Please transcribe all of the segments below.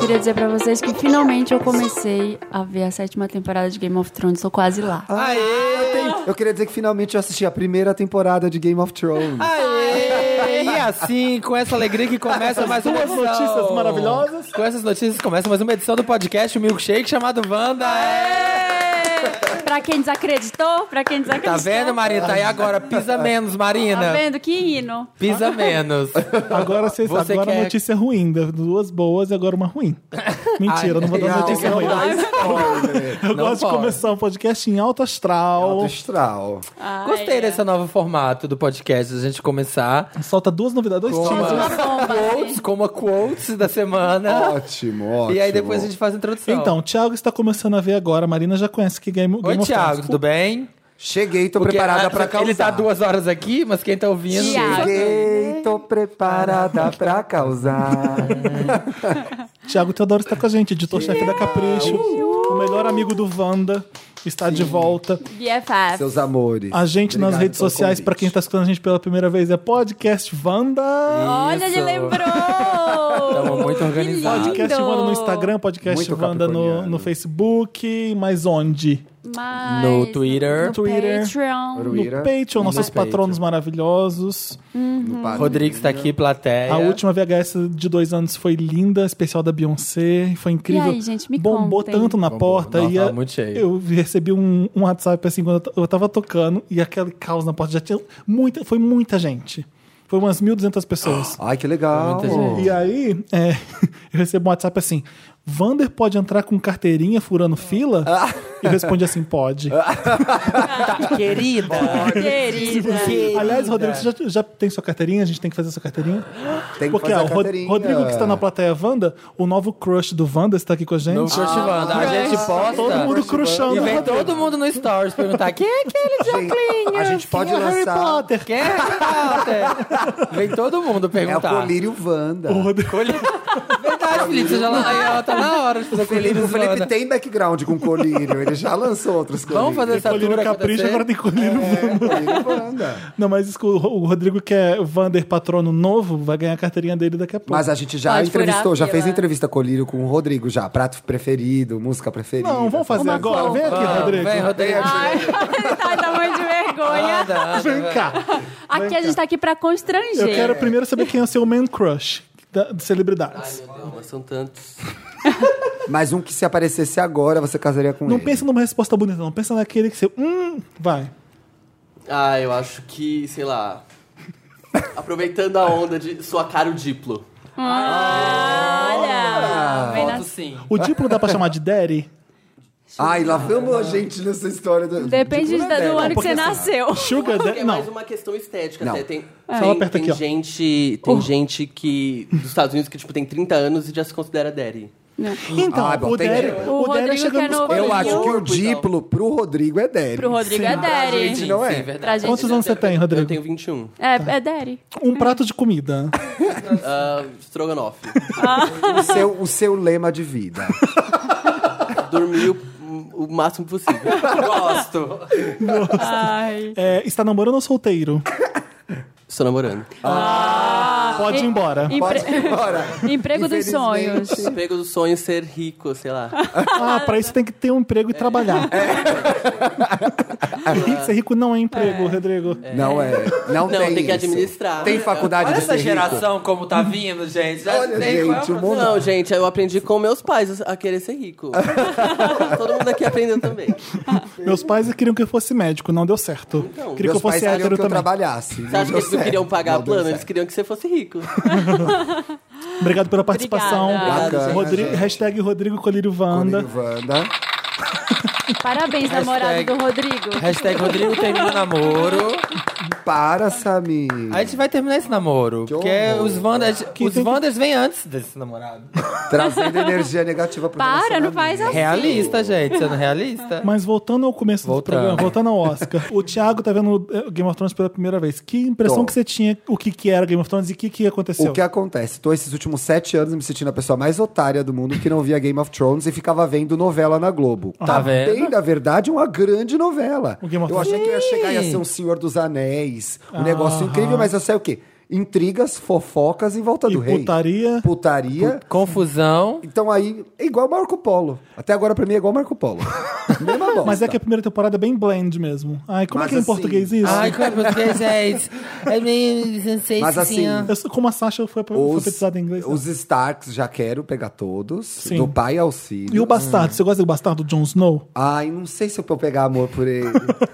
queria dizer pra vocês que finalmente eu comecei a ver a sétima temporada de Game of Thrones. Tô quase lá. Aê! Eu, tenho- eu queria dizer que finalmente eu assisti a primeira temporada de Game of Thrones. Ah, Aê! E assim, com essa alegria que começa mais uma duas edição. notícias maravilhosas. Com essas notícias começa mais uma edição do podcast, o Milkshake, chamado Wanda. É! Pra quem desacreditou, pra quem desacreditou. Tá vendo, Marina? Tá aí agora. Pisa menos, Tá Marina. vendo? Que hino. Pisa menos. Agora vocês Você agora quer- notícia ruim, da- duas boas e agora uma ruim. Mentira, Ai, não vou dar não, notícia Ah, não ruim. dá. Eu não gosto pode. de começar um podcast em alto astral. Alto Estral. Ai, Gostei é. desse novo formato do podcast, a gente começar Solta duas novidades, dois com teasers. uma, é. bomba, né? quotes, com uma quotes da semana. Ótimo, ótimo. E aí depois a gente faz a introdução. Então, o Thiago está começando a ver agora. A Marina já conhece que Game, Game Oi, of Thiago, Thrones. tudo bem? Cheguei, tô Porque, preparada ah, pra causar. Ele tá duas horas aqui, mas quem tá ouvindo... Thiago. Cheguei, tô Ah. preparada pra causar. Thiago Teodoro está com a gente, editor-chefe da Capricho. O melhor amigo do Wanda está de volta. BFF. Seus amores. A gente nas Obrigado redes pelo sociais, convite. para quem tá- está escutando a gente pela primeira vez, é Podcast Wanda. Olha, Isso. ele lembrou! Tamo muito organizado. Que lindo. Podcast Wanda no Instagram, Podcast Muito Wanda no, capricorniano. no Facebook, mas onde? Mas No Twitter. no Twitter. Patreon. No Ruíra, Patreon, nossos Patreon. patronos maravilhosos. no Padre. Rodrigues tá aqui, plateia. A última VHS de dois anos foi linda, especial da Beyoncé, foi incrível. E aí, gente, me Bombou contem. tanto na porta. Nossa, e tava a- muito cheio. Eu recebi um, um WhatsApp assim, quando eu t- eu tava tocando, e aquele caos na porta já tinha muita, foi muita gente. Foi umas 1.200 pessoas. Ai, que legal. Muita gente. E aí, é, eu recebo um WhatsApp assim: Vander pode entrar com carteirinha furando fila? Ah. E eu respondi assim: pode. Querida. Querida. Aliás, É. Rodrigo, você já, já tem sua carteirinha? A gente tem que fazer sua carteirinha? Tem que Porque fazer ó, a o Rod- carteirinha. Rodrigo que está na plateia Wanda, o novo crush do Wanda está aqui com a gente. Ah, No Crush Wanda. A gente posta. Todo mundo crushando E o vem Rodrigo. todo mundo no Stories perguntar quem é aquele Gente, a gente pode É Harry lançar. Potter. Quem é Harry Potter? Vem todo mundo É o perguntar. Colírio Wanda. O O Rodrigo- Colírio. Verdade, Felipe. Você já lá, aí, ó, tá na hora de fazer o Felipe, Colírio o Felipe Zona. tem background com Colírio. Ele já lançou outros Vamos Colírios. fazer essa Colírio tour Capricho, agora acontecer? tem Colírio Wanda. É, Colírio Wanda. Não, mas isso que o Ro- o Rodrigo que é Vander patrono novo, vai ganhar a carteirinha dele daqui a pouco. Mas a gente já Pode furar né? entrevistou, a já fez fila. entrevista Colírio com o Rodrigo já. Prato preferido, música preferida. Não, vamos fazer Uma agora. fofa. Vem Ah, aqui, Vamos, Rodrigo. Vem, Rodrigo. Ai, ele tá tamanho de vergonha. Anda, anda, Vem cá. Aqui a gente tá aqui pra Eu constranger. quero primeiro saber quem é o seu man crush da- de celebridades. Ah, Mas são tantos. Mas um que se aparecesse agora, você casaria com não ele. pensa numa resposta bonita, não. Pensa naquele que você... Hum, vai. Ah, eu acho que, sei lá. Aproveitando a onda de sua cara o Diplo. Olha! Vem na... Voto sim. O Diplo dá pra chamar de Daddy? assim. Ai, lá vamos a gente nessa história. Do... Depende da- do ano que você assim, nasceu. Sugar É Daddy? mais Não. uma questão estética Não. até. Tem, Fala tem, perto tem aqui, ó. gente, tem gente que dos Estados Unidos que tipo tem 30 anos e já se considera daddy. Então, Ah, bom, o tem- Daddy, O o Daddy é Rodrigo chegando quer nos no- 40. Eu acho que o Corpo, então. Diplo pro Rodrigo é Derry. Pro Rodrigo é gente Daddy. não é. verdade. Pra gente Quantos anos você tem, Eu Rodrigo? tenho 21. Tá. É, é Daddy. Um prato de comida. Ah, Strogonoff. O seu, o seu lema de vida. Dormi o, o máximo possível. Gosto. Ai. É, está namorando ou solteiro? Estou namorando. Ah, Pode ir embora. Empre- Pode ir embora. Emprego dos Infelizmente. sonhos. Pego do sonho ser rico, sei lá. Ah, pra isso tem que ter um emprego É. e trabalhar. Rico- Ser rico não é emprego, Rodrigo. Não é. Não, Não, tem tem que isso. administrar. Tem faculdade Olha de ser essa rico. geração como tá vindo, gente. Já sei qual é Olha, o gente, o problema. mundo... Não, gente, eu aprendi com meus pais a querer ser rico. Todo mundo aqui aprendeu também. Meus pais queriam que eu fosse médico, não deu certo. Queriam que Então, Meus eu pais fosse queriam hétero que eu também. trabalhasse. Você acha que eles não queriam pagar plano? Eles queriam que você fosse rico. Obrigado pela participação. Obrigada. Bacana, Rodrigo, gente. hashtag Rodrigo Colírio Vanda. Rodrigo Wanda. Parabéns, namorado Hashtag- do Rodrigo. Hashtag Rodrigo termina o namoro. Para, Samir. A gente vai terminar esse namoro. porque horror. os Wanders, os tem que- Wanders vêm antes desse namorado. Trazendo energia negativa pro né? Para, não faz assim. Realista, gente. Sendo realista. Mas voltando ao começo Voltando. do programa, voltando ao Oscar, o Thiago tá vendo eh, Game of Thrones pela primeira vez. Que impressão Tô. que você tinha, o que, que era Game of Thrones e o que, que aconteceu? O que acontece? Tô esses últimos sete anos me sentindo a pessoa mais otária do mundo que não via Game of Thrones e ficava vendo novela na Globo. Tá vendo? Tem, na verdade, uma grande novela. Ah. O Game of eu achei Thrones. que eu ia chegar e ia ser um Senhor dos Anéis, um negócio incrível, mas eu sei o quê? intrigas, fofocas em volta E do rei. putaria. Putaria. Confusão. Então aí, é igual Marco Polo. Até agora pra mim é igual Marco Polo. Mesma bosta. Mas é que a primeira temporada é bem blend mesmo. Ai, como Mas é que é em assim- português isso? Ai, como é português é isso? É meio 16, Mas assim, ó. Eu sou- como a Sasha foi os, alfabetizada em inglês. né? os Starks já quero pegar todos. Sim. Do pai ao filho. E o Bastardo? Hum. Você gosta do Bastardo Jon Snow? Ai, não sei se eu vou pegar amor por ele.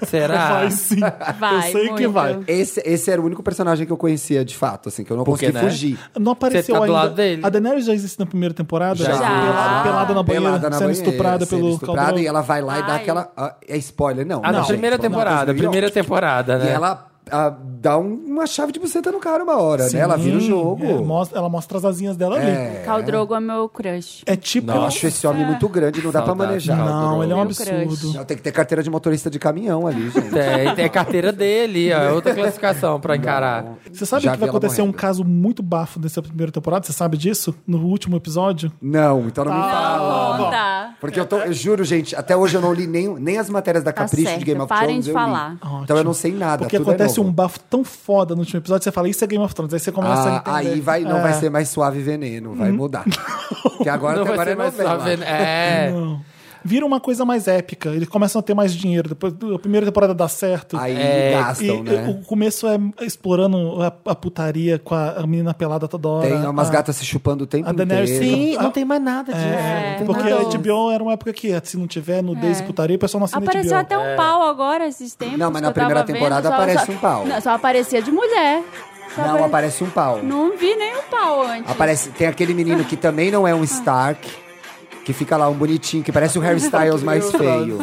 Será? Vai sim. Vai, eu sei que muito. vai. esse, esse era o único personagem que eu conhecia de fato, assim, que eu não Porque, consegui né? fugir. Não apareceu tá do ainda. lado dele. Ah. A Daenerys já existe na primeira temporada? né? Já. Pelada, pelada na banheira, Pelada na sendo banheira, estuprada sendo pelo estuprada, caldeirão. e ela vai lá e dá Ai. aquela. ah, É spoiler, não. Ah, não, na primeira gente, vamos lá, temporada, 2009. primeira temporada, E né? ela ah, dá um- uma chave de buceta no cara uma hora, né? Ela vira o Sim, jogo. é, mostra- ela mostra as asinhas dela ali. É. Khal Drogo é meu crush. É tipo. Eu acho esse homem muito grande, não dá pra Saudade, manejar. Khal Não, Drogo. ele é um Meu absurdo. crush. Não, Tem que ter carteira de motorista de caminhão ali, gente. É, é carteira dele, ó. É outra classificação pra encarar. Você sabe Já que vi vai ela acontecer um morrendo. caso muito bafo nessa primeira temporada? Você sabe disso? No último episódio? Não, então não me Tá. fala. Conta. Porque eu, tô, eu juro, gente, até hoje eu não li nem, nem as matérias da Tá Capricho certo, de Game of parem Thrones. de eu li. falar. Então eu Ótimo. não sei nada. Porque tudo acontece é um novo. bafo tão foda no último episódio, você fala, isso é Game of Thrones. Aí você começa a Ah, entender. aí vai, não É. Uhum. vai ser mais suave e veneno, vai mudar. Porque agora, Não até vai ser agora é mais novela. só vendo- É. Não. Vira uma coisa mais épica. Eles começam a ter mais dinheiro. Depois, a primeira temporada dá certo. Aí É, gastam, e né? o começo é explorando a, a putaria com a, a menina pelada toda hora. Tem umas a, gatas se chupando o tempo a inteiro. Daenerys, sim. Ih, não tem mais nada disso. É, É, tem porque a nada. HBO era uma época que se não tiver nudez e É. putaria, o pessoal não assina Apareceu HBO. até um pau agora esses tempos. É. Não, mas que na eu tava primeira vendo, temporada só- aparece só- um pau. Não, só aparecia de mulher. Só Não, aparece um pau. Não vi nem o pau antes. Aparece, tem aquele menino que também não é um Stark, que fica lá um bonitinho, que parece o Harry Styles mais feio.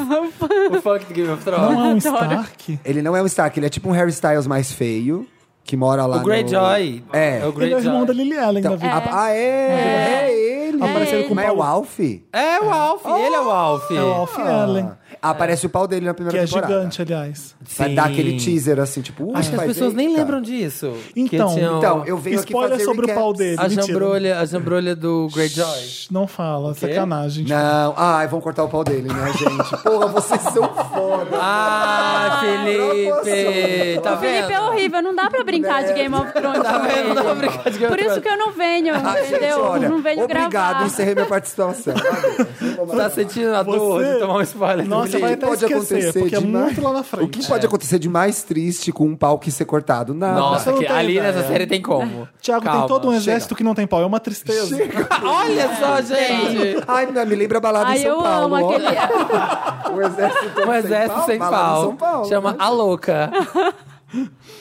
O funk do Game of Thrones. Não é um Stark? Ele não é um Stark, ele é tipo um Harry Styles mais feio, que mora lá O Greyjoy. no... É. o Ele é o irmão Greyjoy. da Lily Allen da Então, vida. a- ah, é! É, ele! Apareceu ele. com Mas é o Paulo. Alf? É o Alf, ele é o Alf. É o Alf Allen, Ah, Aparece o pau dele na primeira que é temporada. gigante, aliás. Vai Sim. dar aquele teaser, assim, tipo... ui, Acho que as vai pessoas ver, nem cara. lembram disso. Então, que tinha Então, o- eu venho aqui Spoiler fazer sobre o pau recaps. dele. a mentira. jambrolha, a jambrolha do Greyjoy. Não fala, sacanagem. Não, ai, vão cortar o pau dele, né, gente? Porra, vocês são foda. Ah, Felipe! proporcional. Tá O Felipe é vendo? horrível, não dá pra brincar de Game of Thrones. Tá com vendo? Não, ele. obrigado, Game of Por isso Thrones. que eu não venho, Ah, Gente, entendeu? olha, não venho obrigado, gravar. encerrei minha participação. Adeus. Tá sentindo a dor Você- de tomar um spoiler do Nossa, Felipe? vai que até pode esquecer, acontecer porque é demais? muito lá na frente. É. O que pode acontecer de mais triste com um pau que ser cortado? Nada. Nossa, não que- tem ali ideia. nessa série tem como. Tiago, Calma, tem todo um chega. exército que não tem pau. É uma tristeza. Olha só, gente! Ai, não, me lembra a balada em Ai, São eu amo Paulo. ó. aquele. O exército, todo Um exército sem balada em São pau. Paulo. né? Chama A Louca.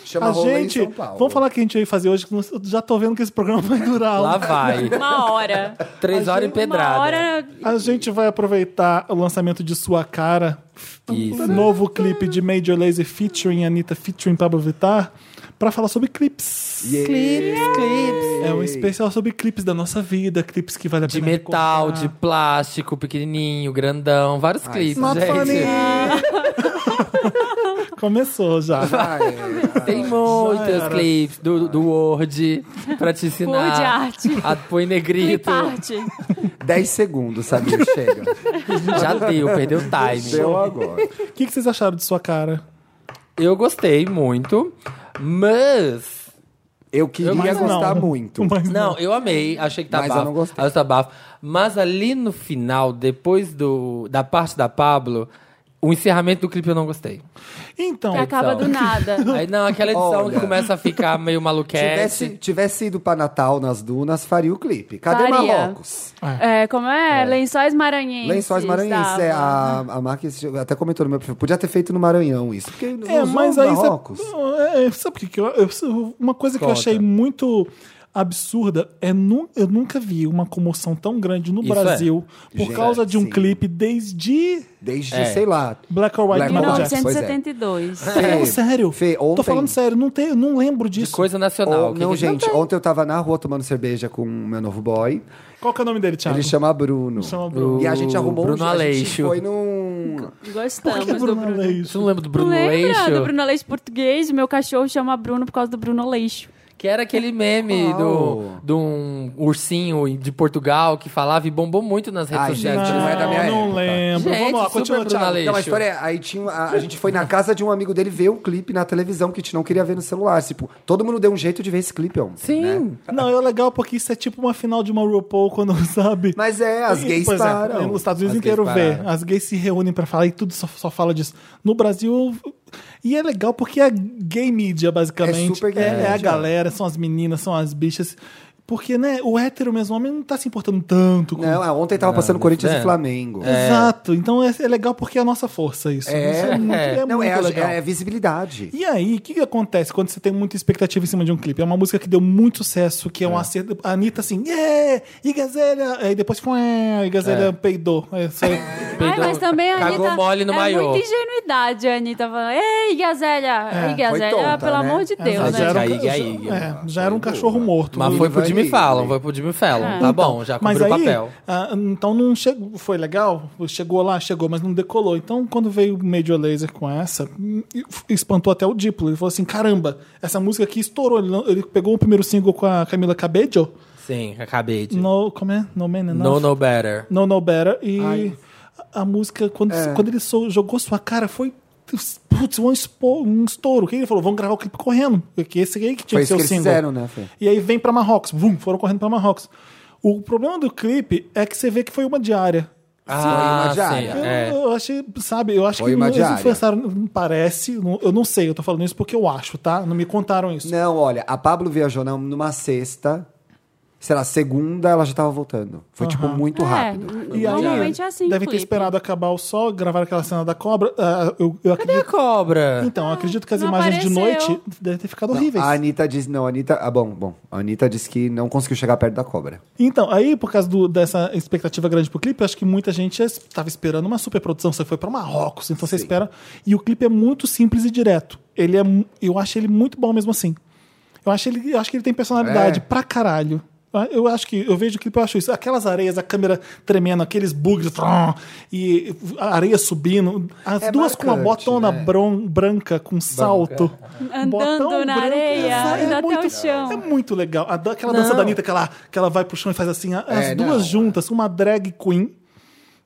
Chama A rolê em gente... São Paulo. Vamos falar o que a gente vai fazer hoje, que eu já tô vendo que esse programa vai durar. Lá vai. Uma hora. Três horas Uma empedrada. hora. A gente vai aproveitar o lançamento de Sua Cara, Um Isso. novo clipe de Major Lazer featuring Anitta, featuring Pablo Vittar, pra falar sobre clipes. Clips, clips. É um especial sobre clipes da nossa vida, clipes que vale é a De pena metal, de recordar. plástico, pequenininho, grandão. Vários clipes, é Not gente. Começou já. Ah, é. Tem muitos era. clipes do, do Word pra te ensinar. Word arte. A pôr em negrito. Cliparte. 10 segundos, sabia? Chega. Já deu, perdeu o time. Deu agora. O que, que vocês acharam de Sua Cara? Eu gostei muito, mas Eu queria Mas não. gostar muito. Mas Não, eu amei, achei que tá Mas eu bafo. não gostei. Achei que tá bafo. Mas ali no final, depois do, da parte da Pablo, o encerramento do clipe eu não gostei. Então, Que acaba do nada. Aí não, aquela edição Olha. que começa a ficar meio Tivesse, maluquete. tivesse ido pra Natal nas dunas, faria o clipe. Cadê Faria. Marrocos? É, como é? Lençóis Maranhenses. Lençóis Maranhenses. dava. É, a, a Marques até comentou no meu perfil. Podia ter feito no Maranhão isso. Porque não É, usou mas aí Marrocos. você. É, sabe o que, que eu, eu- Uma coisa que eu Conta. achei muito absurda é nu, eu nunca vi uma comoção tão grande no Isso Brasil por Gente, causa de um é. sim. clipe desde Desde, É. sei lá. Black or White Black de Michael or Jackson. White. Pois é. 1972. Não, sério. Fê, ontem- Tô falando sério, não, tem, não lembro disso. De coisa nacional. Ou- que não, que- gente, tem. ontem eu tava na rua tomando cerveja com o meu novo boy. Qual que é o nome dele, Thiago? Ele chama Bruno. Chama Bruno. E a gente arrumou Bruno um a gente Aleixo. Foi num. Gostamos Que do Bruno Bruno. Aleixo? Você não lembra do Não Bruno lembra Leixo? do Bruno Leixo português? Meu cachorro chama Bruno por causa do Bruno Leixo. Que era aquele meme Qual? do, de um ursinho de Portugal que falava e bombou muito nas redes Ai, sociais. gente, não é da minha não época. lembro. Gente, Vamos lá, super continua, Bruna Thiago. Leite. Então, a história é, aí tinha, a, a gente foi na casa de um amigo dele ver um clipe na televisão que a gente não queria ver no celular. Tipo, todo mundo deu um jeito de ver esse clipe, homem. Sim. Não, é legal porque isso é tipo uma final de uma RuPaul quando, sabe? Mas é, as E, gays por exemplo, param. Os Estados Unidos As gays inteiro vê. pararam. As gays se reúnem pra falar e tudo só, só fala disso. No Brasil. E é legal porque é gay mídia, basicamente. É super gay é, é a mídia. galera, são as meninas, são as bichas. Porque, né, o hétero mesmo, o homem não tá se importando tanto com. Não, ah, ontem tava passando Corinthians é. e Flamengo. Exato. Então é, é legal porque é a nossa força isso. É. Isso é muito, é Não, muito é, a- legal. é a visibilidade. E aí, o que, que acontece quando você tem muita expectativa em cima de um clipe? É uma música que deu muito sucesso, que é um acerto. A Anitta assim, yeah! E Gazélia! Aí depois foi, e É. Gazélia peidou. É, Aí você- Ai, mas também a Cagou Anitta. mole no é maiô. muita ingenuidade a Anitta falando. Ei, Gazélia! Ei, Gazélia, Foi tonta, pelo né? amor de Deus, Ela gente, né? já era, um, aí, ca- aí, já- é, aí, já era um boa. cachorro morto. Mas foi pro Vai Jimmy aí, Fallon, vai. foi pro Jimmy Fallon. Tá Então, bom, já mas cumpriu o aí, papel. ah, então não chegou, foi legal, chegou lá, chegou, mas não decolou. Então quando veio o Major Laser com essa, hum, espantou até o Diplo. Ele falou assim, caramba, essa música aqui estourou. Ele, não- ele pegou o primeiro single com a Camila Cabello, Sim, acabei de. No, no, como é? No Man Enough. no, Better. No No Better. E Ai. É. a a música, quando, quando ele so- jogou sua cara, foi. Putz, um, espo- um estouro. Que ele falou, vamos gravar o clipe correndo. Porque esse aí que tinha Foi que isso ser o que eles single. fizeram, né, Fê? E aí vem pra Marrocos. Vum, foram correndo pra Marrocos. O problema do clipe é que você vê que foi uma diária. Ah, uma diária. sim. Eu, é. eu achei, sabe, eu acho Foi que uma não- eles diária. influenciaram, parece, não- eu não sei, eu tô falando isso porque eu acho, tá? Não me contaram isso. Não, olha, a Pablo viajou na- numa sexta, sei lá, segunda, ela já tava voltando. Foi, tipo, muito rápido. É, E aí, normalmente é assim. Deve ter clipe. esperado acabar o sol, gravar aquela cena da cobra. Ah, eu, eu Cadê acredito a cobra? Então, eu acredito que as não imagens de apareceu. noite devem ter ficado horríveis. A Anitta disse, não, a Anitta, ah, bom, bom, a Anitta disse que não conseguiu chegar perto da cobra. Então, aí, por causa do- dessa expectativa grande pro clipe, eu acho que muita gente estava esperando uma superprodução. Você foi para Marrocos, então você espera. E o clipe é muito simples e direto. Ele é, mu- eu acho ele muito bom mesmo assim. Eu acho, ele, eu acho que ele tem personalidade É. pra caralho. Ah, Eu acho que, eu vejo o clipe, eu acho isso. Aquelas areias, a câmera tremendo, aqueles bugs, trom, e a areia subindo. As É duas com uma marcante, botona né? bron- branca com salto. Andando na areia, indo até o chão. É muito legal. A, da- aquela dança Não. da Anitta que ela, que ela vai pro chão e faz assim, a- as É, duas não. juntas, uma drag queen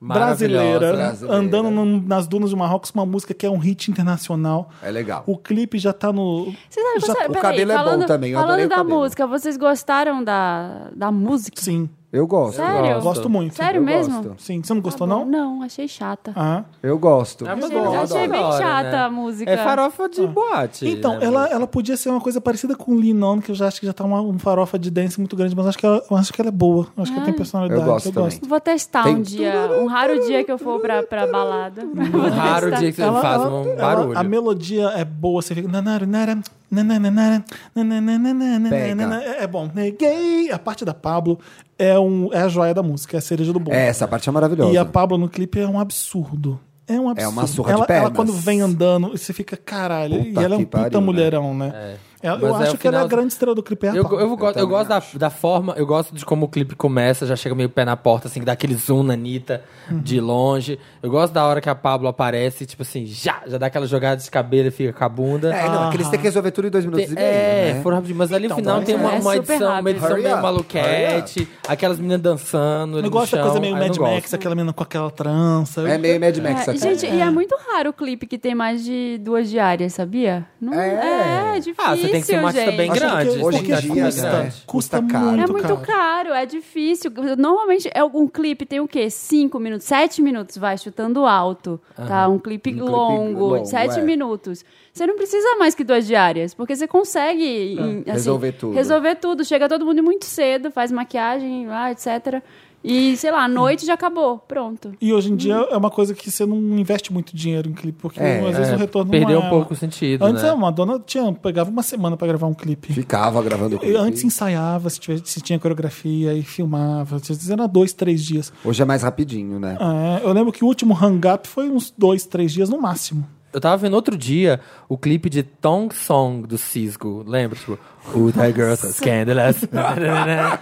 Maravilhosa. brasileira, Brasileira. andando num- nas dunas do Marrocos com uma música que é um hit internacional. É legal. O clipe já tá no. Vocês acham- já- peraí, o cabelo é bom falando, também, eu adorei Falando o da cabelo. música, vocês gostaram da, da música? Sim, Eu gosto. Sério? gosto, muito. Sério Eu mesmo? Tá gosto. Sim, você não gostou, Não? não? não, achei chata. Ah. Eu gosto. É uma Achei- boa, achei bem adoro, chata né? a música. É farofa de boate. Então, né, ela, ela podia ser uma coisa parecida com Lean On, que eu já acho que já tá uma, um farofa de dance muito grande, mas acho que ela, eu acho que ela é boa. Eu Acho que ela Ah. tem personalidade. Eu gosto também. Vou testar Tem- um dia, um raro dia que eu for pra, pra balada. Um raro dia que você Ela- faz ela- um ela- barulho. a melodia é boa, você fica. "Nanara, nara, nananara, nananana, Pega. nanana", É é bom. né? Gay. A parte da Pablo é, um, é a joia da música, é a cereja do bolo. É, essa parte é maravilhosa. E a Pablo no clipe é um absurdo. É um absurdo. É uma surra de ela, ela pernas. quando vem andando, você fica, caralho. e Puta ela é um que puta pariu, né? mulherão, né? Ela- eu Mas é acho o que ela é a final- grande estrela do clipe. É a Eu, Pablo. eu, gosto- eu gosto da, da forma, eu gosto de como o clipe começa, já chega meio pé na porta, assim, que dá aquele zoom na Anitta Uhum. de longe. Eu gosto da hora que a Pablo aparece, tipo assim, já, já dá aquela jogada de cabelo e fica com a bunda. É, não, é que eles têm que resolver tudo em dois minutos Tem- e meio, é, né? foram rapidinho, mas ali no final mas tem uma, é uma super edição, uma rápido. edição Hurry meio up, maluquete, aquelas meninas dançando. ali no Eu gosto da chão, coisa meio aí eu Mad não Max, gosto. aquela menina com aquela trança. É Eu- meio Mad Max É, até. gente, e é muito raro o clipe que tem mais de duas diárias, sabia? Não, É. é, difícil, Ah, você tem que ser uma artista gente. bem Acho grande. porque- você hoje tem em que ser dia, uma né? artista grande. é Custa Custa caro. muito. É muito caro. é difícil. Normalmente é um clipe tem o quê? Cinco minutos, sete minutos, vai chutando alto, tá? Um clipe longo, longo, sete é. minutos. Você não precisa mais que duas diárias, porque você consegue em- assim, Resolver tudo. Resolver tudo. Chega todo mundo muito cedo, faz maquiagem, lá, etc. E sei lá, à noite já acabou, pronto. E hoje em dia é uma coisa que você não investe muito dinheiro em clipe, porque É, às vezes é, o retorno perdeu não é... um- um pouco o sentido, Antes né? a Madonna tinha, pegava uma semana pra gravar um clipe. Ficava gravando E clipe. Antes ensaiava, se, tivesse- se tinha coreografia e filmava. Às vezes era dois, três dias. Hoje é mais rapidinho, né? É, eu lembro que o último hang-up foi uns dois, três dias no máximo. Eu tava vendo outro dia o clipe de Tong Song do Cisco, lembra? Tipo, Who that girl so scandalous. Ai,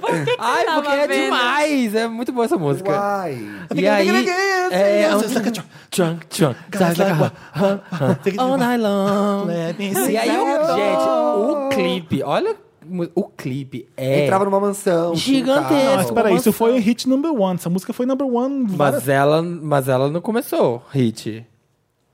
porque é vendo? demais! É muito boa essa música. Uai. E aí, é, é um chunk, chunk, sounds like a- huh, huh, all night long. Let me E see aí, that o- gente, all. o clipe, olha, o clipe é... Entrava numa mansão. Gigantesco. tinha um carro. Mas peraí, Ah, isso foi o hit number one. Essa música foi number one. várias- Mas ela, mas ela não começou, hit.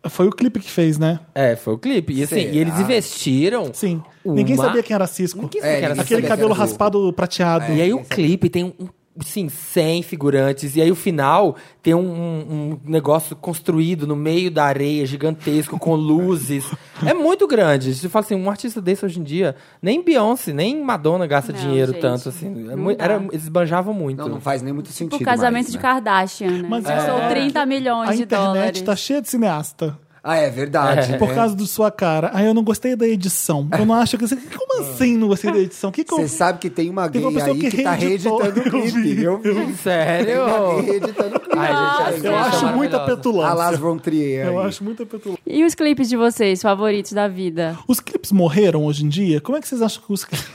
Foi o clipe que fez, né? É, foi o clipe. E, assim, Será? e eles investiram. Ah. Sim. Uma- Ninguém sabia quem era Cisco. Ninguém É, sabia que era ninguém Cisco. Aquele sabia cabelo quem era raspado prateado. É, E aí o clipe tem um, um- sim, 100 figurantes. E aí o final tem um, um- um negócio construído no meio da areia, gigantesco, com luzes. é muito grande. Você fala assim, um artista desse hoje em dia, nem Beyoncé, nem Madonna gasta Não, dinheiro gente, tanto, assim. É não mu- dá. era, eles banjavam muito. Não, não faz nem muito sentido. Tipo, casamento mais, de né? Kardashian, né? Mas Mas São é. 30 milhões A de dólares. internet tá cheia de cineasta. Ah, é verdade. Tipo, Por né? causa do sua cara. Ah, eu não gostei da edição. Eu não acho que. Como assim não gostei da edição? Que Você coisa. sabe que tem uma Tem gay uma pessoa aí que, que tá reeditou. reeditando o Eu vi, clipe. Eu vi. Sério? Tá reeditando o clipe. Ai, gente, essa Eu gente é acho maravilhosa. muita A Las petulância. Von Trier. Eu aí. acho muita petulância. E os clipes de vocês, favoritos da vida? Os clipes morreram hoje em dia? Como é que vocês acham que os clipes.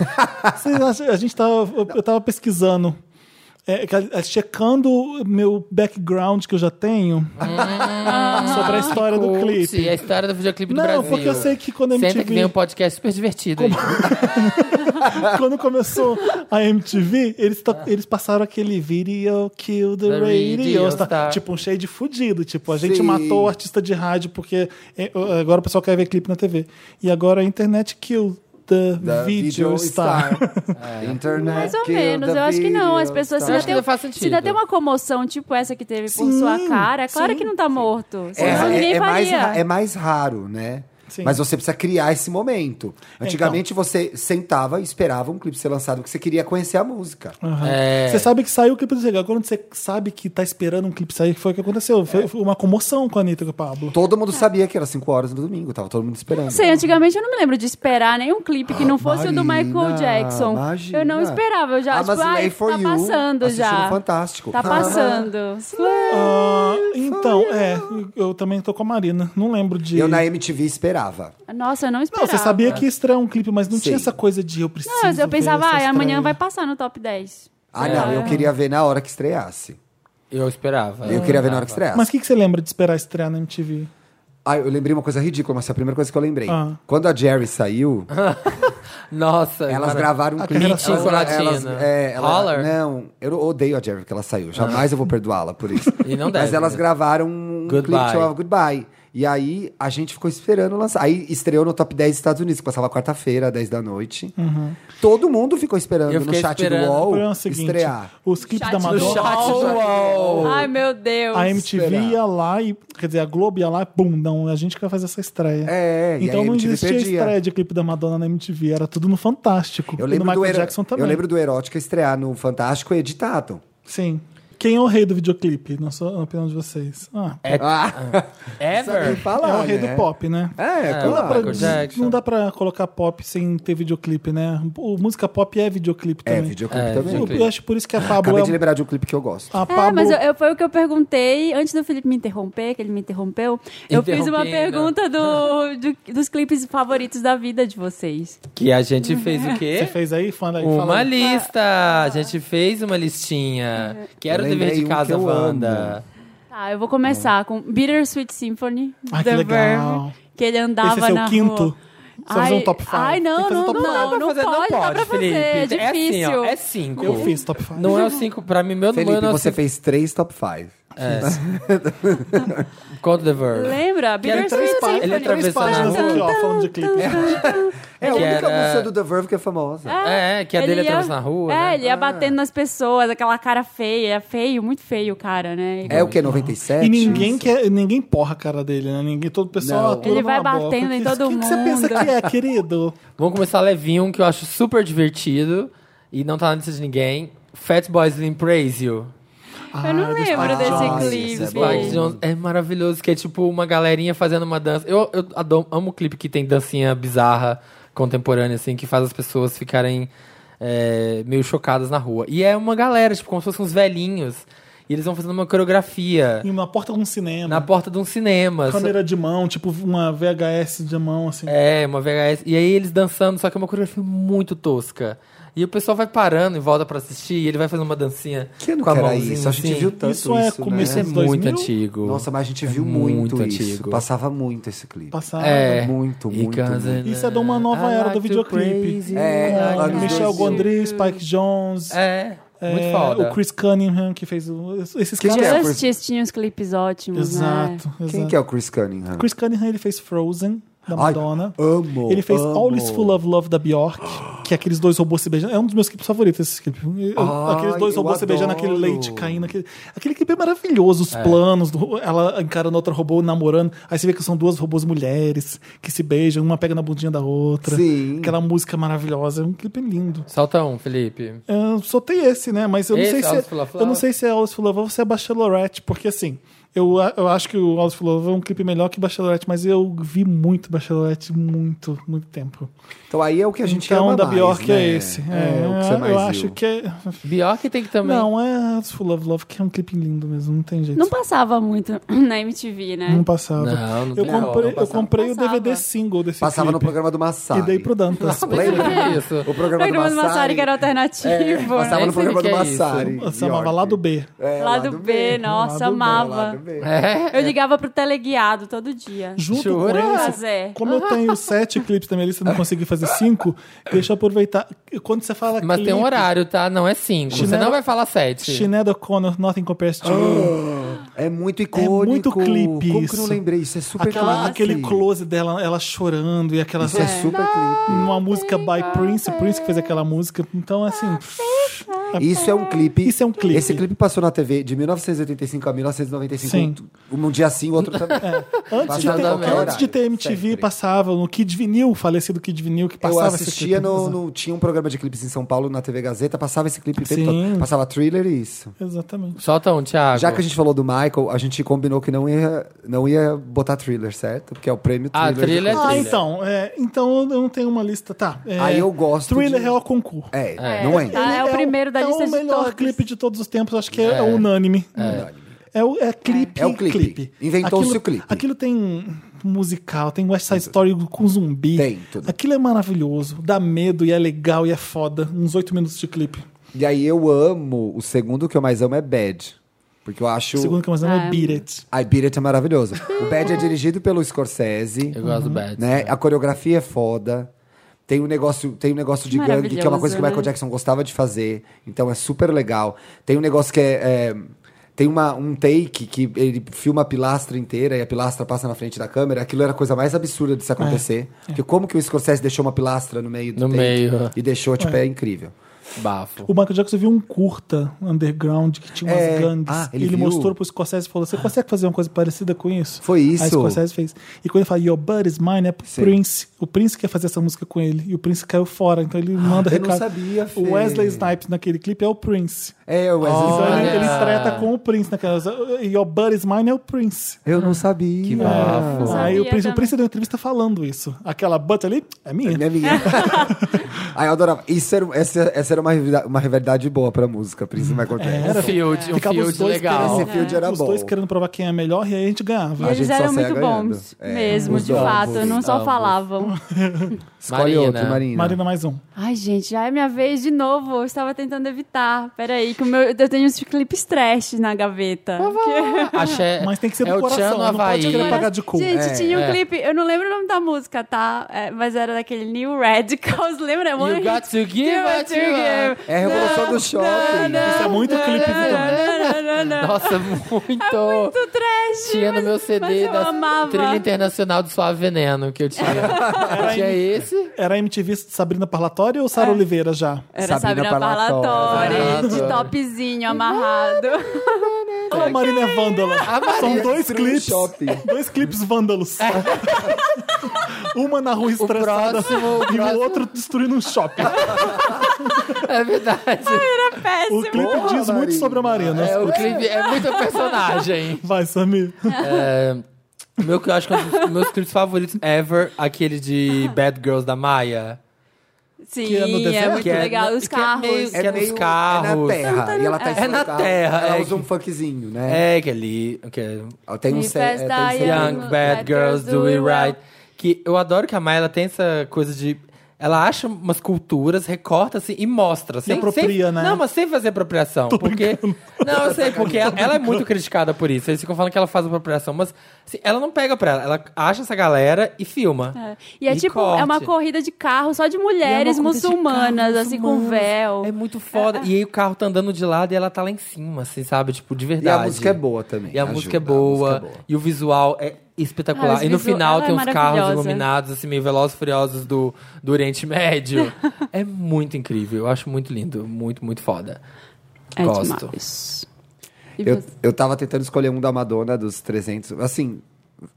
vocês acham- A gente tava. Eu tava pesquisando. é, que- é, checando o meu background que eu já tenho sobre a história do Cult, clipe. é Hum. a história do videoclipe Não, do Brasil. porque eu sei que quando a MTV... Senta que vem um podcast super divertido. aí. Quando começou a MTV, eles, ta- eles passaram aquele video kill the, The radio, radio star. star. Tipo, um shade fudido. Tipo, a gente Sim. matou o artista de rádio porque é, o- agora o pessoal quer ver clipe na TV. E agora a internet kill the, Da video, star. É. Internet. Mais ou kill menos, the eu acho que não. As video pessoas. Se star. ainda, Acho que tem, não faz se sentido. ainda tem uma comoção tipo essa que teve por sua cara, é claro que não tá morto. É, Senão é- ninguém é mais, faria. ra- é mais raro, né? Sim. Então. Mas você precisa criar esse momento. Antigamente você sentava e esperava um clipe ser lançado porque você queria conhecer a música. Aham. É. Você sabe que saiu o clipe do Zegão. Quando você sabe que tá esperando um clipe sair, foi o que aconteceu. Foi foi uma comoção com a Anitta e com o Pablo. Todo É. mundo sabia que era 5 horas no domingo, tava todo mundo esperando. Não sei, antigamente eu não me lembro de esperar nenhum clipe que não fosse o do Michael Marina, Jackson. Ah, imagina. Eu não esperava, eu já. Ah, tipo, mas ai, Slay for tá You, passando assistindo já. Fantástico. Tá passando. Ah, então, é, eu também tô com a Marina. Não lembro de. Eu na MTV esperava. Nossa, eu não Não, esperava. você sabia que ia estrear um clipe, mas não Sim. tinha essa coisa de eu preciso. Não, mas eu ver pensava, essa ai, amanhã estreia." vai passar no top 10. Ah, não, eu queria ver na hora que estreasse. Eu esperava. Eu queria ver na hora que estreasse. Mas o que, que você lembra de esperar estrear na MTV? Ah, eu lembrei uma coisa ridícula, mas foi a primeira coisa que eu lembrei. Ah. Quando a Jerry saiu, Ah, Nossa. Elas mara- gravaram um A clipe. Carreira Elas, gra- Latina. elas, é, ela- Holler. Ah. Não, eu odeio a Jerry porque ela saiu. Jamais eu vou perdoá-la por isso. E não Mas deve, elas né? gravaram um Goodbye. clipe que chamava Goodbye. E aí a gente ficou esperando lançar. Aí estreou no Top 10 dos Estados Unidos, que passava quarta-feira, 10 da noite. Todo mundo ficou esperando Eu no fiquei chat esperando. do Uhum. O problema é UOL o seguinte: estrear. os clipes Chat da do Madonna. Chat do Uou. Ai, meu Deus. A MTV Esperar. ia lá e. Quer dizer, a Globo ia lá e pum, não, a gente que vai fazer essa estreia. É, e então aí a não MTV existia perdia. estreia de clipe da Madonna na MTV, era tudo no Fantástico. Eu e no lembro, do Michael Ero- Jackson também. eu lembro do Erótica estrear no Fantástico e editado. Sim. Quem é o rei do videoclipe, na, sua, na opinião de vocês? Ah, É, Ah, ever? falar, é o rei né? do pop, né? É, É, claro. o Michael Pra- Jackson. Não dá pra colocar pop sem ter videoclipe, né? O, música pop é videoclipe É, também. videoclipe É, também. Eu, videoclipe. eu acho por isso que a Pablo Acabei é, de lembrar de um clipe que eu gosto. a É, Pablo mas eu- eu- foi o que eu perguntei antes do Felipe me interromper, que ele me interrompeu. Eu fiz uma Interrompendo. pergunta do, do- dos clipes favoritos da vida de vocês. Que a gente fez o quê? Você fez aí, fala aí. Uma fala aí. lista! A gente fez uma É. listinha. Que era o Eu dever lembrei de um casa, que eu Wanda. Tá, eu vou começar com Bittersweet Symphony. Ah, que legal. que ele andava Esse é seu na quinto? rua. Você vai fazer um top five? Ai, Tem que não, fazer não, top não, five. não, Dá pra fazer- pode, dá pra Felipe. fazer, é assim, ó, difícil. é cinco. Eu fiz top 5. Não é o cinco. Pra mim, meu Felipe, meu não é o você cinco. fez três top 5. É. Conta the verb. Lembra? Quero Bittersweet três páginas. Symphony. Ele Três atravessando páginas a aqui, ó, falando de clipe. É a Que única era- música do The Verve que é famosa. É, que a dele atravessa na rua, Ah, É, né? ele ia batendo nas pessoas, aquela cara feia, feio, muito feio o cara, né? É, o que? 97? E ninguém quer, ninguém porra a cara dele, né? Ninguém, todo o pessoal Não. atura Ele vai numa boca. batendo em Que- todo que que você mundo. pensa que é, querido? Vamos começar levinho, um que eu acho super divertido. E não tá na lista de ninguém. Fat Boys Slim Praise You. Eu não Ah, do lembro Spike desse Jonze. clipe. esse é Spike bom. Jonze é maravilhoso, que é tipo uma galerinha fazendo uma dança. Eu, eu adoro- amo o clipe que tem dancinha bizarra, contemporânea, assim, que faz as pessoas ficarem é, meio chocadas na rua. E é uma galera, tipo, como se fossem uns velhinhos. E eles vão fazendo uma coreografia E na porta de um cinema. na porta de um cinema. Só- Câmera de mão, tipo uma VHS de mão, assim. É, uma VHS. E aí eles dançando, só que é uma coreografia muito tosca. E o pessoal vai parando e volta pra assistir, e ele vai fazendo uma dancinha Que ano com a que era mãozinha isso? A assim. gente viu tanto Isso é né? começo Isso é Anos muito 2000? antigo. Nossa, mas a gente É viu muito, muito isso. antigo. Passava muito esse clipe. Passada. É. Ah, Muito, E muito, Guns muito. N' Isso é de uma nova I era like do to videoclipe. praise you, É, I Com anos like Michel to- 2000. Gondry, Spike Jones. É, é, muito foda. O Chris Cunningham, que fez o, esses Que caras. é? Os Justice tinha uns clipes ótimos, né? Exato. Quem exato. que é o Chris Cunningham? Chris Cunningham, ele fez Frozen, da Ai, Madonna. Amo. Ele fez amo. All Is Full of Love da Bjork, que é aqueles dois robôs se beijando. É um dos meus clipes favoritos esse clipe. Eu- Ai, aqueles dois eu robôs se beijando, adoro. aquele leite caindo. Aquele, aquele clipe é maravilhoso, os planos, do- ela encarando outra robô, namorando. Aí você vê que são duas robôs mulheres que se beijam, uma pega na bundinha da outra. Sim. Aquela música maravilhosa. É um clipe lindo. Solta um, Felipe. Eu soltei esse, né? Mas eu não Esse, sei se. Alice Full of Eu não Love. sei se é Alice Full of Love ou se é Bachelorette, porque assim. Eu, eu acho que o Alice Full of Love é um clipe melhor que Bachelorette, mas eu vi muito Bachelorette muito, muito tempo. Então aí é o que a gente então, ama da mais, Bjork né? é esse. É, o que você mais eu viu. acho que é. Bjork tem que também. Não, é Alice Full of Love, que é um clipe lindo mesmo, não tem jeito. Não passava muito na MTV, né? Não passava. Não, não eu tem como, comprei, não eu passava. comprei o Passava. DVD single desse Passava no clipe. programa do Massari. E dei pro Dantas. Lembra? Mas isso. O programa, programa do Massari, que era alternativo. Passava né? no programa que do é Massari. Eu chamava Bjork. lá do B. É, Lado B, nossa, Lado B, amava. Lado B. É, Eu ligava pro teleguiado todo dia. Junto Jura? com esse, Fazer. Como eu tenho sete clipes na minha lista e não consegui fazer cinco, deixa eu aproveitar. Quando você fala mas tem um clipe, horário, tá? Não é cinco. Você Chinelo- não vai falar sete. Sinead O'Connor, Nothing Compares to You. É muito icônico. muito clipe Como que isso. eu não lembrei? Isso é super clipe. Aquela- aquele close dela, ela chorando e aquela... Isso é, super clipe. Uma música by Prince, Prince que fez aquela música. Então, assim... Isso é um clipe. Isso é um clipe. Esse clipe passou na TV de 1985 a 1995. Sim. É, Um dia sim, outro também. Antes de, Passava ter, a antes qualquer horário, de ter MTV, sempre. passava no Kid Vinil, falecido Kid Vinil, que Eu passava esse assistia clipe. né? no, no- Tinha um programa de clipes em São Paulo na TV Gazeta, passava esse clipe o tempo Sim. todo. Passava thriller e isso. Exatamente. Solta um, Thiago. Já que a gente falou do Michael, a gente combinou que não ia, não ia botar thriller, certo? Porque é o prêmio Ah, thriller. de thriller é clipe. Ah, Thriller. então, é, então eu não tenho uma lista. Tá. é, Aí eu gosto Thriller de- é o concurso. É, não entra. Ah, é o primeiro da lista É o de melhor todos. clipe de todos os tempos, acho que é, é unânime. É, o- é clipe. É o clipe. Inventou-se Aquilo- o clipe. Aquilo tem musical, tem West Side Story com zumbi. Tem tudo. Aquilo é maravilhoso, dá medo e é legal e é foda. Uns oito minutos de clipe. E aí eu amo, o segundo que eu mais amo é Bad. Porque eu acho. O segundo que eu mais amo é Ah, Beat It. I Beat It é maravilhoso. o Bad é dirigido pelo Scorsese. Eu gosto do Bad. né? A coreografia é foda. Tem um negócio, tem um negócio de gangue, que é uma coisa que Maravilhoso, o Michael né? Jackson gostava de fazer. Então é super legal. Tem um negócio que é. é, tem uma, um take que ele filma a pilastra inteira e a pilastra passa na frente da câmera. Aquilo era a coisa mais absurda de se acontecer. Porque como que o Scorsese deixou uma pilastra no meio do É, No take meio. e deixou, tipo, é, incrível. Bafo. O Michael Jackson viu um curta underground que tinha umas É. gangues. Ah, e ele ele viu? Ah. mostrou pro Scorsese e falou: Você consegue fazer uma coisa parecida com isso? Foi isso? Aí o Scorsese fez. E quando ele fala Your Butt is Mine, é pro Sim. Prince. O Prince quer fazer essa música com ele. E o Prince caiu fora. Então ele manda Ah, eu não recado. sabia, Fê. o Wesley Snipes naquele clipe é o Prince. É, o Wesley Então ele, Olha. ele treta com o Prince naquela. Your Butt is Mine é o Prince. Eu não sabia. Que bafo. Não Aí o sabia Prince, o também. Prince deu uma entrevista falando isso. Aquela butt ali é minha. Minha amiga. Aí eu adorava. Isso era, essa, essa era uma, rivalidade- uma rivalidade boa pra música, Prince e Michael Jackson. Um field, um Ficava os field dois legal. querendo- Esse field era os bom. dois querendo provar quem é melhor e aí a gente ganhava. E gente eles só eram saía muito ganhando. bons, É, mesmo, ambos, de ambos, fato. Não só ambos. falavam. Escolhe Marina. outro, Marina. né? Marina mais um. Ai, gente, já é minha vez de novo. Eu estava tentando evitar. Peraí, que o meu, eu tenho os clipes trash na gaveta. Que- Axé, Uhum. Mas tem que ser do é o coração, Tchan no não pode Havaí. querer pagar de cu. Gente, É, tinha um é. clipe, eu não lembro o nome da música, tá? É, mas era daquele New Radicals, lembra? One You got hit- to give You what got you to got. É a revolução do shopping. Isso é muito clipe também. give. Nossa, É muito. Muito trash. Tinha no mas- meu mas CD eu da amava. trilha internacional do Suave Veneno que eu tinha. tinha esse. Era a MTV Sabrina Parlatório ou É. Sara Oliveira já? Era Sabrina Sabrina Parlatori, Parlatori. de topzinho amarrado. Ou a Marina é Vândala? São Destruiu dois o clipes. shopping. É. Dois clipes vândalos. Uma na rua estressada próximo- o e o próximo- outro destruindo um shopping. É verdade. Era péssimo. O clipe Porra, diz muito Marina. sobre a Marina. É, o clipe é muito personagem. Vai, Samir. É, o meu, que eu acho que é um dos meus clipes favoritos ever, aquele de Bad Girls da Maia. Sim, Que é no é deserto? muito Que é legal. na- Os que é meio- carros. que é nos carros. É na terra. E ela tá É. em É na Sorocaba. terra, Ela é usa que- um funkzinho, né? É, que ali. Que é Ela Tem um Me ce- faz é, tem dar um Yeah, Young Bad Girls Do It Right. Que eu adoro que a Maia ela tem essa coisa de. Ela acha umas culturas, recorta assim e mostra. Sem, apropria, sem- né? Não, mas sem fazer apropriação. porque. Não, eu sei, porque ela, ela é muito criticada por isso. Eles ficam falando que ela faz apropriação, mas assim, ela não pega pra ela. Ela acha essa galera e filma. É. E é tipo, corte. é uma corrida de carro só E de é uma mulheres corrida de carro, muçulmanas, assim, com muçulmanas. véu. É muito foda. E aí o carro tá andando de lado e ela tá lá em cima, assim, sabe? Tipo, de E a verdade. música é boa também. E a ajuda, música é boa. E o visual é espetacular. Ah, os e no visu- final ela é tem uns carros maravilhosa. iluminados, assim, meio velozes e furiosos do, do Oriente Médio. é muito incrível. Eu acho muito lindo. Muito, muito foda. É Gosto. demais. E Eu, você? eu tava tentando escolher um da Madonna dos 300. Assim,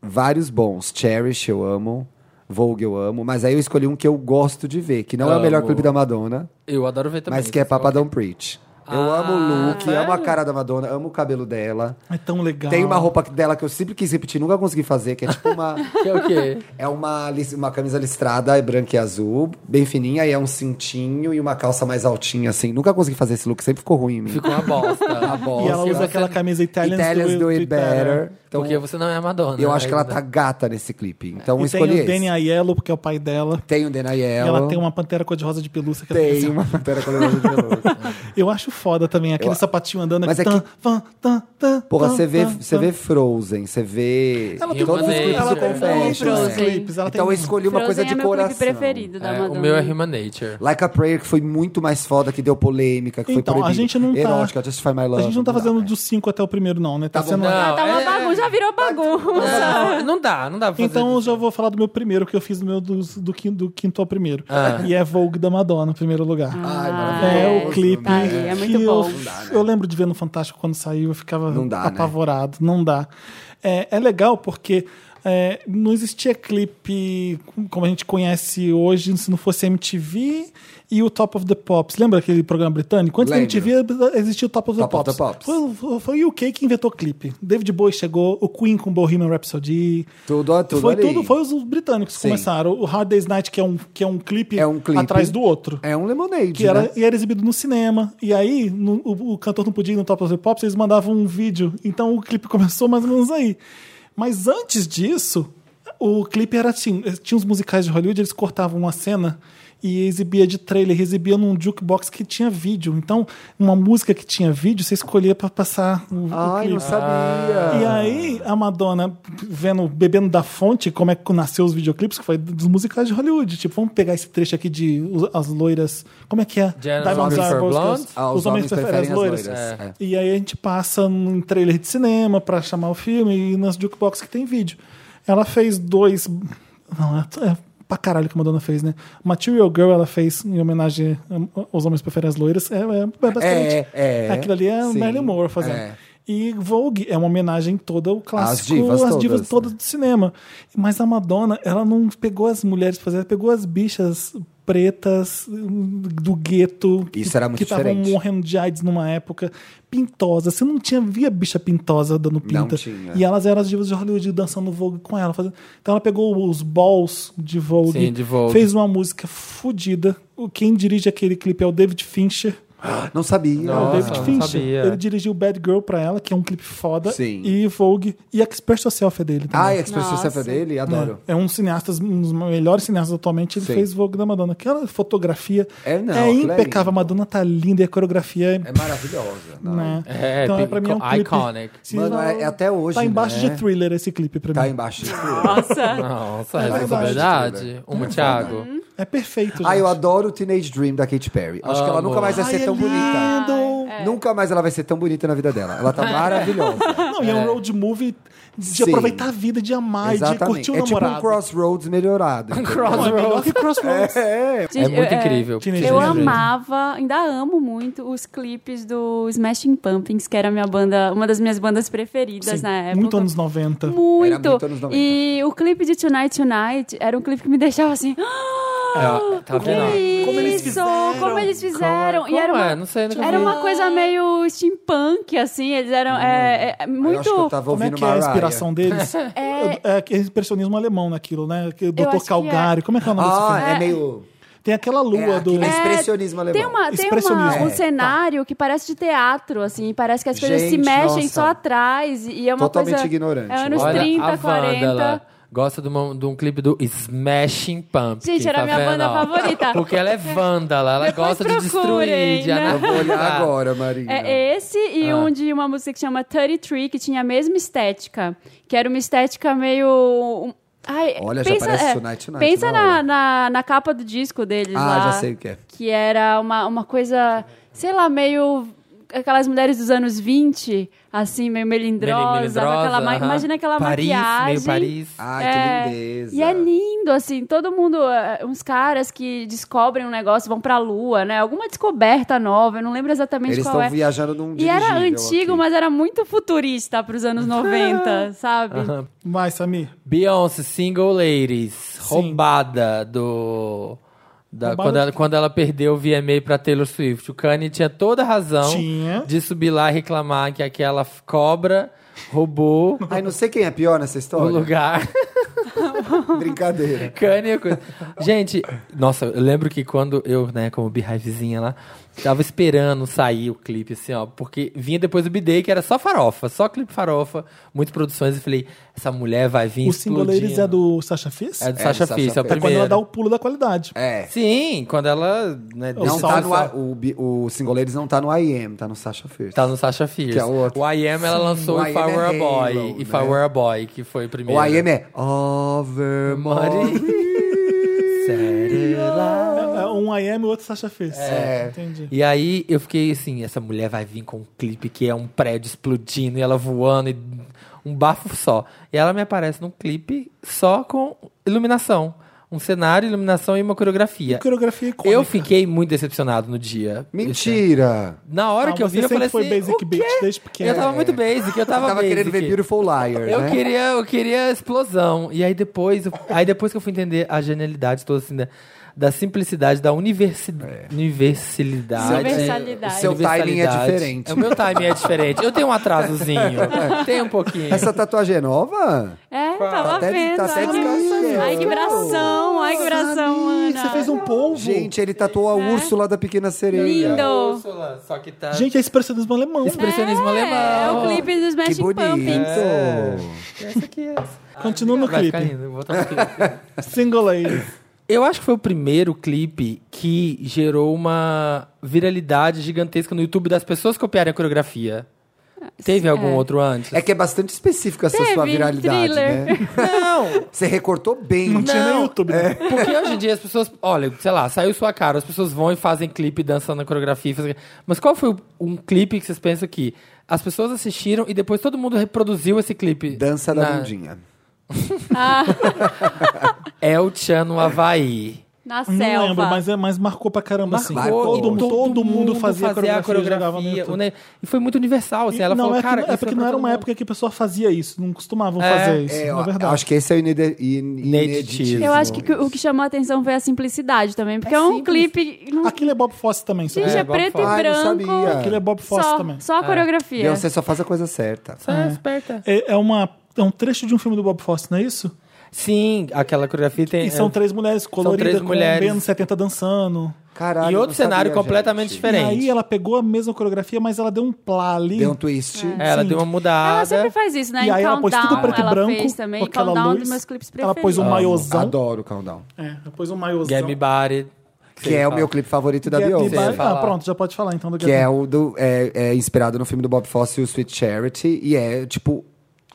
vários bons. Cherish eu amo. Vogue eu amo. Mas aí eu escolhi um que eu gosto de ver, que não é o melhor Amo. clipe da Madonna, Eu adoro ver também. mas que é Papa Don't Preach. Eu Ah, amo o look, sério? amo a cara da Madonna, amo o cabelo dela. É tão legal. Tem uma roupa dela que eu sempre quis repetir, nunca consegui fazer, que é tipo uma. Que é o quê? É uma, lis- uma camisa listrada, é branca e azul, bem fininha, e é um cintinho e uma calça mais altinha, assim. Nunca consegui fazer esse look, sempre ficou ruim em mim. Ficou uma bosta. Uma bosta. E ela usa Você- aquela camisa Italians, Italians do it better. Então, Porque você não é a Madonna. eu acho que ela ainda. tá gata nesse clipe. Então eu E tem escolhi o esse. Danny Aiello, porque é o pai dela. Tem o Dena Yellow. E ela tem uma pantera cor-de-rosa de pelúcia. Que ela Tem fica uma pantera colorida de veludo. assim. Eu acho foda também, aquele Eu- sapatinho andando. Mas aqui, é que- tan, tan, tan, Porra, tan, você vê, tan, você tan. vê Frozen, você vê. Ela tem Mas muitos é isso, clipes, ela tem é. muitos Frozen. clipes. Ela Então eu tem escolhi uma coisa Frozen de é meu clipe coração. preferido da É, Madonna. o meu é Human Nature. Like a Prayer, que foi muito mais foda, que deu polêmica, que Então, foi a proibido. gente não tá- Erótica, Justify My Love. A gente não tá dá, fazendo né? dos 5 até o primeiro, não, né? Tá, Tá bom, sendo. não. Ah, tá uma é- bagunça, já virou bagunça. Não, não dá, não dá pra fazer. Então eu já vou falar do meu primeiro, que eu fiz o meu dos- do, quin- do quinto, ao primeiro. Ah. E é Vogue da Madonna, em primeiro lugar. Ai, É, maravilhoso, né? o clipe. tá aí, é que muito eu, bom. f- eu lembro de ver no Fantástico quando saiu, eu ficava Não dá, né? apavorado. Não dá. É, é legal porque é, não existia clipe como a gente conhece hoje se não fosse MTV e o Top of the Pops. Lembra aquele programa britânico? Antes da Lembro. MTV existia o Top of the Top of the Pops. Pops. Foi- Foi, foi o UK que inventou o clipe. David Bowie chegou, o Queen com Bohemian Rhapsody. Tudo- tudo foi ali. tudo, foi os britânicos que Sim. começaram. O Hard Day's Night, que é um, que é um clipe, É um clipe. atrás do outro. É um Lemonade, Que era, tipo né? E era exibido no cinema. E aí, no- o, o cantor não podia ir no Top of the Pops, eles mandavam um vídeo. Então o clipe começou mais ou menos aí. Mas antes disso, o clipe era assim: tinha uns musicais de Hollywood, eles cortavam uma cena e exibia de trailer, exibia num jukebox que tinha vídeo. Então, uma música que tinha vídeo, você escolhia pra passar o, o Ai, não clipe. sabia. E aí, a Madonna, vendo, bebendo da fonte, como é que nasceu os videoclipes, que foi dos musicais de Hollywood. Tipo, vamos pegar esse trecho aqui de Os- As Loiras. Como é que é? Janis Diamonds Are Are Blonde. Blondes. Ah, os, homens preferem as loiras. É. E aí a gente passa num trailer de cinema pra chamar o filme e nas jukebox que tem vídeo. Ela fez dois. Não, é, é pra caralho que a Madonna fez, né? Material Girl ela fez em homenagem aos homens preferem as loiras. É, é, é basicamente. É, é. Aquilo ali é Sim. Marilyn Monroe fazendo. É. E Vogue é uma homenagem toda ao clássico, divas as divas todas, né? todas do cinema. Mas a Madonna, ela não pegou as mulheres pra fazer, ela pegou as bichas pretas hum, do gueto Isso era muito que estavam diferente. morrendo de AIDS numa época pintosa. Você não tinha via bicha pintosa dando pinta. Não tinha. E elas eram as divas de Hollywood dançando Vogue com ela. fazendo- Então ela pegou os balls de Vogue, Sim, de Vogue. fez uma música fodida. O- Quem dirige aquele clipe é o David Fincher. Não sabia. É o Nossa, David não Fincher. sabia. Ele dirigiu Bad Girl pra ela, que é um clipe foda. Sim. E Vogue. E Expert Yourself é dele também. Ah, e a expressão Nossa. Self é dele? Adoro. É um cineasta, um dos melhores cineastas atualmente. Ele Sim. fez Vogue da Madonna. Aquela fotografia É, não, é aquilo é impecável. lindo. a Madonna tá linda e a coreografia é. É maravilhosa. não. né? É, então é tem- pra mim é um clipe. iconic. Se Mano, lá- é- é até hoje, Tá embaixo né? de Ah, thriller esse clipe pra Tá mim. embaixo. Nossa. Nossa, É essa é a verdade, verdade. Uma, Thiago. Uhum. É perfeito. Gente. Ah, eu adoro o Teenage Dream da Katy Perry. Acho que ela Amo. nunca mais vai Ai, ser é tão bonita. lindo! É. Nunca mais ela vai ser tão bonita na vida dela. Ela tá maravilhosa. Não, e é um road movie de Sim. aproveitar a vida, de amar e de Exatamente. curtir o é tipo namorado. um Crossroads melhorado. entendeu? Não, é melhor que Crossroads. É Gente, eu- muito incrível. Teenage Eu Dream. amava, ainda amo muito os clipes do Smashing Pumpkins, que era a minha banda, uma das minhas bandas preferidas Sim, na época. Muito anos 90. Muito. Era muito anos 90. E o clipe de Tonight Tonight era um clipe que me deixava assim. É, tá Que vendo? Como eles fizeram? Como eles fizeram? Como é? e era Como uma, é? Não sei, nunca era vi. uma coisa meio steampunk, assim. Eles eram é, é, é, Hum. Eu acho que eu muito. tava Como é ouvindo que é a Mariah. inspiração deles? É. é, é impressionismo alemão naquilo, né? Que O acho Dr. que Calgari. Como é que é o nome desse Ah, filme? é meio... Tem aquela lua É, do. aquele expressionismo alemão. Tem, uma, tem uma, Expressionismo. um É, tá. cenário que parece de teatro, assim, parece que as coisas se Gente, mexem nossa. só atrás e é uma Totalmente coisa... ignorante. né? É anos Olha, 30, a Wanda 40. lá gosta de, uma- de um clipe do Smashing Pump. Gente, era a minha banda favorita. Porque ela é vândala, ela Depois gosta de destruir, procurem, Tá. de né? Eu vou olhar anarquizar. agora, Marina. É esse e Ah. um de uma música que chama 33, que tinha a mesma estética. Que era uma estética meio. um- Ai, é, Olha, já parece Tonight Tonight, Pensa na na, hora. na, na capa do disco deles Ah, lá. já sei o que é. Que era uma, uma coisa, sei lá, meio. Aquelas mulheres dos anos 20, assim, meio melindrosa. com aquela ma- aham. Imagina aquela Paris, maquiagem. meio Paris. Ai, É, que lindeza. E é lindo, assim, todo mundo, é, uns caras que descobrem um negócio, vão pra lua, né? Alguma descoberta nova, eu não lembro exatamente Eles qual estão é. viajando num E era dirigível antigo, aqui. mas era muito futurista pros anos 90, sabe? Aham. Mas, Samir, Beyoncé, Single Ladies, roubada do... da- Roubada quando, do ela, quando ela perdeu o VMA pra Taylor Swift. O Kanye tinha toda a razão Tinha. de subir lá e reclamar que aquela f- cobra roubou Ai, não sei quem é pior o nessa história. lugar. Brincadeira. Kanye é coisa. Gente, nossa, eu lembro que quando eu, né, como beehivezinha lá, tava esperando sair o clipe, assim, ó, porque vinha depois do B-Day, que era só farofa, só clipe farofa, muitas produções, e falei, essa mulher vai vir o Single Ladies explodindo. é do Sasha Fierce? É do Sasha Sasha Fierce, é o Fierce. É quando primeiro. ela dá o pulo da qualidade. É. Sim, quando ela, né, deu Não um tá salto. no, a- o, bi- o Singoleiros não tá no IM, tá no Sasha Fierce. Tá no Sasha Fierce. Que é o outro. O I Am, ela lançou o If I I Am é Were a Boy, Halo, If né? I Were a Boy, que foi o primeiro. O IM é Overmore. Sério? É, é um I am e o outro Sasha Fierce. É. Entendi. E aí eu fiquei assim, essa mulher vai vir com um clipe que é um prédio explodindo e ela voando e um bafo só. E ela me aparece num clipe só com iluminação. Um cenário, iluminação e uma coreografia. Coreografia icônica. Eu fiquei muito decepcionado no dia. Mentira! Na hora Ah, que eu vi, você eu sempre falei foi assim, basic o bitch quê? desde pequena. Eu tava É. muito basic, eu tava, Tava querendo ver basic. Beautiful Liar, Eu né? queria, eu queria explosão. E aí depois, aí depois que eu fui entender a genialidade toda assim da, da simplicidade, da universi universalidade. Universalidade. O É. seu timing é Universalidade. diferente. O meu timing é diferente. Eu tenho um atrasozinho. Tem um pouquinho. Essa tatuagem é nova? É, tava até- vendo. tá até olha. descascando. ai, que bração, ai, que bração, Samir, Ana. É. Você fez um polvo. Gente, ele tatuou a Úrsula da Pequena Sereia. Lindo. Só que tá. Gente, é expressionismo alemão. Expressionismo É, alemão. o clipe do Que Smashing bonito. É. Pumpkins. Essa aqui é essa. Continua no Vai clipe. ficar lindo, vou botar no clipe. Single Ladies. Eu acho que foi o primeiro clipe que gerou uma viralidade gigantesca no YouTube das pessoas copiarem a coreografia. Teve algum é. outro antes? É que é bastante específica essa sua Teve, um viralidade, thriller. né? Não! Você recortou bem. Não tinha nem YouTube. né? Porque hoje em dia as pessoas. Olha, sei lá, saiu sua cara, as pessoas vão e fazem clipe dançando a coreografia. fazem- Mas qual foi o- um clipe que vocês pensam que as pessoas assistiram e depois todo mundo reproduziu esse clipe? Dança da Na- bundinha. Ah, É o Chan no Havaí. Na Não selva. lembro, mas, é, mas marcou pra caramba. assim. Marcou. Todo, todo, mundo fazia, a coreografia. e jogava no coreografia, YouTube. o ne- E foi muito universal, assim. Ela não, falou, é cara. que, é isso porque pra não era todo uma mundo." época que a pessoa fazia isso, não costumavam É, fazer isso, É, na eu, verdade. acho que esse é o inede- in- Ineditismo. é ineditismo. Eu acho que o que chamou a atenção foi a simplicidade também, porque é, É um simples. clipe. não- Aquilo é Bob Fosse também, sabe? Gente, é, É, Bob preto Fosse. e Ai, não branco. sabia. Aquilo é Bob Fosse só, também. só a coreografia. Beyoncé só faz a coisa certa. Só é esperta. É, é uma, é um trecho de um filme do Bob Fosse, não é isso? Sim, aquela coreografia tem. E são é- três mulheres coloridas, três mulheres. com menos 70 dançando. Caralho, E eu outro não cenário sabia, completamente gente. diferente. E aí ela pegou a mesma coreografia, mas ela deu um plá ali. Deu um twist. É, ela Sim. deu uma mudada. Ela sempre faz isso, né? E em aí ela pôs Countdown, tudo preto e ela branco. fez também. com aquela Countdown é um luz. dos meus clipes Ela preferidos. pôs um maiôzão. Adoro o Countdown. É, ela pôs um maiôzão. Get Me Body. Que é o meu clipe favorito da Get Me Beyoncé. By- Vai falar. Ah, pronto, já pode falar então do Que é Me. o do. É, é inspirado no filme do Bob Fosse, o Sweet Charity, e é, tipo,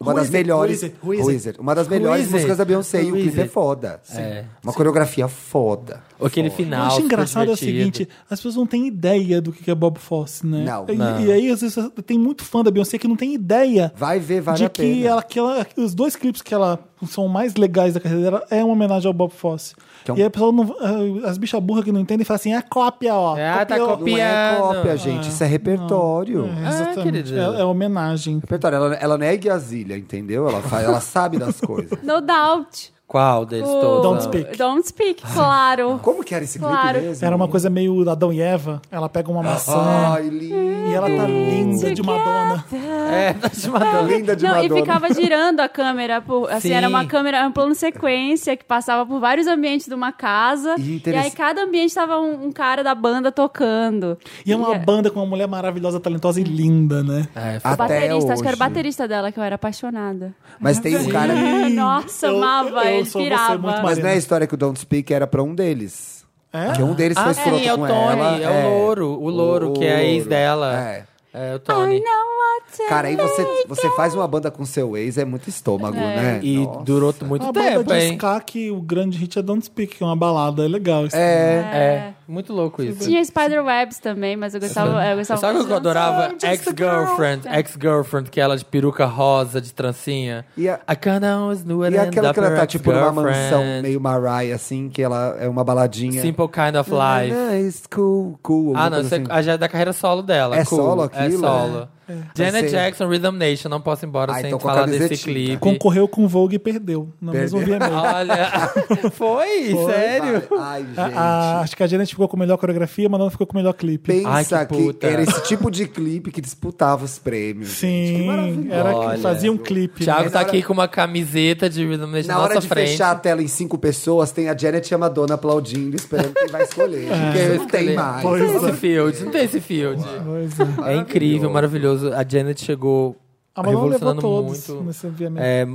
uma Who das is it? melhores. Who is it? Who is Who it? is it? Uma das Who melhores is it? músicas da Beyoncé. E o Who is clipe é it? foda. É. Uma coreografia foda. Aquele Eu um final. acho ficou engraçado é o divertido. seguinte, as pessoas não têm ideia do que é Bob Fosse, né? Não. E, Não. e aí, às vezes, tem muito fã da Beyoncé que não tem ideia Vai ver, vale de a que pena. ela, que ela- os dois clipes que ela são mais legais da carreira dela é uma homenagem ao Bob Fosse. Que é um- E aí a pessoa não, eh, as bichas burras que não entendem falam assim, é cópia, ó. Ah, tá copiou. copi- Não é Piano. cópia, gente. Isso é repertório. Ah. É, Ah, exatamente. querida. é, é homenagem. Repertório. Ela, ela não é guiazilha, entendeu? Ela, faz, ela sabe das coisas. No Doubt. Qual deles todos? Don't Ah, Speak. Don't Speak, claro. Como que era esse clipe Claro. mesmo? Era uma coisa meio Adão e Eva. Ela pega uma maçã Ai, Ah, lindo. e ela tá linda de Madonna. É, tá te matando. Linda de Não, e Madonna. ficava girando a câmera. Por, assim, Sim. era uma câmera, um plano sequência que passava por vários ambientes de uma casa. E E, interess- aí cada ambiente tava um, um cara da banda tocando. E é uma E é- banda com uma mulher maravilhosa, talentosa e linda, né? É, O Até baterista, acho que era o hoje. baterista dela que eu era apaixonada. Mas tem um cara... Nossa, Eu- amava, eu ele sou você pirava. muito mais- Mas não é a história que o Don't Speak era pra um deles. É? Que um deles Ah, foi escroto sim, é o com Tony, ela. é o louro, o louro, que é a ex louro. dela. É. é o I Tony. know what to Cara, aí você, você faz uma banda com seu ex, é muito estômago, né? E Nossa. durou muito Uma banda tempo, de hein? ska que o grande hit é Don't Speak, que é uma balada, é legal. isso. É. É, muito louco isso. Tinha Spiderwebs também, mas eu gostava. Eu gostava Sabe o que eu adorava? just a Ex-girlfriend. Ex-girlfriend, que ela de peruca rosa, de trancinha. E a- I kinda always knew it E aquela ended que ela up tá, her tipo, numa mansão ex-girlfriend. meio Mariah, assim, que ela é uma baladinha. Simple kind of life. Ah, it's cool, cool. Ah, alguma não, Tipo, coisa assim. isso é, ah, já é da carreira solo dela. É cool. solo aquilo? É solo. Janet Vai ser- Jackson, Rhythm Nation, não posso ir embora Ah, sem então com a falar desse camisetinha. clipe. Concorreu com Vogue e perdeu. Não mesmo Perdeu. via Olha, foi, sério? Ah, Ai, gente. a, Acho que a Janet ficou com a melhor coreografia, a Madonna ficou com o melhor clipe. Ai, Pensa que que, puta. era esse tipo de clipe que disputava os prêmios. gente. Que Sim, maravilhoso. era que Olha. fazia um clipe. Thiago Mas tá na hora- aqui com uma camiseta de Rhythm Nation Na hora nossa de frente. fechar a tela em cinco pessoas, tem a Janet e a Madonna aplaudindo, esperando quem vai escolher. Porque não tem mais. É. Pois Não tem esse field, não tem esse field. Pois é. É incrível, maravilhoso. A Janet chegou A Madonna levou revolucionando todos muito. nesse via É,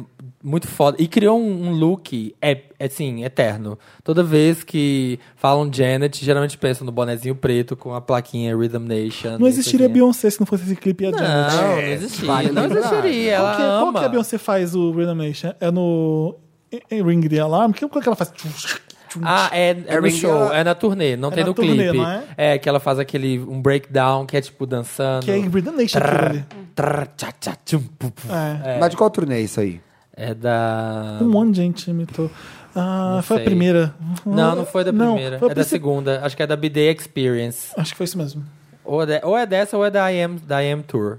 muito foda. E criou um, um look, é, é, assim, eterno. Toda vez que falam Janet, geralmente pensam no bonezinho preto com a plaquinha Rhythm Nation. Não sei existiria quem é. Beyoncé se não fosse esse clipe e a Janet. Não, não É, existia. vale não lembrar. existiria. Ela Qual que, é, qual ama. que a Beyoncé faz o Rhythm Nation? É no em- em Ring the Alarm? Que, qual que ela faz? Ah, é, é no Ring show, ela- é na turnê, não tem na no turnê, clipe. não é? é? que ela faz aquele um breakdown que é tipo dançando. que é em Rhythm Nation aquilo ali. Trrr, tchá, tchá, tchum, pum, pum. É. Mas de qual turnê é isso aí? É da. Um monte de gente imitou. Ah, foi a sei. primeira. Não, não foi da um Não, primeira. foi a é da princi- segunda. Acho que é da BD Experience. Acho que foi isso mesmo. Ou é, de- ou é dessa ou é da IM, da IM Tour.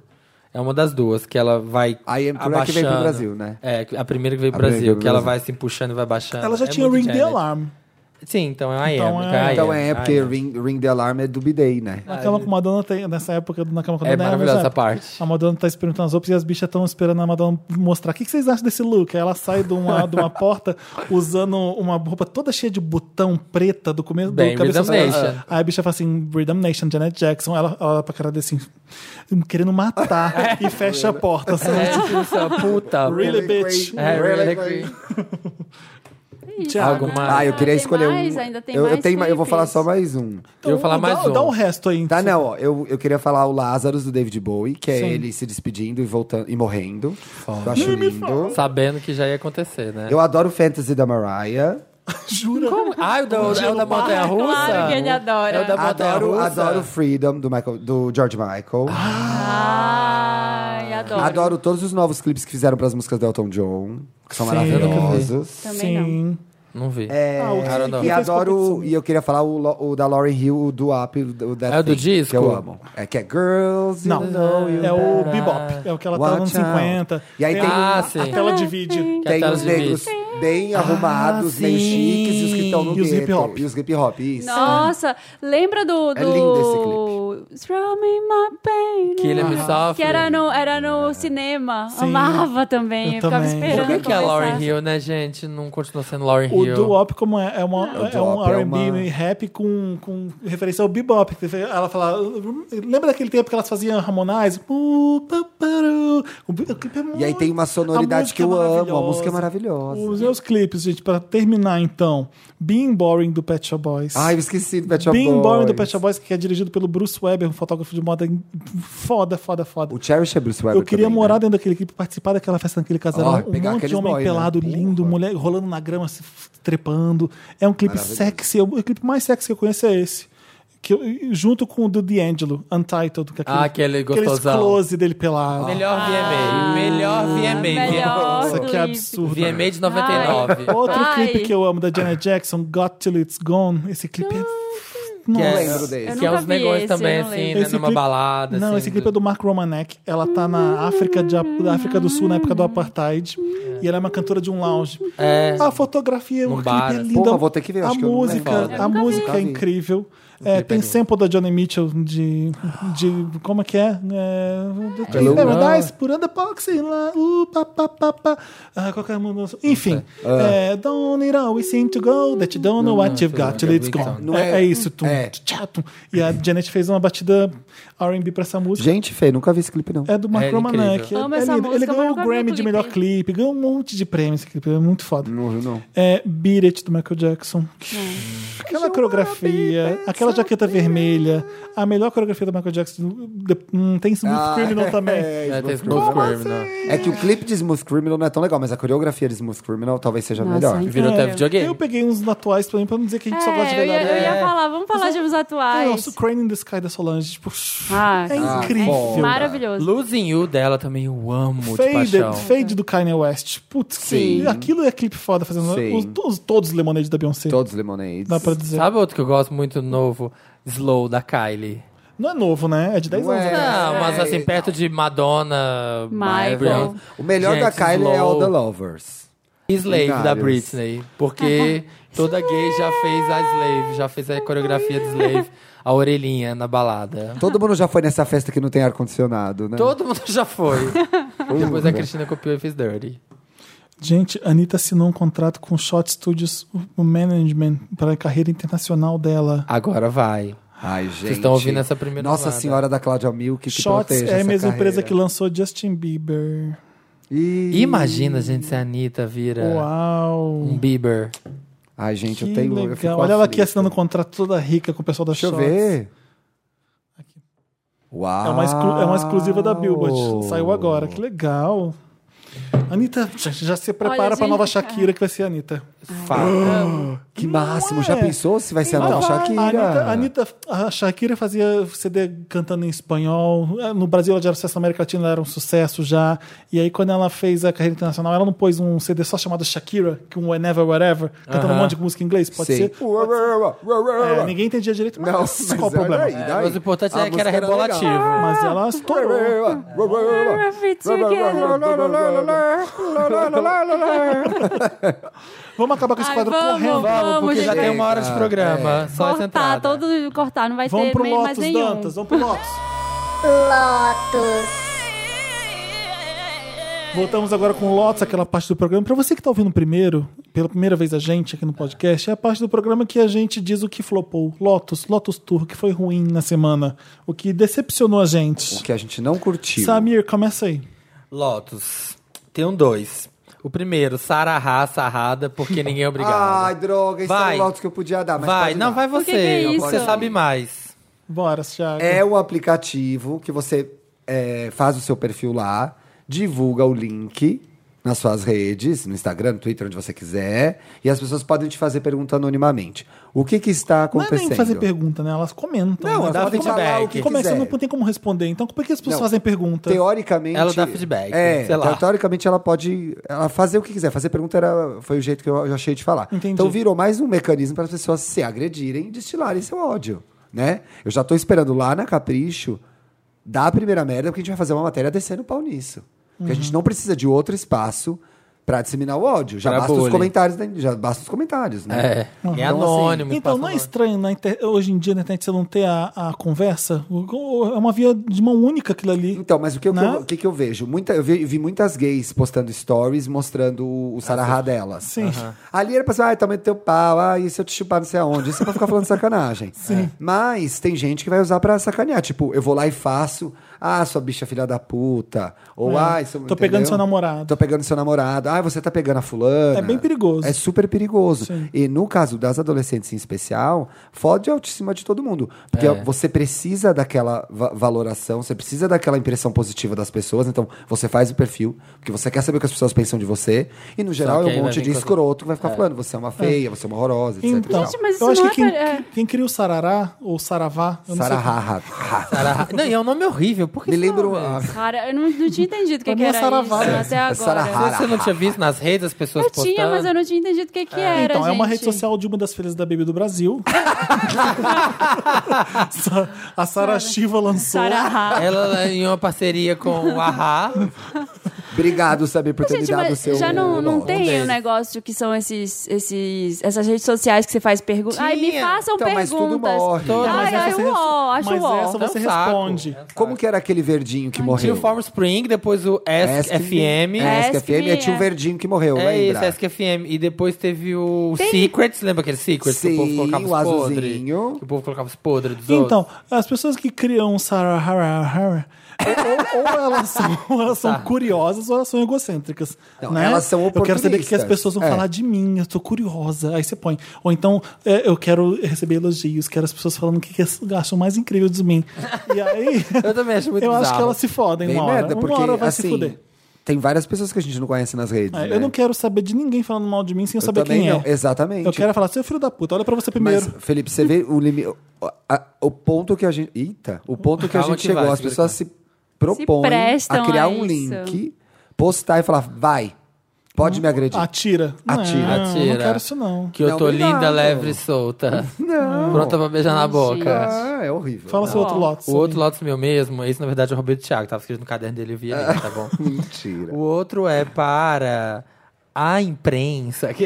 É uma das duas que ela vai. A IM Tour é que veio pro abaixando. Brasil, né? É, a primeira que veio pro A primeira que veio Brasil, pro que ela Brasil. vai se puxando e vai baixando. Ela já É tinha muito Ring the Janet. Alarm. Sim, então é a IM. Então então é- é, a Então IM, é porque a IM. Ring, Ring the Alarm é do B-Day, né? Na cama com Madonna tem, nessa época, na cama com É Madonna. maravilhosa essa nessa época. parte. A Madonna tá experimentando as roupas e as bichas estão esperando a Madonna mostrar. O que, que vocês acham desse look? Aí ela sai de uma, de uma porta usando uma roupa toda cheia de botão preta do começo Bem, do cabeça. Rhythm aos pés. Nation. Aí a bicha fala assim, Rhythm Nation, Janet Jackson. Ela, ela olha pra cara dele assim, querendo matar É. e fecha a porta. assim. sabe? É, tipo, essa puta. Really, bitch. É, really É isso, Thiago, né? mas- Ah, eu queria Tem escolher mais? um. Ainda tem eu, eu, mais tenho, ma- eu vou falar clipes. só mais um. Eu vou falar mais dá, um. Dá um resto aí. Tá, não, ó, eu, eu queria falar o Lázaro do David Bowie, que é Sim. ele se despedindo e voltando e morrendo. Eu acho lindo. Sabendo que já ia acontecer, né? Eu adoro o fantasy da Mariah. Jura? Ah, o da, é o da Montanha Russa? Claro que ele adora. É o da Montanha Adoro, Russa? adoro Freedom do, Michael, do George Michael. Ah, Ai, adoro. adoro todos os novos clipes que fizeram para as músicas do Elton John, que são Sim. maravilhosos. Também não. Sim. Não vi. É, É, Ah, o cara, não. que e fez adoro, competição. e eu queria falar o, lo- o da Lauren Hill, o do Up, o, o That É o do Thing, disco? Que eu amo. É que é Girls, Não, you know you é o better. Bebop. É o que ela Watch tá nos out. 50. E aí tem- a- Ah, a sim. tela divide. Que Tem até os os negros bem arrumados, meio sim. chiques, e os que estão no Ah, E os gueto. hip hop. E os hip hop, isso. Nossa, lembra do. do... É lindo esse clipe. Throw me my pain. né? Que ele é me sofre. Que era no, era no cinema. Sim. Amava também. Eu ficava também. esperando. Por que, que a começar. Lauren Hill, né, gente, não continua sendo Lauren O Hill? Duop como é, é, uma, é um Doo-wop é R&B uma- rap com, com referência ao bebop. que teve- Ela fala... Lembra daquele tempo que elas faziam Ramonais? O bi- o clipe é muito- E aí tem uma a sonoridade música que eu é amo, a música é Os maravilhosa. meus clipes, gente, pra terminar então. Being Boring, do Pet Shop Boys. Ai, eu esqueci do Pet Shop Being Boys. Boring, do Pet Shop Boys, que é dirigido pelo Bruce Weber, um fotógrafo de moda foda, foda, foda. O Cherish é Bruce Weber Eu queria também, morar né? dentro daquele clipe, participar daquela festa naquele casarão. Ó, um pegar monte de aqueles homem boy, né? pelado, Porra. lindo, mulher rolando na grama, se f- trepando. É um clipe sexy. O clipe mais sexy que eu conheço é esse. Que eu- junto com o do D'Angelo, Untitled. Que é Ah, aquele gostosão. Aqueles close dele pelado. Melhor VMA. Ah, melhor VMA. melhor. Nossa, que clipe. É, é absurdo. VMA de 99. Outro Ai. clipe que eu amo da Janet Jackson, Got Till It's Gone. Esse clipe é. Que Nossa. é- lembro desse. Eu Que é nunca uns vi negões esse, também, eu não assim, lembro. né, Esse numa clipe- balada. Não, assim, esse clipe é do Mark Romanek. Ela tá na África, de, da África do Sul, na época do Apartheid. E ela é uma cantora de um lounge. É. A fotografia, Num o bar, clipe é assim. lindo. Porra, vou ter que ver, A acho que eu não música, lembro. Eu a nunca música vi. é incrível. É, clipe é tem lindo. sample da Johnny Mitchell de. de como é que é? é the Train Hello. Never Dies, por the boxing lá. Uh, pa, pa, pa, pa. Ah, qualquer mudança. Enfim. É, don't it always seem to go that you don't know what you've got till it's gone. Não É, é- é isso. Tum, é. tchá, tum. E a Janet fez uma batida RB pra essa música. Gente feia, nunca vi esse clipe, não. É do É Mark incrível. Romanek. É, Amo é essa lindo. música, Ele mas ganhou o nunca vi o Grammy de clipe. melhor clipe, ganhou um monte de prêmios esse clipe, é muito foda. Não viu, não. É Beat It, do Michael Jackson. É. Aquela coreografia, aquela jaqueta vermelha, a melhor coreografia do Michael Jackson. de- Hum, tem Smooth Ah, Criminal também. É, tem Smooth Smooth Criminal. Criminal. É que o clipe de Smooth Criminal não é tão legal, mas a coreografia de Smooth Criminal talvez seja Nossa, melhor. hein? Virou até É, videogame. Eu peguei uns atuais pra mim, pra não dizer que a gente só gosta É, de eu ia, verdade. eu ia É. falar, vamos falar de uns É, atuais. Nossa, o Crane in the Sky da Solange, tipo, Ah, é sim. incrível. Maravilhoso. Losing You dela também eu amo de paixão. Faded, Fade do Kanye West. Putz, Sim. aquilo é clipe foda fazendo Sim. os, todos, todos os Lemonade da Beyoncé. Todos Lemonades. Dá pra dizer. Sabe outro que eu gosto muito novo? Slow, da Kylie. Não é novo, né? É de 10 Não anos. é. né? Não, mas assim, não. perto de Madonna, Michael. Brian- O melhor Gente, da Kylie é Slow. All The Lovers. Slave da Vários. Britney. Porque toda gay já fez a Slave, já fez a coreografia de Slave, a orelhinha na balada. Todo mundo já foi nessa festa que não tem ar-condicionado, né? é Todo mundo já foi. Uhum. Depois a Cristina copiou e fez Dirty. Gente, a Anitta assinou um contrato com o Shot Studios, o- o management, para a carreira internacional Ah, dela. Agora vai. Ai, gente. estão ouvindo essa primeira Nossa rodada. Senhora da Cláudia Milk, que Shots proteja é a essa mesma carreira. empresa que lançou Justin Bieber. Ih. Imagina, gente, se a Anitta vira um Uau! Bieber. Ai, É. gente, Que eu tenho... eu fico legal. Olha ela aqui aflito. assinando um contrato toda rica com o pessoal da Deixa eu Shots. ver. Aqui. Uau. É uma, exclu- é uma exclusiva da Billboard. Saiu agora. Que legal. Anitta, já- já se prepara Olha, para a nova gente, Shakira, que vai ser a Anitta. Fato. Que máximo. Já é? pensou se vai ser a nova Então, Shakira? A Anitta, a Anitta- a Shakira fazia CD cantando em espanhol. Eh, No Brasil ela já era sucesso, na América Latina ela era um sucesso já. E aí, quando ela fez a carreira internacional, ela não pôs um CD só chamado Shakira, que um Whenever, Whatever, cantando um monte de música em inglês. Pode Sim. ser. É, ninguém entendia direito, mas Não, mas qual o mas problema? olha aí. É, mas o importante A é que era música era legal. rebolativo. Mas ela estourou. Vamos acabar com esse Ai, quadro vamos, correndo. Vamos, Porque já gente. tem uma hora Ah, de é. programa. Só essa Cortar, entrada. todo cortar, não vai Vamos ter pro meio- mais Lotus, nenhum. Dantas. Vamos pro Lotus. Lotus. Voltamos agora com o Lotus, aquela parte do programa. Pra você que tá ouvindo primeiro, pela primeira vez a gente aqui no podcast, é a parte do programa que a gente diz o que flopou. Lotus, Lotus Tour, o que foi ruim na semana, o que decepcionou a gente. O que é a gente não curtiu. Samir, começa aí. Lotus. Tem um dois. O primeiro, sarará, sarrada, porque ninguém é obrigado. Ai, droga, esse Vai. é o Lotus que eu podia dar, mas vai, pode não, dar. vai você. que é isso? Você sabe mais. Bora, Thiago. É um aplicativo que você é, faz o seu perfil lá, divulga o link nas suas redes, no Instagram, no Twitter, onde você quiser, e as pessoas podem te fazer pergunta anonimamente. O que que está não é acontecendo? nem fazer pergunta, né? Elas comentam. Não, né? ela dá pode falar feedback. o que Como é que você quiser. não tem como responder? Então, por que as pessoas Não. fazem pergunta? Teoricamente. Ela dá feedback, né? É, sei lá. teoricamente ela pode ela fazer o que quiser. Fazer pergunta era, foi o jeito que eu achei de falar. Entendi. Então virou mais um mecanismo para as pessoas se agredirem e destilarem seu ódio, né? Eu já tô esperando lá na Capricho dar a primeira merda, porque a gente vai fazer uma matéria descendo o pau nisso. Porque a gente Uhum. não precisa de outro espaço para disseminar o ódio. Já Pra basta os bullying. comentários, né? já basta os comentários, É, né? é assim, anônimo. Então, passa não é anônimo. estranho na inter- hoje em dia na internet você não ter a, a conversa? O- É uma via de mão única aquilo ali. Então, mas o que, eu- Né? o que que eu vejo? Muita, eu vi, vi muitas gays postando stories mostrando o, o sarará delas. Sim. Ali era pra falar, ai, tamanho do teu pau, ai, se eu te chupar não sei aonde. Isso é pra ficar falando sacanagem. Sim. Mas tem gente que vai usar pra sacanear. Tipo, eu vou lá e faço, ah, sua bicha filha da puta. Ou, É. ai, seu, Tô pegando entendeu? seu namorado. Tô pegando seu namorado. Ah, você tá pegando a fulana. É bem perigoso. É super perigoso. Sim. E no caso das adolescentes em especial, fode a autoestima de todo mundo. Porque É. você precisa daquela va- valoração, você precisa daquela impressão positiva das pessoas. Então, você faz o perfil, porque você quer saber o que as pessoas pensam de você. E, no geral, que aí é um vai monte vir de coisa- escroto que vai ficar falando. Você é uma feia, você é uma horrorosa, etc. Então, Gente, mas eu isso acho não que é quem, pra- é. quem- quem cria o Sarará ou Saravá, eu não sei. Sarah Sarará. Não, e é um nome horrível. Por que Me esse lembro... nome? a- Cara, eu não, não tinha entendido o que, Pra que mim é era isso Saravá. É. até agora. Sarahá. Você não tinha visto nas redes as pessoas Eu postando? tinha, mas eu não tinha entendido o que, que era, Então, é uma gente. rede social de uma das filhas da Baby do Brasil. Sa- a Sara Shiva lançou. É, Sarah. Ela em uma parceria com o Ahá. Obrigado, Sabi, por ter me Gente, dado o mas seu. já não, não Bom. tem tem. o negócio que são esses, esses, essas redes sociais que você faz perguntas. Ai, me Tinha. façam Então, mas perguntas. tudo morre. Todas. Ai, Mas ai, essa você uó, res- é acho mas uó. essa você É um saco. responde. Como que era aquele verdinho que morreu? Tinha o Form Spring, depois o Ask, Ask FM. É, Ask Ask FM. Me, É, tinha um é. verdinho que morreu, É isso, lembra? Ask FM. E depois teve o Secrets, lembra aquele Secrets que o povo Sim, colocava o os podres? azulzinho. Que o povo colocava os podres dos outros. Então, as pessoas que criam um Sarah Hara, ou, ou elas são, ou elas são curiosas ou elas são egocêntricas. Não, né? elas são Eu quero saber o que as oportunistas. pessoas vão É. falar de mim, eu tô curiosa. Aí você põe. Ou então, é, eu quero receber elogios, quero as pessoas falando o que, que elas acham mais incrível de mim. E aí. Eu também acho muito Eu acho bizarro. que elas se fodem Bem uma hora. merda, porque uma hora vai se assim. fuder. Tem várias pessoas que a gente não conhece nas redes. É, né? Eu não quero saber de ninguém falando mal de mim sem eu, saber também quem não. é. Exatamente. Eu quero falar, seu filho da puta, olha pra você Mas, primeiro. Felipe, você vê o limite. O, a- o ponto que a gente. Eita! O ponto que a Calma gente que chegou. vai, as pessoas se propõem prestam a criar a isso. um link, postar e falar, vai, pode Hum, me agredir. Atira. Atira. Não, Atira. não quero isso não. Que eu Não, tô obrigado. linda, leve e solta. Não. Pronta pra beijar na Ai, boca. Ah, é horrível. Fala seu outro lote. O outro Lotus meu mesmo, esse na verdade é eu roubei do Thiago, tava escrito no caderno dele, eu vi aí, tá bom? assim. Mentira. O outro é para a imprensa, que,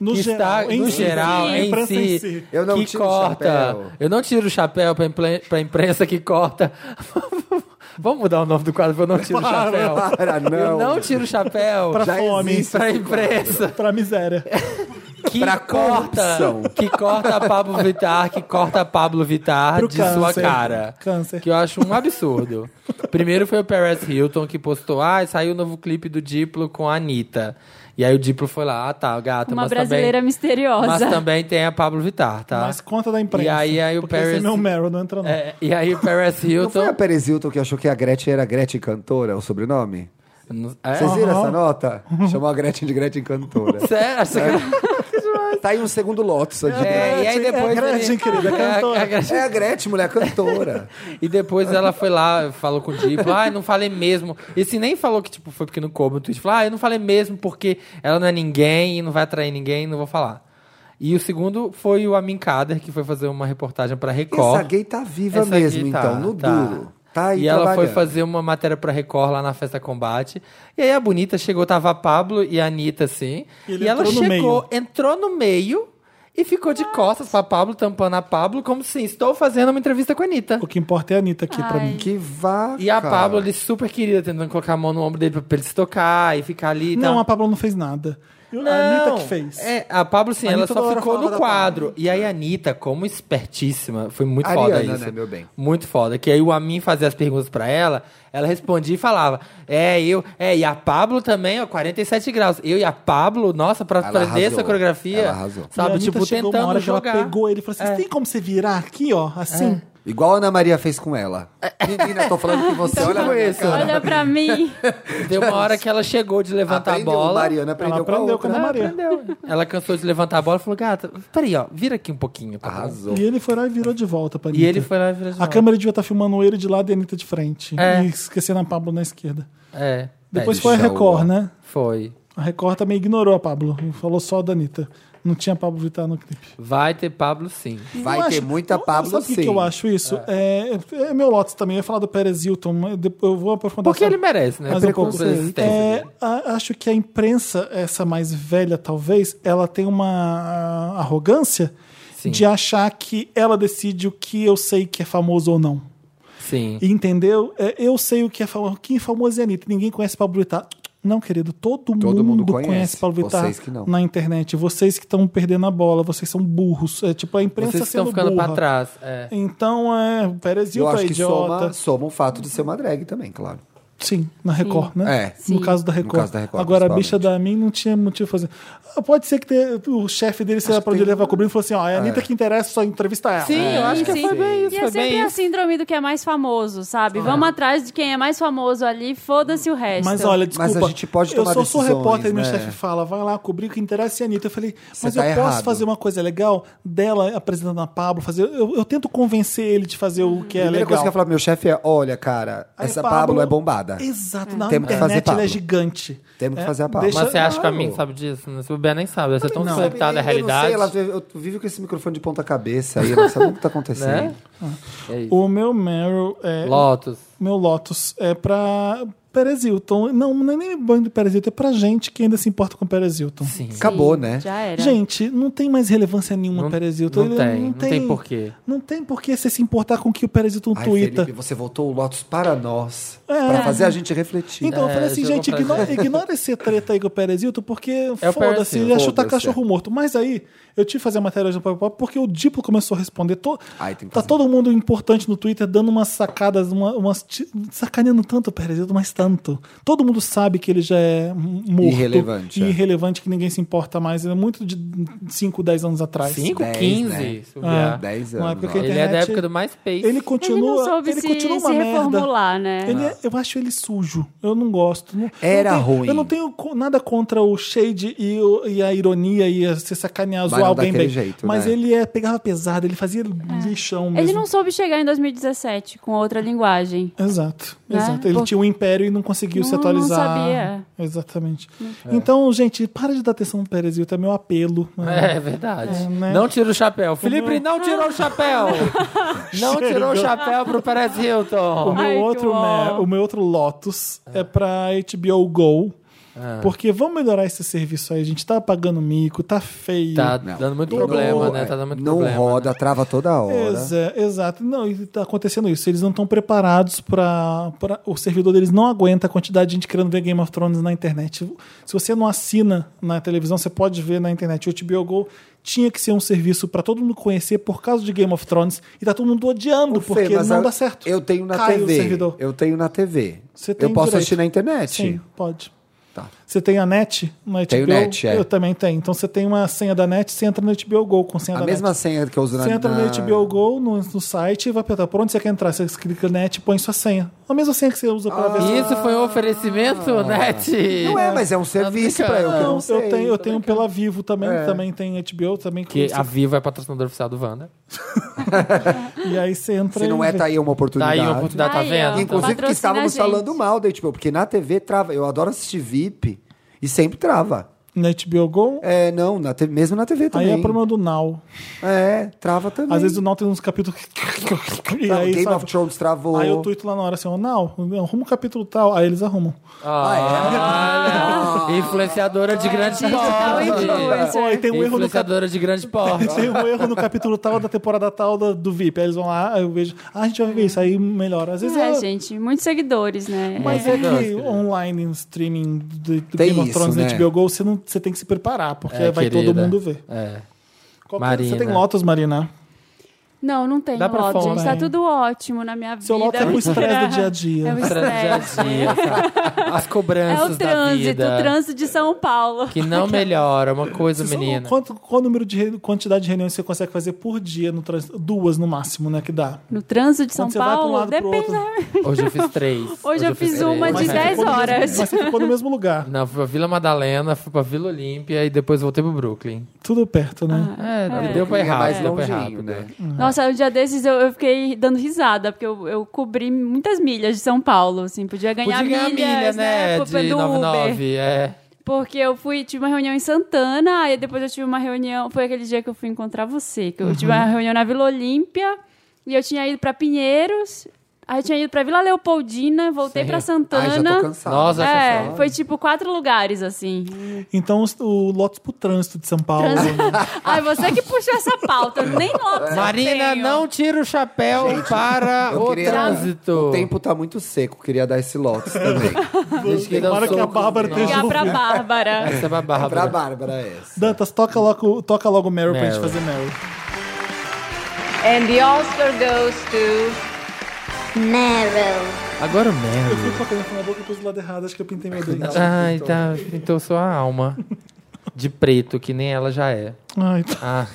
No que geral, está em no si. geral, A em imprensa si, em si. Eu não que tiro o corta. chapéu. Eu não tiro o chapéu pra, impren- pra imprensa que corta. Vamos mudar o nome do quadro pra eu não tiro o chapéu. Para, não. Eu não tiro o chapéu Pra Já fome. existe pra imprensa Pra miséria. que Pra corta, corrupção. que corta a Pablo Vittar, que corta a Pablo Vittar Pro de câncer. sua cara. Câncer. Que eu acho um absurdo. Primeiro foi o Perez Hilton que postou: "Ah, saiu o novo clipe do Diplo com a Anitta". E aí o Diplo foi lá: "Ah, tá, gata, Uma mas brasileira também misteriosa. mas tá também tem a Pablo Vittar, tá?" Mas conta da imprensa. E aí- aí o porque Paris- esse é meu Meryl, não entra não. É, e aí o Perez Não foi a Hilton Perez Hilton que achou que a Gretchen era Gretchen cantora, o sobrenome? É? Vocês viram Aham. essa nota? Chamou a Gretchen de Gretchen cantora. Sério? Acho que- tá aí um segundo lotus. só de É, Gretchen. e aí depois É a Gretchen, ele- querida, É, a- cantora. a Gretchen É a Gretchen, mulher cantora. E depois ela foi lá, falou com o Diplo, ah, eu não falei mesmo. E se nem falou que tipo, foi porque não coube no tweet, falou, ah, eu não falei mesmo porque ela não é ninguém e não vai atrair ninguém, não vou falar. E o segundo foi o Amin Kader, que foi fazer uma reportagem pra Record. Essa gay tá viva Essa mesmo, aqui tá, então, no tá. duro. Tá aí E ela foi trabalhando. fazer uma matéria pra Record lá na Festa Combate. E aí a Bonita chegou, tava a Pablo e a Anitta, assim. E E, ele ela entrou no chegou, entrou no meio e ficou de costas pra Pablo, tampando a Pablo, como se estou fazendo uma entrevista com a Anitta. O que importa é a Anitta aqui pra Ai. mim. Que vaca. E a Pablo ali super querida, tentando colocar a mão no ombro dele pra- pra ele se tocar e ficar ali. e Não, tal. a Pablo não fez nada. Então. Não, a Anitta que fez. É, a Pablo, sim, A ela Anitta só toda hora ficou falava no da quadro. E aí a Anitta, como espertíssima, foi muito foda Ariana, isso. né, meu bem? Muito foda. Que aí o Amin fazia as perguntas pra ela, ela respondia e falava: É, eu. É, e a Pablo também, ó, 47 graus. Eu e a Pablo, nossa, pra Ela aprender arrasou. essa coreografia. Ela arrasou. E a Sabe, Anitta tipo, chegou uma tentando hora jogar. É. que ela pegou ele e falou assim, tem como você virar aqui, ó, assim? Igual a Ana Maria fez com ela. Menina, tô falando que você. Olha na minha É. Então isso. cara. Olha pra mim. assim, Deu uma hora que ela chegou de levantar um Aprendeu, a bola. Mariana aprendeu, Ela aprendeu com outra. a Ana Maria. Ela cansou de levantar a bola e falou: Gata, peraí, ó, vira aqui um pouquinho. Tá bom?" Arrasou. E ele foi lá e virou de volta pra Anitta. E ele foi lá e virou de A novo. câmera devia estar filmando ele de lado e a Anitta de frente. É. E esquecendo a Pablo na esquerda. É. Depois é, foi a já o- Record, né? Foi. A Record também ignorou a Pablo. Falou só da Anitta. Não tinha Pablo Vittar no clipe. Vai ter Pablo sim. Vai Eu ter acho- muita eu- Pablo, sabe o que sim. que eu acho isso? É, é meu Lotus também. Eu ia falar do Pérez Hilton. mas Eu depois- eu vou aprofundar. Porque só- ele merece, né? mas Por um pouco. conta da existência É, né? dele. a- acho que a imprensa, essa mais velha talvez, ela tem uma arrogância Sim. de achar que ela decide o que eu sei que é famoso ou não. Sim. Entendeu? É, eu sei o que é famoso. Quem é famoso é a Anitta. Ninguém conhece Pablo Vittar. Não, querido, todo, Todo mundo conhece, conhece, Pablo Vittar vocês que não. na internet. Vocês que estão perdendo a bola, vocês são burros. É tipo a imprensa Vocês estão sendo ficando burra. pra trás. É. Então é. O Pérez Eu Hilton é acho que idiota. soma, soma o fato de ser uma drag também, claro. Sim, na Record, né? É. No Sim. caso da Record. caso da Record, Agora a bicha principalmente. da mim não tinha motivo pra fazer. Ah, Pode ser que tenha- o chefe dele, sei lá pra onde ele levar cobrindo, falou assim: ó, é a Anitta que interessa, só entrevista ela. Sim, É, É. eu acho que Sim. foi bem isso. E é foi sempre bem a isso. síndrome do que é mais famoso, sabe? Vamos atrás de quem é mais famoso ali, foda-se o resto. Mas olha, desculpa. a gente pode eu tomar só sou decisões, repórter e meu né? chefe fala, vai lá cobrir o que interessa é a Anitta. Eu falei, Você mas tá eu posso errado. fazer uma coisa legal dela apresentando a Pablo, fazer. Eu, eu tento convencer ele de fazer o que é A primeira coisa legal. que eu falo pro meu chefe é: olha, cara, Aí essa Pablo- Pablo é bombada. Exato, na Temos que fazer internet ela é Pablo. gigante. Temos que É, fazer a Pablo. deixa- Mas você acha que a Claro. mim sabe disso? Não, Se o Ben nem sabe. Você é tão Não sabe desconectado da nem- eu não realidade. sei, ela vive- eu vivo com esse microfone de ponta cabeça aí, eu não sabe o que tá acontecendo. Né? É isso. O meu Meryl é. Lotus. meu Lotus é pra Perez Hilton. Não, não é nem bando de Perez Hilton, é pra gente que ainda se importa com Perez Hilton. Sim. Acabou, né? é Já era. Gente, não tem mais relevância nenhuma Não- Perez Hilton. não Ele tem, não tem porquê. Não tem porquê você se importar com o que o Perez Hilton Ai, tuita. Felipe, você voltou o Lotus para nós. um É. Pra fazer a gente refletir. Então, eu É, falei assim, jogou gente, pra ignora, gente. ignora essa treta aí com o Perez Hilton, porque É o é. Perez foda-se, Hilton, ele ia chutar foda-se. cachorro morto. Mas aí, eu tive que fazer a matéria hoje no Pop Pop porque o Diplo começou a responder. To... Ai, tem que tá fazer. todo mundo importante no Twitter dando umas sacadas, uma, umas ti- sacaneando tanto o Perez Hilton, mas tanto. Todo mundo sabe que ele já é morto. Irrelevante, e é. irrelevante, que ninguém se importa mais. Ele é muito de 5, 10 anos atrás. 5, Dez, 15. né? se Ah, bobear. 10 Uma anos. época que ó. ele- Ele é da Internet- época do MySpace. Ele Ele continua, não ele, soube se, continua uma se merda. reformular, né? Ele é- eu acho ele sujo. Eu não gosto. Não- Era eu não tenho- ruim. Eu não tenho co- nada contra o shade e, o- e a ironia e a- se sacanear, zoar não alguém daquele bem. jeito, mas né? ele é, pegava pesado, ele fazia lixão mesmo. É. Ele não soube chegar em 2017 com outra linguagem. Exato, Né? exato. Ele Pô. tinha um império e não conseguiu se Não- não atualizar. sabia. Exatamente. Então, gente, para de dar atenção no Perez Hilton, é meu apelo. É verdade. É, né? Não tira o chapéu. Felipe não tirou o chapéu. não tirou o chapéu pro Perez O Hilton. meu, Ai, que outro, uó. né, o meu outro Lotus é pra HBO Go. Ah. Porque vamos melhorar esse serviço aí. A gente tá pagando mico, tá feio. Tá Não. dando muito E problema, não- né? Tá dando muito Não problema. roda, trava toda hora. Exa- exato. Não, e tá acontecendo isso. Eles não estão preparados pra, pra. O servidor deles não aguenta a quantidade de gente querendo ver Game of Thrones na internet. Se você não assina na televisão, você pode ver na internet. O HBO Go tinha que ser um serviço pra todo mundo conhecer por causa de Game of Thrones. E tá todo mundo odiando, Ô, Fê, porque mas não eu- dá certo. Eu tenho na Cai o TV. servidor. Eu tenho na TV. Você tem eu posso direito. assistir na internet? Sim, pode. Tá. Você tem a net na HBO? Tenho net, é. Eu também tenho. Então você tem uma senha da net, você entra no HBO Go com senha A da mesma net. senha que eu uso na Você entra na... no HBO Go, no, no site, e vai apertar por onde você quer entrar. Você clica net e põe sua senha. A mesma senha que você usa Ah, para ver se- Isso foi um oferecimento, né, Net? Não é, mas é Tá um serviço pra eu que Não, não sei. eu tenho, eu tenho pela Vivo também, É. também tem HBO, também. Que a Viva é patrocinadora oficial do Wanda. E aí você entra Se e não é, vê. tá aí uma Tá oportunidade. aí a oportunidade, tá Aí, ó. vendo? Inclusive Patrocina que a estávamos gente. falando mal da HBO, porque na TV trava. Eu adoro assistir VIP e sempre trava. na HBO Go, É, não, na te- mesmo na TV aí também. é problema do Now. É, trava também. Às vezes o Now tem uns capítulos que... e Não, aí, Game sabe? of Thrones travou. Aí eu tuito lá na hora assim, ó, Now, arruma o capítulo tal. Aí eles arrumam. Ah, é. Olha, influenciadora de grande porte. Pô, aí tem um erro no capítulo. Influenciadora de grande porte. Tem um erro no capítulo tal da temporada tal do, do VIP. Aí eles vão lá, aí eu vejo. Ah, a gente vai ver isso, aí melhora. Às vezes é. É, gente, muitos seguidores, né? Mas É. é que online streaming do, do Tem Game of isso, Thrones né? na HBO Go, você, não, você tem que se preparar, porque É, vai querida. todo mundo ver. É. Qual que- Marina. Você tem Lotus, Marina? Não, não tem Dá pra Lotus, fora, gente. Tá hein? tudo ótimo na minha vida. Seu Lotus é pro estresse do dia a dia. É o estresse. tá. As É cobranças o trânsito, da vida. o trânsito de São Paulo. Que não melhora, uma coisa, Você- menina. Quanto, qual o número de re- quantidade de reuniões você consegue fazer por dia no trânsito? Duas no máximo, né? Que dá. No trânsito de São Quando você vai pra um Paulo, lado pro depende. outro. da- Hoje eu fiz três. Hoje, eu fiz uma três. de você dez ficou no mesmo- horas. mas você ficou no mesmo lugar. Não, fui pra Vila Madalena, fui pra Vila Olímpia e depois voltei pro Brooklyn. Tudo perto, né? É, É. deu pra É errar, mais deu pra errar. longinho, né? Hum. Nossa, um dia desses eu, eu fiquei dando risada, porque eu, eu cobri muitas milhas de São Paulo, assim, podia ganhar Podia ganhar milhas, milha, né? por- De é do Uber. 99, é. Porque eu fui, tive uma reunião em Santana, aí depois eu tive uma reunião. Foi aquele dia que eu fui encontrar você. Que eu Uhum. tive uma reunião na Vila Olímpia e eu tinha ido pra Pinheiros. Aí eu tinha ido pra Vila Leopoldina, voltei Sim. pra Ai, já Santana. tô cansado. Nossa, é, cansado. foi tipo quatro lugares, assim. Então os- o Lotus pro trânsito de São Paulo. né? Ai, você que puxou essa pauta, eu nem logo É. um eu Marina, tenho. não tira o chapéu para Eu o queria- trânsito. O tempo tá muito seco, queria dar esse Lotus também. Tá Gente, que Tomara dançou que a com- Bárbara Nossa, esteja- Ligar pra Bárbara. Essa é a pra Bárbara. Bárbara essa. Dantas, toca logo, toca logo Mary, pra gente Meryl. fazer Mary. And the Oscar goes to Meryl. Agora o Eu fui merda. com a caneta na boca e pus do lado errado, acho que eu pintei meu dente. Ai, tá, pintou sua alma. De preto, que nem ela já é. Ai, tá. Ah,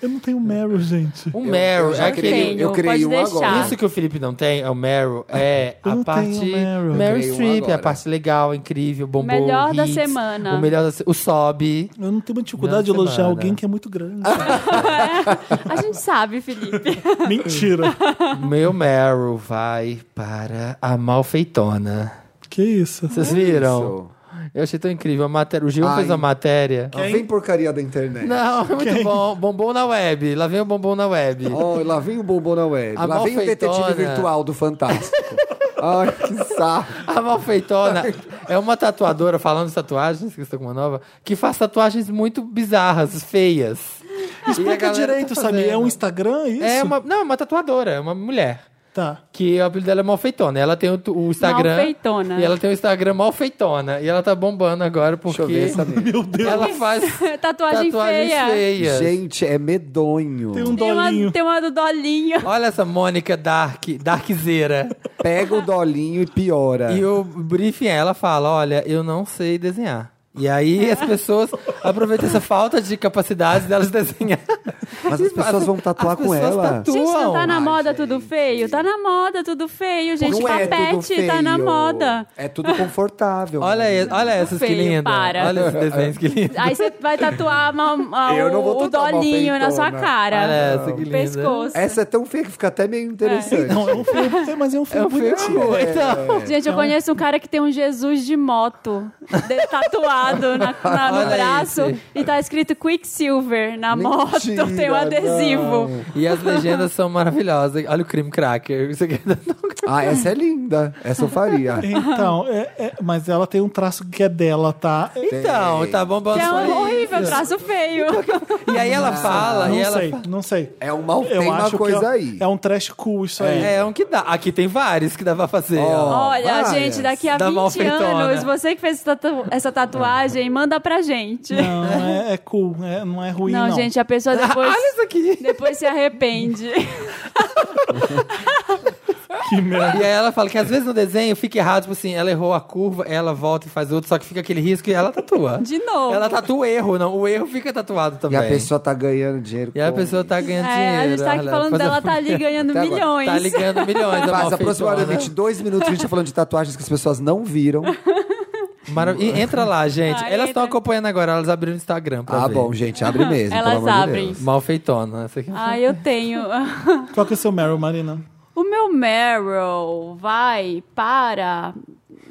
eu não tenho Meryl, gente. o Meryl, já é criei, aquele... eu criei pode um deixar. agora. Isso que o Felipe não tem, é o Meryl, é Tá. Eu a não parte... tenho Meryl. Meryl Criei um Streep, é a agora. parte legal, incrível, bombou, Melhor da hits, semana. O melhor da se- O sobe. Eu não tenho uma dificuldade de Nossa, elogiar mano. alguém que é muito grande. A gente sabe, Felipe. Mentira. Meu Meryl vai para a malfeitona. que isso? Vocês viram? Eu achei tão incrível. A matéria, o Gil Ai. fez a matéria. Não vem porcaria da internet. Não, é muito bom. Bombom na web. Lá vem o bombom na web. Oh, lá vem o bombom na web. A lá vem o malfeitona. detetive virtual do Fantástico. Ai, que sarro. A malfeitona é uma tatuadora, falando de tatuagens, que estou com uma nova, que faz tatuagens muito bizarras, feias. E a Explica galera direito, tá sabe? É fazendo. um Instagram isso? É uma, não, é uma tatuadora, é uma mulher. Tá. Que o apelido dela é Malfeitona. Ela tem o, tu- o Instagram. Malfeitona. E ela tem o Instagram Malfeitona. E ela tá bombando agora porque Deixa eu ver essa dele. Meu Deus. ela faz Tatuagem, tatuagens feia. feias. Gente, é medonho. Tem um Tem uma, dolinho. tem uma do Dolinho. Olha essa Mônica Dark, Darkzeira. Pega o dolinho e piora. E o briefing, é, ela fala: Olha, eu não sei desenhar. E aí as pessoas aproveitam essa falta de capacidade delas de desenhar. Mas as pessoas vão tatuar As com pessoas ela. tatuam. Gente, não tá na Ai, moda tudo feio? Tá na moda tudo feio, gente. Não é tudo Papete feio. tá na moda. É tudo confortável. Olha, e- olha essas que Feio, lindas. para. Olha esses desenhos que lindos. Aí você vai tatuar uma- uma- Eu o, não vou o tatuar uma dolinho na sua peitona. cara. Olha essa Ah, é, que no linda. pescoço. Essa é tão feia que fica até meio interessante. Não, é um filme, é, mas é um filme bonitinho. Pô, então, Gente, eu conheço um cara que tem um Jesus de moto de- tatuado na- na- no Olha braço esse. e tá escrito Quicksilver na moto, tem um adesivo. E as legendas são maravilhosas. Olha o crime cracker. Isso aqui é tão Ah, essa é linda. Essa eu faria. Então, é, é- mas ela tem um traço que é dela, tá? É- Então, tá bombando Que é só um isso. horrível, traço feio. E aí ela fala, e não ela sei, fa- não sei. É um mal, Eu tem uma acho coisa que é, aí. é um trash cool isso aí. É, é um que dá. Aqui tem vários que dá pra fazer. ó. Olha, várias. gente, daqui a Da 20 malfeitona. anos, você que fez essa tatu- essa tatuagem, manda pra gente. Não, Não, é, é cool, é- não é ruim, não. gente, a pessoa depois, Olha isso aqui. depois se arrepende. Que merda. E aí ela fala que às vezes no desenho fica errado, tipo assim, ela errou a curva, ela volta e faz outro, só que fica aquele risco e ela tatua. De novo. Ela tá tatua o erro, não. O erro fica tatuado E também. a pessoa tá ganhando dinheiro. E a com- pessoa tá ganhando É, dinheiro. a gente tá aqui olha, falando faz a- dela, tá ali ganhando Até agora. milhões. Tá ligando milhões. a Faz malfeitona. né? aproximadamente dois minutos que a gente tá falando de tatuagens que as pessoas não viram. Mara- e entra lá, gente. Ah, elas estão entra. acompanhando agora, elas abriram o Instagram pra Tá Ah, ver. bom, gente, abre mesmo. Elas pelo amor de abrem. Deus. Malfeitona. Essa aqui é Ah, eu tenho. Qual que é o seu Meryl, Marina? O meu Meryl vai para.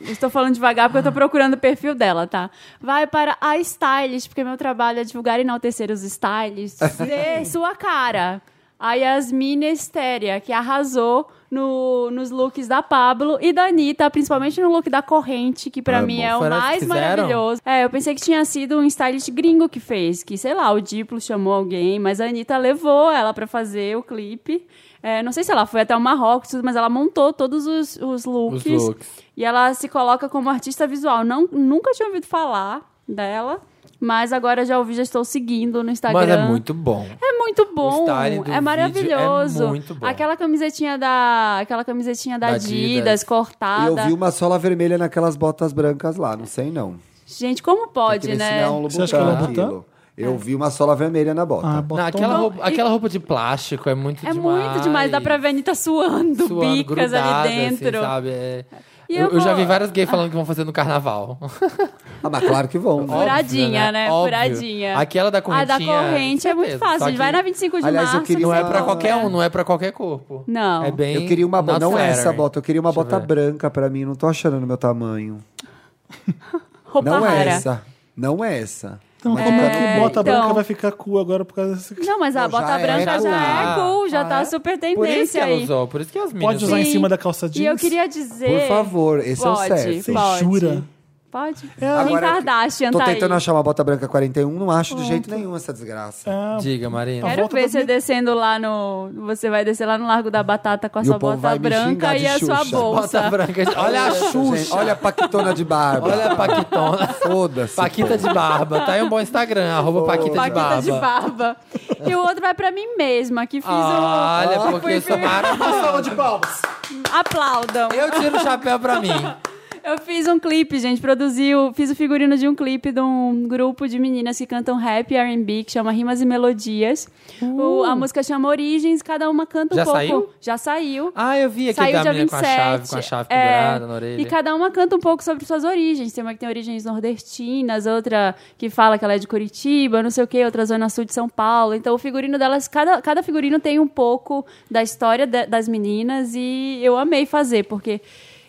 Estou falando devagar porque eu Ah. estou procurando o perfil dela, tá? Vai para a stylist, porque meu trabalho é divulgar e enaltecer os stylists de sua cara. A Yasmin Estéria, que arrasou no- nos looks da Pablo e da Anitta, principalmente no look da corrente, que pra Ah, Amo. mim é o Foram elas que mais fizeram? maravilhoso. É, eu pensei que tinha sido um stylist gringo que fez, que sei lá, o Diplo chamou alguém, mas a Anitta levou ela pra fazer o clipe. É, não sei se ela foi até o Marrocos, tudo, mas ela montou todos os, os looks. Os looks. E ela se coloca como artista visual. Não, nunca tinha ouvido falar dela, mas agora já ouvi, já estou seguindo no Instagram. Mas é muito bom. É muito bom. styling do vídeo é é maravilhoso. muito bom. Aquela camisetinha da, aquela camisetinha da, Da Adidas, Adidas. cortada. Eu vi uma sola vermelha naquelas botas brancas lá, não sei não. Gente, como pode, Aquele né? É. sinal Você acha que é Louboutin, um Louboutin? aquilo. Eu vi uma sola vermelha na bota. Ah, Não, botou aquela, Então, roupa, e- aquela roupa de plástico é muito É demais. muito demais, dá pra ver a Anitta suando, Suando, bicas grudada, ali assim, dentro. sabe? É- E Eu, eu eu já vou- vi várias gays falando que vão fazer no carnaval. Ah, mas claro que vão. né? Óbvio, Furadinha, né? Óbvio. Furadinha. Aquela da a correntinha. da Ah, corrente é muito certeza. fácil. Só A gente que vai na 25 de Aliás, eu março. queria que Não você é pra Ah. qualquer compra. um, não é pra qualquer corpo. Não. É bem Eu queria uma bota. not Não essa flattering. bota, eu queria uma Deixa eu bota ver. branca pra mim, não tô achando no meu tamanho. Roupa Não é rara. essa. Não essa. Então, Mas como é fica que É, bota então. branca vai ficar cool agora por causa desse... Não, mas a Não, já bota é branca cool. já é cool, já Ah, tá é? Por super isso que tendência ela aí. usou, por isso que as meninas... Pode usar em Sim. cima da calça E jeans? eu queria dizer. Por favor, esse é o pode, certo. Você Pode. jura? Pode. Agora Kim eu Kardashian Tô tá aí. tentando achar uma bota branca 41, não acho de jeito nenhum essa desgraça. Ah, Diga, Marina. Tá Quero volta ver do você Mi- descendo lá no. Você vai descer lá no Largo da Batata com a E sua o povo bota vai me xingar branca de e a sua Xuxa. bolsa. Bota branca. Olha a Gente, Xuxa. Tá olha a Paquitona de barba. Olha a Paquitona. Foda-se. Paquita pô. de barba. Tá aí um bom Instagram, arroba Paquita, Paquita de de barba. barba. E o outro vai pra mim mesma, que fiz um. Olha, porque eu sou maravilhosa. de palmas. Aplaudam. Eu... Eu tiro o chapéu pra mim. fiz um clipe, gente. Produzi, o- fiz o figurino de um clipe de um grupo de meninas que cantam rap e RB, que chama Rimas e Melodias. O- a música chama Origens, cada uma canta um Uh. Já pouco. saiu? Já saiu. Ah, eu vi aqui Saiu da dia menina 27. com a chave, com a chave é, pendurada na orelha. E cada uma canta um pouco sobre suas origens. Tem uma que tem origens nordestinas, outra que fala que ela é de Curitiba, não sei o quê, outra zona sul de São Paulo. Então, o figurino delas, cada, cada figurino tem um pouco da história da- das meninas e eu amei fazer, porque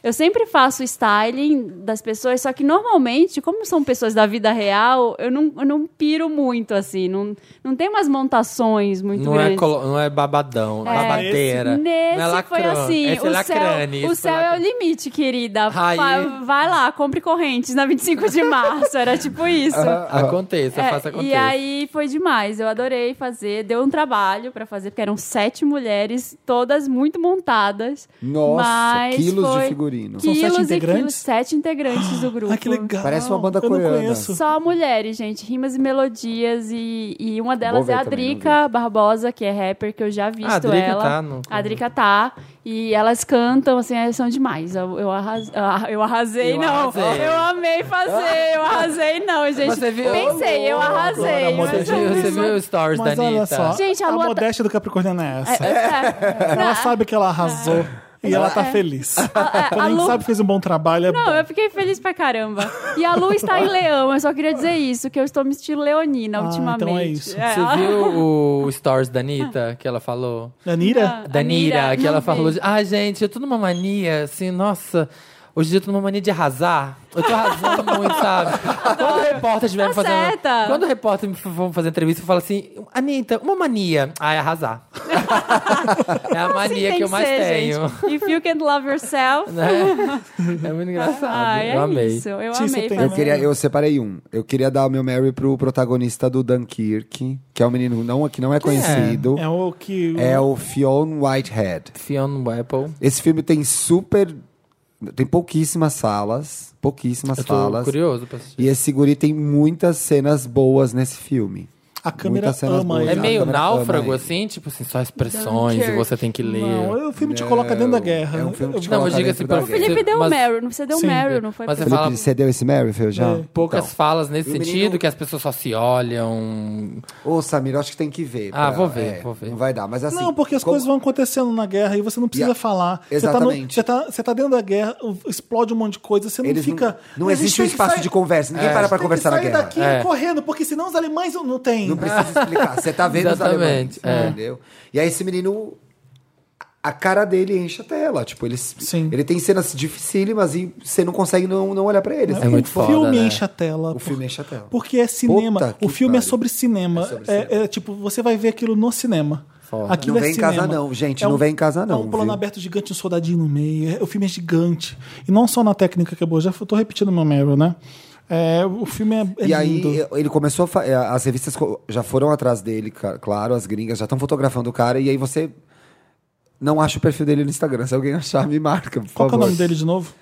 Eu sempre faço styling das pessoas, só que normalmente, como são pessoas da vida real, eu não, eu não piro muito, assim. Não, não tem umas montações muito Não grandes. é, colo- não é babadão, é. babadeira. Nesse não é lacrão. foi assim, Esse é o, lacrane. céu, o esse foi céu é o lacrane. limite, querida. Aí- Vai, vai lá, compre correntes na 25 de março, era tipo isso. Aconteça, É, faça e acontecer. aí foi demais, eu adorei fazer, deu um trabalho pra fazer, porque eram sete mulheres, todas muito montadas. Nossa, mas quilos foi- de figurino. São sete quilos e integrantes? quilos, sete integrantes do grupo. Ah, que legal. Parece uma banda eu não coreana. conheço. Só mulheres, gente, rimas e melodias. E, e uma Vou delas ver é a também, não Drica Barbosa, que é rapper, que eu já visto Ah, a Drica ela. tá no- A Drica tá. E elas cantam, assim, elas são demais. Eu, eu, arras- ah, eu arrasei, Eu não. arrasei. Eu amei fazer, eu arrasei, não, gente. Você viu? Pensei, eu Agora, arrasei. amor, mas Você deixa eu eu- viu, você viu os stories Mas da olha Anitta? só, Gente, a a, lua tá- modéstia do Capricorniano é essa. É, Ela não, sabe que ela arrasou e ela tá feliz. a- Quando a a gente Lu- sabe que fez um bom trabalho, é Não, bom. eu fiquei feliz pra caramba. E a Lu está em leão, eu só queria dizer isso, que eu estou me estilo leonina Ah, ultimamente. então é isso. É, Você viu o stories da Anitta que ela falou? Anira? Da Anira, Nira, que não ela vi. falou. de- Ah, gente, eu tô numa mania, assim, nossa. Hoje em dia eu tô numa mania de arrasar. Eu tô arrasando muito, sabe? Quando o repórter estiver Tá me fazendo. Acerta. Quando o repórter me for fazer entrevista, eu falo assim: Anitta, uma mania. Ah, é arrasar. é a Assim mania tem que eu mais ser, tenho. Gente. If you can love yourself. Né? É muito engraçado. Ai, eu é amei. isso. Eu Tia, você amei tem- fazer. Eu queria, eu separei um. Eu queria dar o meu Mary pro protagonista do Dunkirk, que é um menino não, que não é conhecido. É o que. É o Fionn Whitehead. Fiona Apple. Esse filme tem super. Tem pouquíssimas salas. Pouquíssimas Eu tô salas. curioso pra assistir. E esse guri tem muitas cenas boas nesse filme. A câmera Muitas cenas ama boas. ele. É Exato, meio Brana náufrago, Flanagan. assim? Tipo assim, só expressões e Dunkirk. você tem que ler. Não, é o filme te coloca dentro da guerra. é um filme que te Eu- Não, coloca mas diga-se dentro pra da O Felipe Você- deu mas- mas... Meryl, você deu Sim. Meryl, não foi? Mas pra- você fala Felipe, você deu esse Mary, Fê, já? É. poucas Então. falas nesse o sentido, menino- que as pessoas só se olham. Ô, Samir, eu acho que tem que ver. Ah, pra- vou ver, é, vou ver. Não vai dar, mas assim... não, porque as como- coisas vão acontecendo na guerra e você não precisa Yeah. falar. Você tá no- Exatamente. Você tá, você tá dentro da guerra, explode um monte de coisa, você não Eles não- fica. não "A gente existe tem um que espaço sair- É, de conversa, ninguém para pra tem conversar que na sair guerra. daqui É. correndo, porque senão os alemães não têm. Não precisa explicar. Você tá vendo Exatamente, os alemães, é. entendeu? E aí esse menino... A cara dele enche a tela. Tipo, ele, Sim. ele tem cenas dificílimas e você não consegue não, não olhar pra ele. É o sabe? muito foda, filme né? enche a tela. O filme enche a tela. Porque é cinema. Puta que O filme é pariu. sobre cinema. É, É sobre cinema. é, tipo, você vai ver aquilo no cinema. Foda. Aquilo Não é vem em cinema. casa não, gente, não vem em casa É não, um plano viu? aberto gigante, um soldadinho no meio. É- O filme é gigante. E não só na técnica que é boa. Já f- tô repetindo meu Meryl, né? É, o filme é, é E aí lindo. ele começou a fa- eh, as revistas co- já foram atrás dele, ca- claro, as gringas já estão fotografando o cara e aí você não acha o perfil dele no Instagram. Se alguém achar, me marca, por Qual que é favor. o nome dele de novo?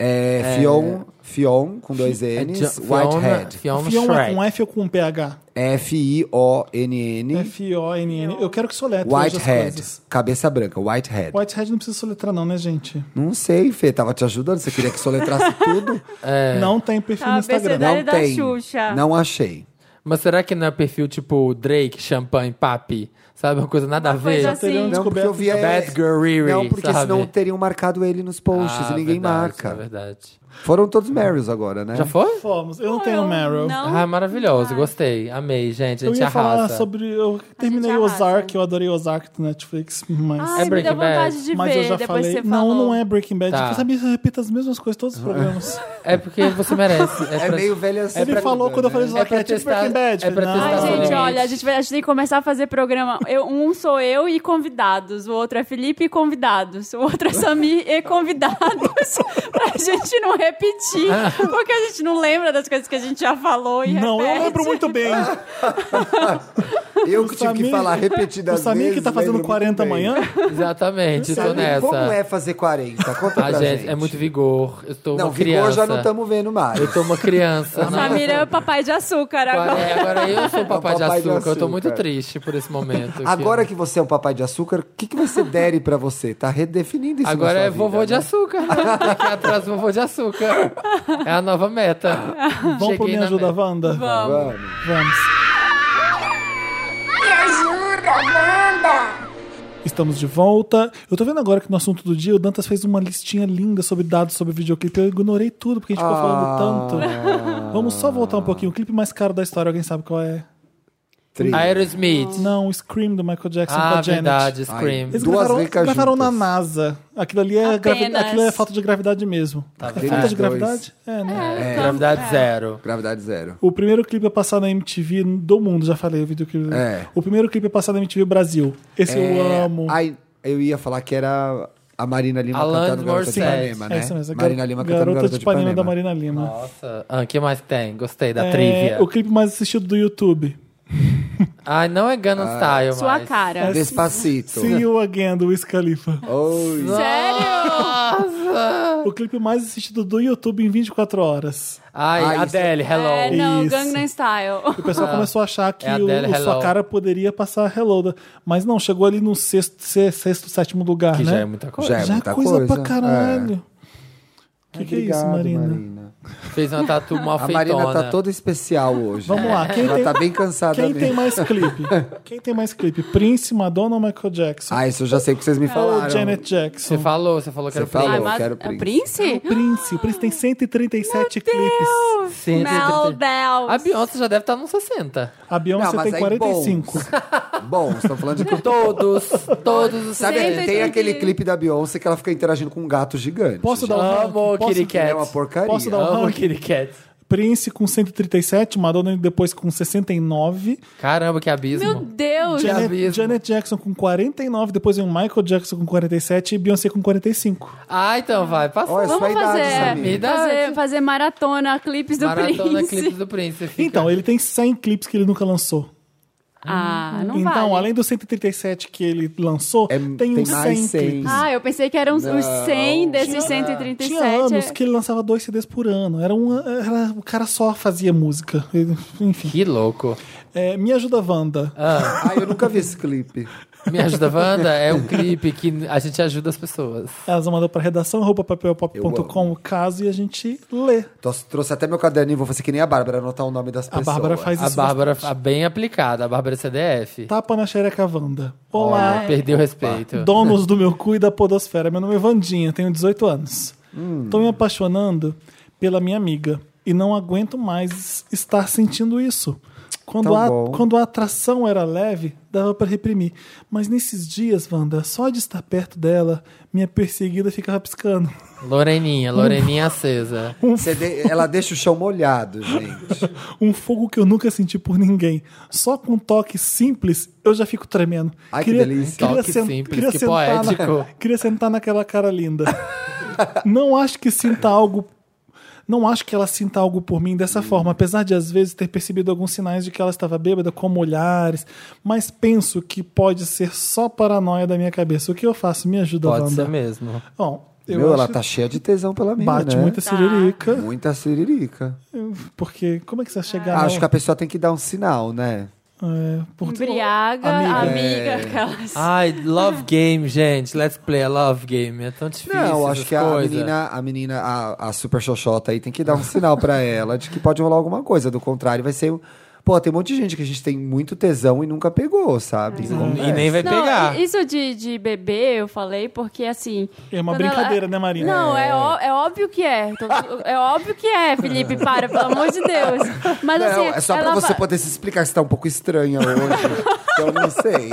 É, Fion, Fion com dois N's, Whitehead. é Fiona Fion é com um Shrek. F ou com PH? F I O N N F-O-N-N. Eu quero que soletre hoje É, as Whitehead, coisas. cabeça branca, Whitehead. Whitehead não precisa soletrar não, né, gente? Não sei, Fê, tava te ajudando, você queria que soletrasse tudo? É. Não tem perfil Ah, no Instagram. BCD. Não Verdade da tem. Xuxa. Não achei. Mas será que não é perfil tipo Drake, Champanhe, Papi? Sabe? Uma coisa nada a Uma ver. coisa Teriam assim. Não, porque eu vi é- Bad Girl Riri, Não, porque sabe? senão teriam marcado ele nos posts Ah, e ninguém verdade, marca. É verdade. Foram todos Marys agora, né? Já foi? Fomos. Eu não Não, tenho eu- Meryl. não. Ah, maravilhoso, gostei. Amei, gente. A Eu gente ia falar arrasa. sobre. Eu terminei arrasa. Ozark, eu adorei Ozark do Netflix, mas. Ai, É me deu Breaking Bad. vontade de mas ver, eu já depois falei. você Não, falou. não é Breaking Bad. Tá. Eu sabia que eu repito as mesmas coisas, todos os programas. É porque você merece. É, É pra- meio velha assim. Ele falou quando eu falei Ozark, pra é tipo testar- Breaking Bad. é pra Não. testar Ai, Tá gente, limite. olha, a gente, vai- a gente tem que começar a fazer programa. Eu- um sou eu e convidados, o outro é Felipe e convidados, o outro é Samir e convidados, pra gente não repetir, Ah. porque a gente não lembra das coisas que a gente já falou e Não, repete. eu lembro muito bem. Eu O que tive Samir- que falar repetidas O vezes. Samir que tá fazendo lembro 40 muito bem. amanhã. Exatamente, tô Samir, nessa. Como é fazer 40? Conta Ah, pra gente. gente, é muito vigor. Eu tô Não, uma vigor criança. já não estamos vendo mais. Eu tô uma criança. não. Samir é o papai de açúcar Agora, agora. é, agora eu sou o papai, de, Papai de açúcar. Eu tô açúcar. muito triste por esse momento. Agora que você é o papai de açúcar, o que, que você dere pra você? Tá redefinindo isso Agora na sua é vida, vovô de né? açúcar. né? Daqui atrás, vovô de açúcar. É a nova meta. Vamos pro Me na Ajuda, meta. Wanda? Vamos. Vamos. Vamos. Me ajuda, Wanda! Estamos de volta. Eu tô vendo agora que no assunto do dia o Dantas fez uma listinha linda sobre dados sobre videoclipe. Eu ignorei tudo porque a gente Ah. ficou falando tanto. Vamos só voltar um pouquinho. O clipe mais caro da história, alguém sabe qual é? Tri. Aerosmith. Não, o Scream do Michael Jackson com Ah, a Janet. verdade, Scream. Eles Duas gravaram, ricas gravaram na juntas. NASA. Aquilo ali é, gravi... Apenas. Aquilo é falta de gravidade mesmo. é vendo? falta de Dois. gravidade? É, né? Gravidade zero. Gravidade zero. O primeiro clipe a passar na MTV do mundo, já falei o vídeo que É. O primeiro clipe a passar na MTV Brasil. Esse eu É, amo. Ai, eu ia falar que era a Marina Lima Alanis cantando Garota de Morissette. Ipanema, né? É isso mesmo, é Marina gar- Lima cantando Garota de Ipanema da Ipanema. Marina Lima. Nossa, o que mais tem? Gostei da É, trivia. O clipe mais assistido do YouTube. Ai, não é Gunna Ah, Style, Sua mas... cara. Despacito. See You Again, do Wiz Khalifa. Oi. Sério? O clipe mais assistido do YouTube em 24 horas. Ai, Ah, isso- Adele, É, hello. não, Isso. Gangnam Style. O pessoal começou a achar que É a o, Adele, o sua Hello. cara poderia passar Hello. da- Mas não, chegou ali no sexto, se- sexto sétimo lugar, que né? já é muita coisa. Já é muita coisa, pra coisa. caralho. O que, que é isso, Obrigado, Marina? Fez uma tatu mal A feitona. Marina tá toda especial hoje. Vamos É. lá, quem Ela tem- tá bem cansada Quem mesmo. tem mais clipe? Quem tem mais clipe? Prince, Madonna ou Michael Jackson? Ah, isso eu já sei que vocês me ou falaram. É Janet Jackson? Você falou, você falou que Você era falou. Ah, falou. mas quero é Prince. Prince? Prince. O Prince tem 137 clipes. Sim, sim, sim. Meu A Deus. Beyoncé já deve estar nos 60. A Não, Beyoncé mas tem aí 45. Bom, estão falando de... Todos, todos os Sabe, Gente, sabe, é tem eu aquele entendi. clipe da Beyoncé que ela fica interagindo com um gato gigante. Posso dar um Amo ranking? o Kitty Posso... É uma Cat. porcaria. Posso dar um- Amo o ranking? Kitty Cat. Prince com 137, Madonna depois com 69, Caramba, que abismo. Meu Deus. Já- Janet, abismo. Janet Jackson com 49, depois vem o Michael Jackson com 47 e Beyoncé com 45. Ah, então vai, passou. Olha, sua Vamos idade, fazer, Samir. Samira. fazer, fazer maratona, clipes do Maratona Prince. Clipes do Prince. fica- Então, ele tem 100 clipes que ele nunca lançou. Ah, não então, vale. além dos 137 que ele lançou, É, tem tem uns 100 mais 100. clipes. Ah, eu pensei que eram uns, uns 100 desses 137. Tinha é. anos que ele lançava dois CDs por ano. Era um, era- o cara só fazia música. Ele- Enfim. Que louco. É, Me Ajuda Wanda. Ah, eu nunca vi esse clipe. Me Ajuda Wanda é um clipe que a gente ajuda as pessoas. Elas mandam pra redação, arroba papelpop.com o caso e a gente lê. Tô- Trouxe até meu caderninho, vou fazer que nem a Bárbara, anotar o nome das A pessoas. Bárbara faz A isso. Bárbara, a bem aplicada, a Bárbara é CDF. Tá Tapa na xereca Wanda. Olá, Perdeu o respeito. donos do meu cu e da podosfera. Meu nome é Vandinha, tenho 18 anos. Hum. Tô me apaixonando pela minha amiga e não aguento mais estar sentindo isso. Quando Tão a, bom. quando a atração era leve, dava pra reprimir. Mas nesses dias, Wanda, só de estar perto dela, minha perseguida ficava piscando. Loreninha, Loreninha acesa. Você de- Ela deixa o chão molhado, gente. Um fogo que eu nunca senti por ninguém. Só com um toque simples eu já fico tremendo. Ai, que delícia. Toque simples, que sentar poético. Na, queria sentar naquela cara linda. não acho que sinta algo. Não acho que ela sinta algo por mim dessa forma, apesar de às vezes ter percebido alguns sinais de que ela estava bêbada, como olhares, mas penso que pode ser só paranoia da minha cabeça. O que eu faço? Me ajuda, Pode ser Wanda. mesmo. Bom, eu Meu, ela acho tá cheia de tesão pela mina, bate né? muita siririca, Muita siririca. porque como é que você vai chegar Acho não? que a pessoa tem que dar um sinal, né? É, por- Embriaga, amiga, aquelas. É. Ai, love game, gente. Let's play a love game. É tão difícil. Não, acho essas que a coisas. menina, a menina, a, a super xoxota aí tem que dar um sinal pra ela de que pode rolar alguma coisa. Do contrário, vai ser. Pô, tem um monte de gente que a gente tem muito tesão e nunca pegou, sabe? É. E nem vai Não, pegar. i- isso de, de bebê eu falei porque assim. É uma quando ela- brincadeira, né, Marina? Não, é, ó- é óbvio que é. Tô- É óbvio que é, Felipe, para, pelo amor de Deus. Mas assim. Não, é só pra ela você va- poder se explicar se tá um pouco estranha hoje. eu não sei.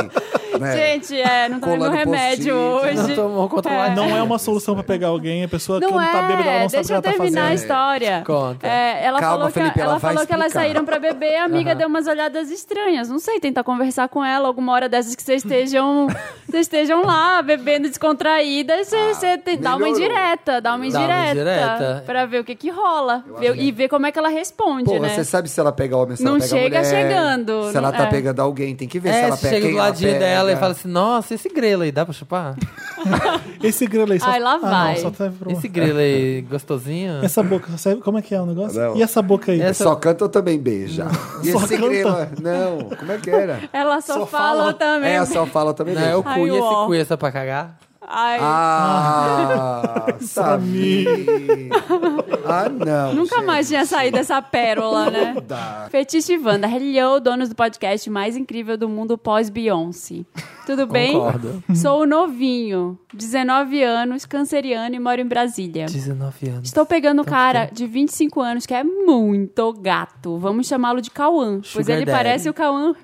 né? Gente, é, não tomei Cola meu do remédio post-it. hoje. Não tomou controlar. Não é uma solução pra pegar alguém, a pessoa que Não não é, tá bêbada, ela não sabe o que deixa eu ela tá terminar a fazendo. história. Conta. É, ela Calma, falou, Felipe, que, ela ela vai falou que elas explicar. saíram pra beber, a amiga deu umas olhadas estranhas. Não sei, tentar conversar com ela alguma hora dessas que vocês estejam, vocês estejam lá, bebendo descontraída, você, você tem- dá uma Ah, melhorou. indireta, dá Dá uma uma indireta, indireta. pra ver o que que rola ver- e ver como é que ela responde, Pô, né? você sabe se ela pega homem, se ela Não pega chega mulher. chegando, Se ela não- tá é. pegando alguém, tem que ver se É, ela você pega chega quem do ela ladinho pega. dela e fala assim: Nossa, esse grelo aí dá pra chupar? Esse grilo aí só... Ai, lá Ah, não, vai. só serve pra uma- Esse grelo aí gostosinho? Essa boca, só serve- como é que é o negócio? Não. E essa boca aí? Essa- Só canta ou também beija? E Só esse canta? grela? Não, como é que era? Ela só, Só fala, fala- também. É, só fala também Não, é beija. o cu. Ai, e esse uó. cu é só pra cagar? Ai, Ah, Samir. tá Ah, não. Nunca gente. mais tinha saído essa pérola, né? Dá. Fetiche e Wanda. Hello, donos do podcast mais incrível do mundo pós-Beyoncé. Tudo bem? Concordo. Sou novinho, 19 anos, canceriano e moro em Brasília. 19 anos. Estou pegando Tá um cara de 25 anos que é muito gato. Vamos chamá-lo de Cauã, pois Sugar ele daddy. parece o Cauã Raymond.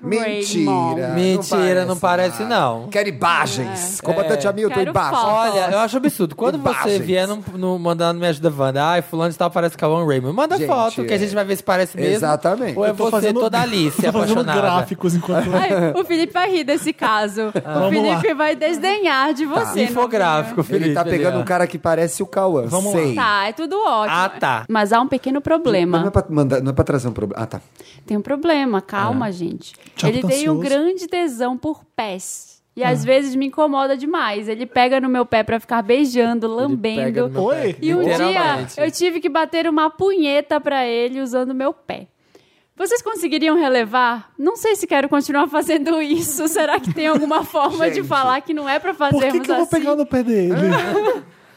Mentira. Mentira, não parece, não. Quero imagens. Comandante Hamilton, É. Quero embaixo. foto. Olha, eu acho absurdo. Quando você Imagens. vier no, no, mandando Me Ajuda Wanda, ai, fulano de tal parece Cauan Raymond. Manda Gente, foto, que a é. gente vai ver se parece mesmo. Exatamente. Ou é Eu você toda Alice, tô fazendo apaixonada. gráficos enquanto... Ai, o Felipe vai rir desse caso. o Vamos lá. Felipe vai desdenhar de você. Tá. Infográfico, Felipe. Ele tá pegando ali, ó. um cara que parece o Cauã. Vamos lá. Sei. novinho. Tá, é tudo ótimo. Ah, tá. Mas há um pequeno Mas não é problema. pra, mandar, não é pra trazer um problema. Ah, tá. Tem um problema, calma, É. gente. Tchau, ele tô tem um ansioso. grande tesão por pés. E É. às vezes me incomoda demais. Ele pega no meu pé pra ficar beijando, Pega lambendo. no meu Oi. pé. E um dia Literalmente. eu tive que bater uma punheta pra ele usando meu pé. Vocês conseguiriam relevar? Não sei se quero continuar fazendo isso. Será que tem alguma forma de Gente. falar que não é pra Por fazermos que, que eu vou assim? pegar no pé dele?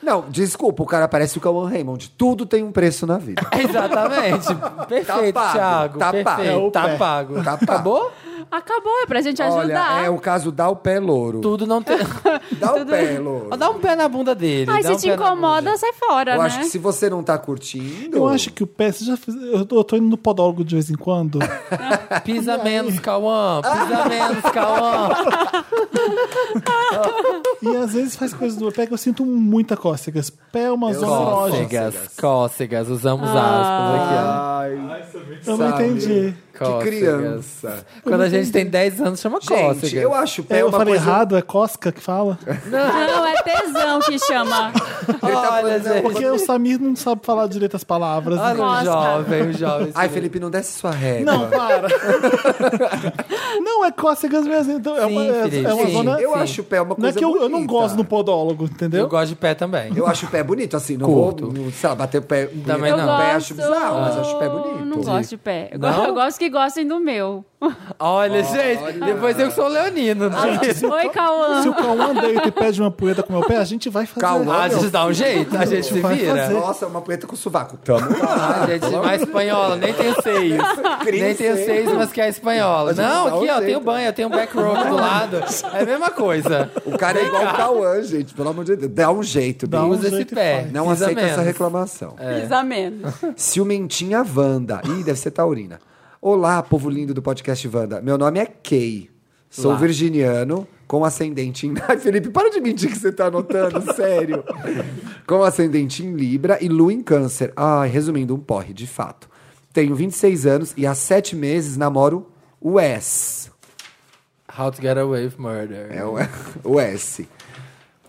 Não, desculpa, o cara parece o Cauã Raymond. Tudo tem um preço na vida. Exatamente. Perfeito, pago, Thiago. tá perfeito. pago. É o pé. Tá pago. Tá pago. Acabou? Acabou, é pra gente ajudar. Olha, um- é o caso dá o pé louro. Tudo não tem. Dá o pé louro. Dá um pé na bunda dele. Ai, dá se um te pé na incomoda, sai fora, Eu né? acho que se você não tá curtindo. Eu acho que o pé... Você já fez- eu, tô, eu tô indo no podólogo de vez em quando. bunda. Pisa menos, Cauã. Ah! Pisa menos, Cauã. e às vezes faz coisas do meu pé que eu sinto muita cócegas. Pé é uma Eu zona gosto. erógena. Cócegas, cócegas. Usamos aspas né? aqui, ó. Ai, Eu não sabe? entendi. Ah, Que Cócegas. criança. Quando a gente tem 10 anos, chama cócegas. Gente, eu acho o pé eu uma falei coisa... errado, é cosca que fala? Não, é tesão que chama. tá Olha, gente. Porque o Samir não sabe falar direito as palavras. Ah, Olha né? o Cosca. Ah, jovem, o jovem. Ai, Felipe, não desce sua régua. Não, para. não, é cócegas mesmo. Então, é Sim, uma, é, Felipe, é uma sim. zona... Eu Sim. acho o pé uma Não coisa é que eu, eu não bonita. gosto do podólogo, Eu entendeu? gosto de pé também. Eu acho o pé bonito, assim. Não Curto. vou, não, sei lá, bater o pé bonito Também no Eu não. gosto. pé, acho bizarro, mas acho o pé bonito. Não gosto de pé. Eu Não? go- Eu gosto que gostem do meu. Olha, gente, depois eu que sou leonino. né? gente. Oi, Cauã. Se o Cauã deita e pede uma punheta com meu pé, a gente vai fazer. né, Cauã, a gente dá um jeito, a gente se Vai vira. fazer. Nossa, é uma poeta com sovaco. Tamo lá. A gente não é espanhola, nem tenho seis. é Nem tenho seis, mas que é espanhola. gente Não, dá um aqui, ó, jeito. tem o banho, tem o back row do lado. É a mesma coisa. O cara é igual o Cauã, gente. Pelo amor de Deus. Dá um jeito, Dá Bi. um Usa esse jeito e pé. faz. Não pisa aceita essa menos. reclamação. Pisa menos. Ciumentinha Wanda. Ih, deve ser taurina. Olá, povo lindo do podcast Wanda. Meu nome é Kay. Sou Lá. virginiano, com ascendente em... Ai, Felipe, para de mentir que você tá anotando, sério. Com ascendente em Libra e lua em Câncer. Ai, resumindo, um porre, de fato. Tenho 26 anos e há sete meses namoro o S. How to get away with murder. É o, o S.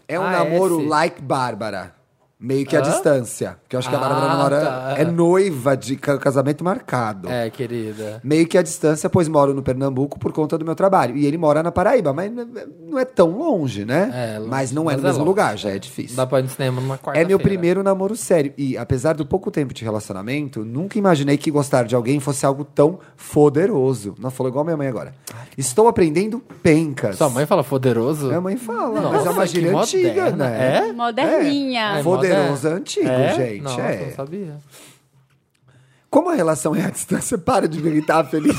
É um Ah, namoro S. like Bárbara. Meio que à Hã? distância. Porque eu acho que a Bárbara Ah, namora, tá. é noiva de ca- casamento marcado. É, querida. Meio que à distância, pois moro no Pernambuco por conta do meu trabalho. E ele mora na Paraíba, mas n- não é tão longe, né? É, longe, mas não é mas no é mesmo longe. lugar, já é difícil. Dá pra ir no cinema numa quarta É meu primeiro namoro sério. E apesar do pouco tempo de relacionamento, nunca imaginei que gostar de alguém fosse algo tão poderoso. Não falou igual minha mãe agora. Estou aprendendo pencas. Sua mãe fala foderoso? Minha mãe fala, Nossa, mas é uma que gíria antiga, moderna. né? É? Moderninha. É. Poderoso é moderna. antigo, É? gente. Nossa, é. não sabia. Como a relação é à distância, para de me gritar, Felipe.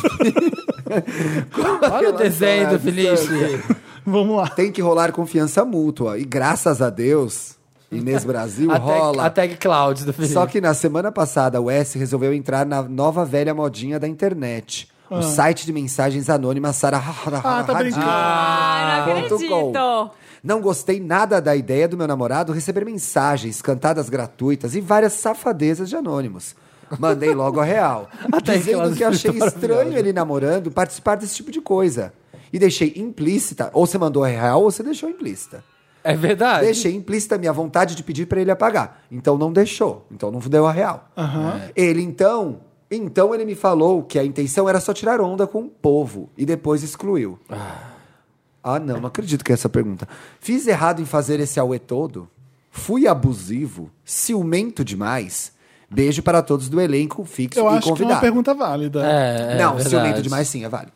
Como a Olha o relação desenho é à do Felipe. Vamos lá. Tem que rolar confiança mútua. E graças a Deus, Inês Brasil A tag, rola. a tag Cloud do Felipe. Só que na semana passada, o S resolveu entrar na nova velha modinha da internet. O site de mensagens anônimas Sara. Ah, tá brincando. Ai, não Ah, Ponto com. acredito. Não gostei nada da ideia do meu namorado receber mensagens, cantadas gratuitas e várias safadezas de anônimos. Mandei logo a real, Até que dizendo ela que achei escritora estranho ele namorando participar desse tipo de coisa. E deixei implícita, ou você mandou a real ou você deixou implícita. É verdade. Deixei implícita a minha vontade de pedir pra ele apagar. Então não deixou. Então não deu a real. Ele então, então ele me falou que a intenção era só tirar onda com o povo e depois excluiu. Ah, não, não acredito que é essa pergunta. Fiz errado em fazer esse auê todo? Fui abusivo? Ciumento demais? Beijo para todos do elenco fixo Eu e acho que é uma convidado. pergunta válida. É, é não, verdade. ciumento demais sim, é válido.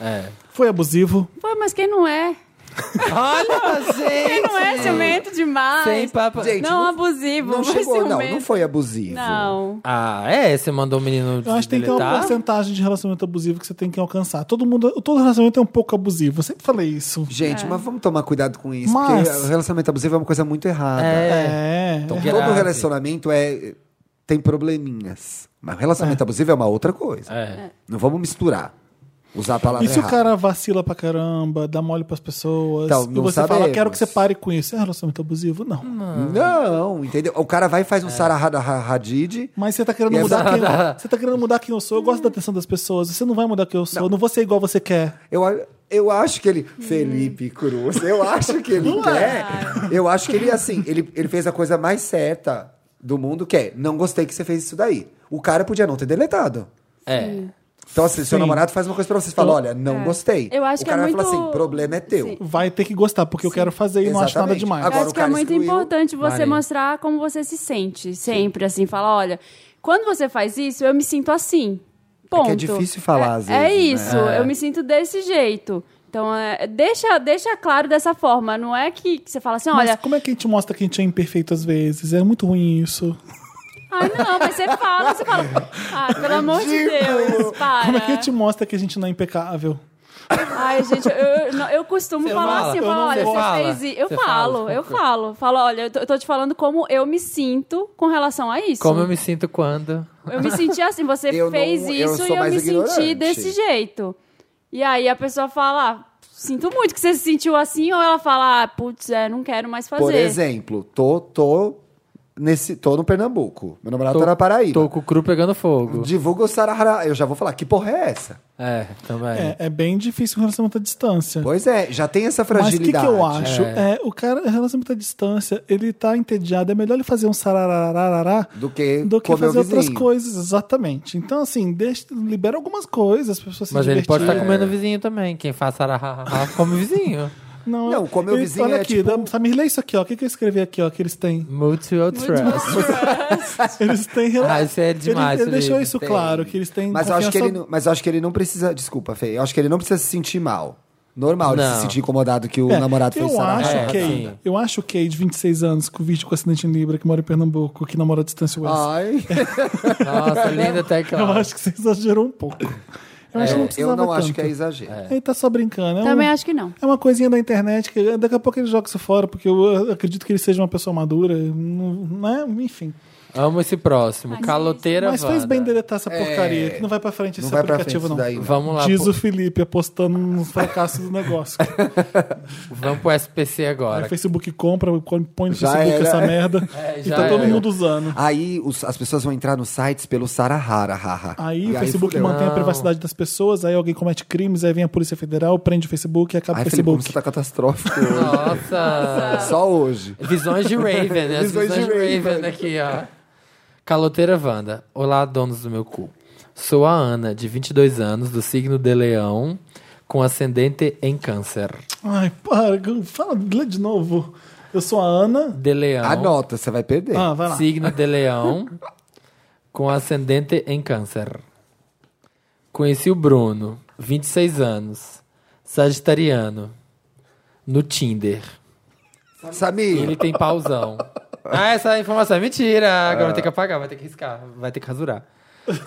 É. Foi abusivo? Pô, mas quem não é? Olha, gente! Não é ciumento demais. Sem papo. Gente, não, não- abusivo. Não mas chegou, não. ciumento. Não foi abusivo. Não. Ah, é? Você mandou o menino Eu acho que tem que ter uma deletar? porcentagem de relacionamento abusivo que você tem que alcançar. Todo mundo, todo relacionamento é um pouco abusivo. Eu sempre falei isso. Gente, mas vamos tomar cuidado com isso. Mas- Porque o relacionamento abusivo é uma coisa muito errada. É. É. Então, Grave. todo relacionamento é tem probleminhas. Mas relacionamento abusivo é uma outra coisa. É. Não vamos misturar. Usar a palavra E se o errada. cara vacila pra caramba, dá mole pras pessoas, Então, e não você fala, "Ah, sabemos. quero que você pare com isso. É relacionamento abusivo? Não. Não, entendeu? O cara vai e faz um Sarah Had- Ha- Hadid. É. Mas você tá querendo E mudar essa- quem eu, Você tá querendo mudar quem eu sou. Eu gosto da atenção das pessoas. Você não vai mudar quem eu sou. Eu não vou ser igual você quer. Eu, a- eu acho que ele... Felipe Cruz. Eu acho que ele quer... Eu acho que ele, assim, ele, ele fez a coisa mais certa do mundo, que é não gostei que você fez isso daí. O cara podia não ter deletado. É. Então, assim, seu Sim. namorado faz uma coisa pra você e fala, olha, não gostei. Eu acho o que é cara vai falar muito- assim, problema é teu. Sim. Vai ter que gostar, porque eu quero fazer e não acho nada Exatamente. demais. Agora, eu acho o que é cara muito excluiu- importante você Maria. mostrar como você se sente sempre, assim, falar, olha, quando você faz isso, eu me sinto assim. Ponto. que é difícil falar, é, às É vezes, isso, eu me sinto desse jeito. Então, é, deixa, deixa claro dessa forma. Não é que, que você fala assim, Mas olha, como é que a gente mostra que a gente é imperfeito às vezes? É muito ruim isso. ai não, mas você fala, você fala, ah, pelo amor de Deus, para. Como é que a gente mostra que a gente não é impecável? Ai, gente, eu, eu, não- eu costumo Você falar fala? assim, eu Eu falo, não olha, vou. você Fala. fez isso. Eu Você falo, fala, eu desculpa. falo. Falo, olha, eu tô, eu tô te falando como eu me sinto com relação a isso. Como eu me sinto quando... Eu me senti assim, você Eu não- fez eu isso sou e eu mais me senti ignorante. desse jeito. E aí a pessoa fala, ah, sinto muito que você se sentiu assim, ou ela fala, ah, putz, é, não quero mais fazer. Por exemplo, tô, tô, nesse, tô no Pernambuco. Meu namorado Tô- tá na Paraíba. Tô com o cru pegando fogo. Divulga o Sarah Eu já vou falar, que porra é essa? É, também. É, é bem difícil o relacionamento à distância. Pois é, já tem essa Mas o que, que fragilidade. né? eu acho? É. o cara, em relação à distância, ele tá entediado. É melhor ele fazer um sararararará Do que do que comer o fazer outras vizinho. coisas, exatamente. Então, assim, deixa, libera algumas coisas para pessoas se Mas ele pode estar divertirem. comendo o vizinho também. Quem faz sarará, come o vizinho. É. Não, Não, comer o ele- vizinho Olha é aqui, tipo- dá- Samir, lê isso aqui, ó. O que, que eu escrevi aqui, ó, que eles têm? Mutual trust. Eles têm relação. Ah, isso é demais, Felipe. Ele, ele deixou isso Tem. claro, que eles têm Mas eu, acho que ele, confiança- não- mas eu acho que ele não precisa... Desculpa, Fê. Eu acho que ele não precisa se sentir mal. Normal ele Não. se sentir incomodado que o É, namorado fez eu sarará. acho É, que sim. Eu acho que de 26 anos, com vídeo com acidente em Libra, que mora em Pernambuco, que namora à distância West. Ai, Nossa, linda tecla. Eu acho que você exagerou um pouco. Eu acho que não precisava tá. eu não acho tanto. que é exagero. Ele tá só brincando. É Também um- acho que não. É uma coisinha da internet que daqui a pouco ele joga isso fora, porque eu acredito que ele seja uma pessoa madura, não, né? enfim. Amo esse próximo. Caloteira Mas fez Wanda. bem deletar essa porcaria, É. que não vai pra frente esse Não vai pra frente aplicativo, isso não. daí. não. Vamos lá. Diz pô. o Felipe apostando no fracasso do negócio. Vamos pro SPC Aí o agora. Facebook compra, põe no Já Facebook era. essa merda É, e já tá todo era. mundo usando. Aí os- as pessoas vão entrar nos sites pelo Sarahara. haha. Aí E o Facebook fudeu. mantém a Não. privacidade das pessoas, aí alguém comete crimes, aí vem a Polícia Federal, prende o Facebook e acaba Ai, o Felipe, como Facebook. você tá catastrófico hoje. Nossa. Só hoje. Visões de Raven, né? As Visões Visões, de de Raven, Raven. aqui, ó. Caloteira Wanda. Olá, donos do meu cu. Sou a Ana, de 22 anos, do signo de Leão, com ascendente em Câncer. tá- Ai, para, fala, lê de novo. Eu sou a Ana. De Leão. Anota, você vai perder. Ah, vai lá. Signo de Leão, com ascendente em Câncer. Conheci o Bruno, 26 anos, sagitariano, no Tinder. Samir, Ele tem pausão. Ah, essa informação é mentira. Agora vai ter que apagar, vai ter que riscar, vai ter que rasurar.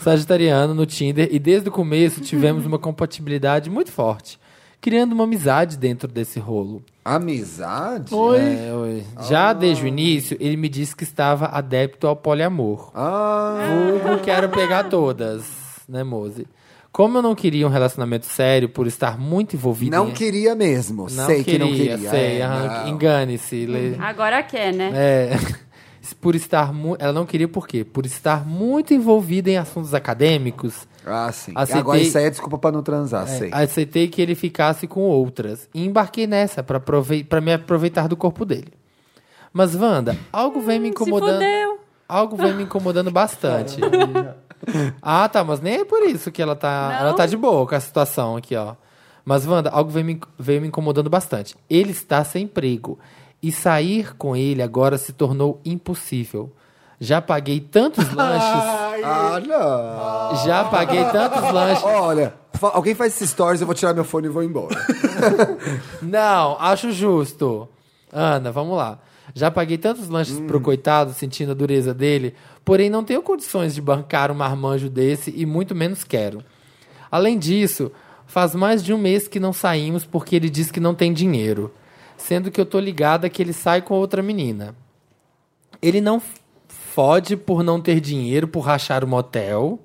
Sagitariano no Tinder e desde o começo tivemos uma compatibilidade muito forte, criando uma amizade dentro desse rolo. amizade? É, oi. Já desde o início, ele me disse que estava adepto ao poliamor. Ah, Vulgo quero pegar todas, né, Mose? Como eu não queria um relacionamento sério por estar muito envolvido não em... queria mesmo. Não sei que não queria, queria. Sei, É, aham, não. engane-se. le- Agora quer, né? é, por estar mu- ela não queria por quê? Por estar muito envolvida em assuntos acadêmicos, Ah, sim. Aceitei- Agora isso aí é desculpa pra não transar, é, sei. aceitei que ele ficasse com outras e embarquei nessa pra aprove- pra me aproveitar do corpo dele. Mas Wanda, algo vem me incomodando. Hum, Se fudeu. Algo vem me incomodando bastante. ah, tá, mas nem é por isso que ela tá. Não? Ela tá de boa com a situação aqui, ó. Mas, Wanda, algo vem me, veio me incomodando bastante. Ele está sem emprego. E sair com ele agora se tornou impossível. Já paguei tantos lanches. Ah, não. já paguei tantos lanches. Olha, Fa- Alguém faz esses stories, eu vou tirar meu fone e vou embora. Não, acho justo. Ana, vamos lá. Já paguei tantos lanches pro coitado, sentindo a dureza dele, porém não tenho condições de bancar um marmanjo desse e muito menos quero. Além disso, faz mais de um mês que não saímos porque ele diz que não tem dinheiro, sendo que eu tô ligada que ele sai com outra menina. Ele não f- fode por não ter dinheiro, por rachar o motel,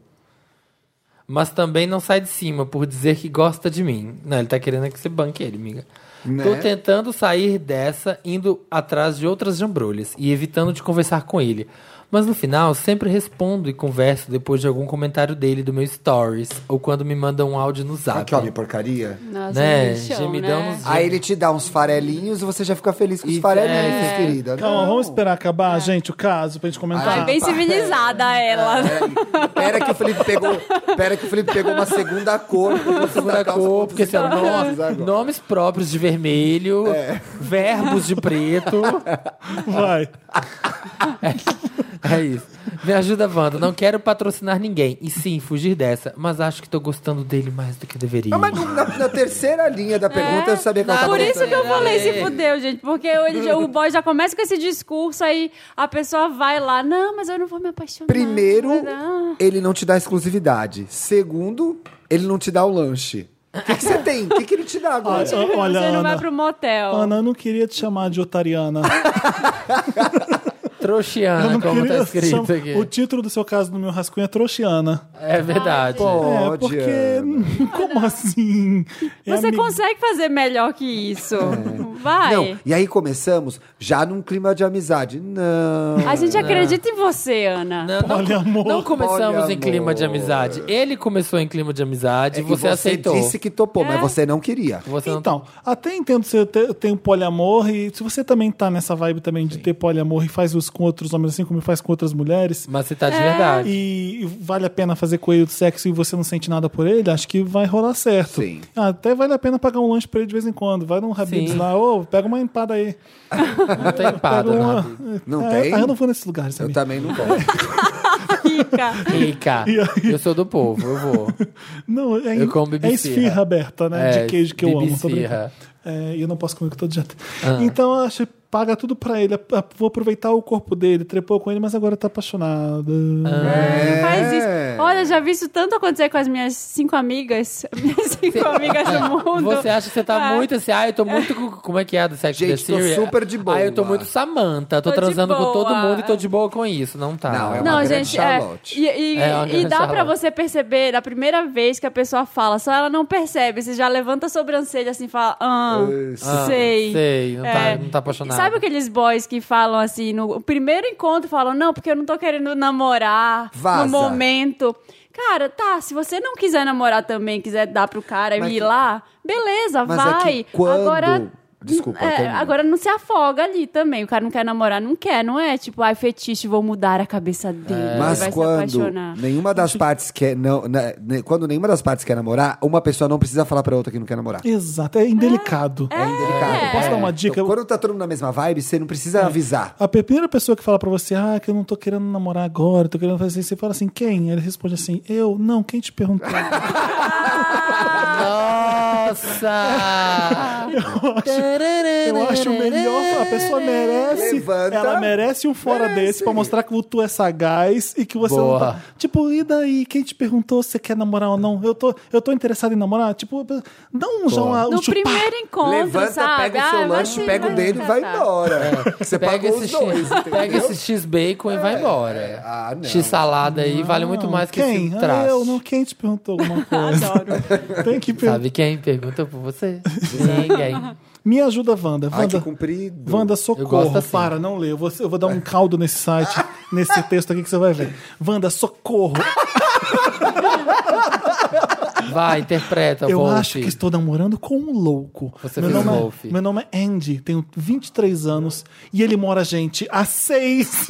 mas também não sai de cima por dizer que gosta de mim. Não, ele tá querendo é que você banque ele, amiga. Né? Tô tentando sair dessa, indo atrás de outras jambrolhas e evitando de conversar com ele. Mas no final, sempre respondo e converso depois de algum comentário dele do meu stories ou quando me manda um áudio no zap. Ah, que homem porcaria. Nossa, Né, um lixão, gemidão né? nos- Aí ele te dá uns farelinhos e você já fica feliz com os E- farelinhos, é. querida. Calma, Não. vamos esperar acabar, gente, o caso, pra gente comentar. Tá bem civilizada É, ela. Pera que o Felipe pegou. Pera que o Felipe pegou uma segunda cor. Uma Segunda cor, porque é um sei lá, nome- nomes próprios de vermelho, verbos de preto. Vai. É isso. Me ajuda, Wanda. Não quero patrocinar ninguém. E sim, fugir dessa. Mas acho que tô gostando dele mais do que deveria. Ah, mas na, na terceira linha da pergunta eu sabia que ela tava É, Por isso que eu Não, falei, se é. fudeu, gente. Porque ele já- o boy já começa com esse discurso, aí a pessoa vai lá, não, mas eu não vou me apaixonar. Primeiro, Não. ele não te dá exclusividade. Segundo, ele não te dá o lanche. O que que você tem? O que, que ele te dá agora? Olha, olha, Você não vai Ana. pro motel. Ana, eu não queria te chamar de otariana. eu Trouxiana, não como tá queria te escrito chamar- aqui. O Ah, título do seu caso no meu rascunho é Trouxiana. É verdade. é, porque. Como assim? É Você amigo- consegue fazer melhor que isso. Vai. É. Não, e aí começamos já num clima de amizade. Não. A gente acredita em você, Ana. Não, não, Poliamor. não começamos em Poliamor. clima de amizade. Ele começou em clima de amizade, É que você, aceitou. disse que topou, mas É. você não queria. Você não- Então, até entendo se eu tenho poliamor e se você também tá nessa vibe também de ter poliamor e faz isso com outros homens assim como faz com outras mulheres Mas você tá de verdade. e e vale a pena fazer com ele o sexo e você não sente nada por ele, acho que vai rolar certo. Ah, Sim. Até vale a pena pagar um lanche pra ele de vez em quando. Vai num Habib's Sim. lá, ô, pega uma empada aí. Não tem Pega empada, uma- É, não. Não Ah, tem? eu- ah, eu não vou nesses lugares. Eu tá- amigo. também não vou. Fica. Rica, E aí? eu sou do povo, eu vou. Não, é, Eu como é bibi esfirra. esfirra aberta, né? É, de queijo que eu bibi amo. tô brincando. esfirra. É, e eu não posso comer que todo dia. Ah. Então, eu acho, paga tudo pra ele. a- Vou aproveitar o corpo dele. Trepou com ele, mas agora tá apaixonado. Ah. É. Não Faz isso. Olha, já vi isso tanto acontecer com as minhas cinco amigas. Minhas cinco amigas do mundo. Você acha que você tá Ah. muito assim, ah, eu tô muito. com- Como é que é do Sex and the Gente, tô City? super de boa. Ah, eu tô muito Samanta, tô, Tô de transando com todo boa. mundo e tô de boa com isso. Não tá. Não, é uma- Não, grande gente, é, Charlotte. e, e- É uma e grande dá pra Charlotte. você perceber da primeira vez que a pessoa fala, só ela não percebe, você já levanta a sobrancelha assim e fala, ah, Ah, sei. Sei, não, É. tá, não tá apaixonado. Sabe aqueles boys que falam assim, no primeiro encontro falam, não, porque eu não tô querendo namorar Vaza. no momento. Cara, tá, se você não quiser namorar também, quiser dar pro cara Mas e ir que- lá, beleza, Mas vai. é que quando... Agora. Desculpa, É, termina. agora não se afoga ali também. O cara não quer namorar, não quer, não é tipo, ai, fetiche, vou mudar a cabeça dele. É. Mas vai se quando apaixonar. nenhuma das partes quer não, na- ne- quando nenhuma das partes quer namorar, uma pessoa não precisa falar pra outra que não quer namorar. Exato, é indelicado. É indelicado. Eu posso dar uma dica? É. Então, quando tá todo mundo na mesma vibe, você não precisa avisar. A primeira pessoa que fala pra você, ah, que eu não tô querendo namorar agora, tô querendo fazer isso, você fala assim, quem? Ele responde assim, eu? Não, quem te perguntou? Nossa! Eu acho melhor, a pessoa merece. Levanta. Ela merece um fora desse pra mostrar que tu é sagaz e que você não Boa. tá. Tipo, e daí? Quem te perguntou se quer namorar ou não? Eu tô, eu tô interessado em namorar? Tipo, dá um já uma, um No chupá. primeiro encontro, Levanta, sabe? pega o Ah, seu Tá, vai lanche, se- pega o vai dedo e vai catar. embora. É. Você Pega pagou esse, os X, dois, pega entendeu? esse X-Bacon e vai embora. Ah, não. X-salada aí vale muito mais que quem? esse Ah, traço. eu não, quem te perguntou alguma coisa? Tem que perguntar. Sabe quem pergunta por você? Ninguém. Me ajuda, Wanda. Ai, que Wanda, comprido. Wanda, socorro. gosto assim. Para, não lê. Eu vou, eu vou dar um caldo nesse site, nesse texto aqui que você vai ver. Wanda, socorro. Vai, interpreta, Eu Wolf. acho que estou namorando com um louco. Tá Você meu, fez nome Wolf. É, meu nome é Andy, tenho 23 anos e ele mora, gente, há seis,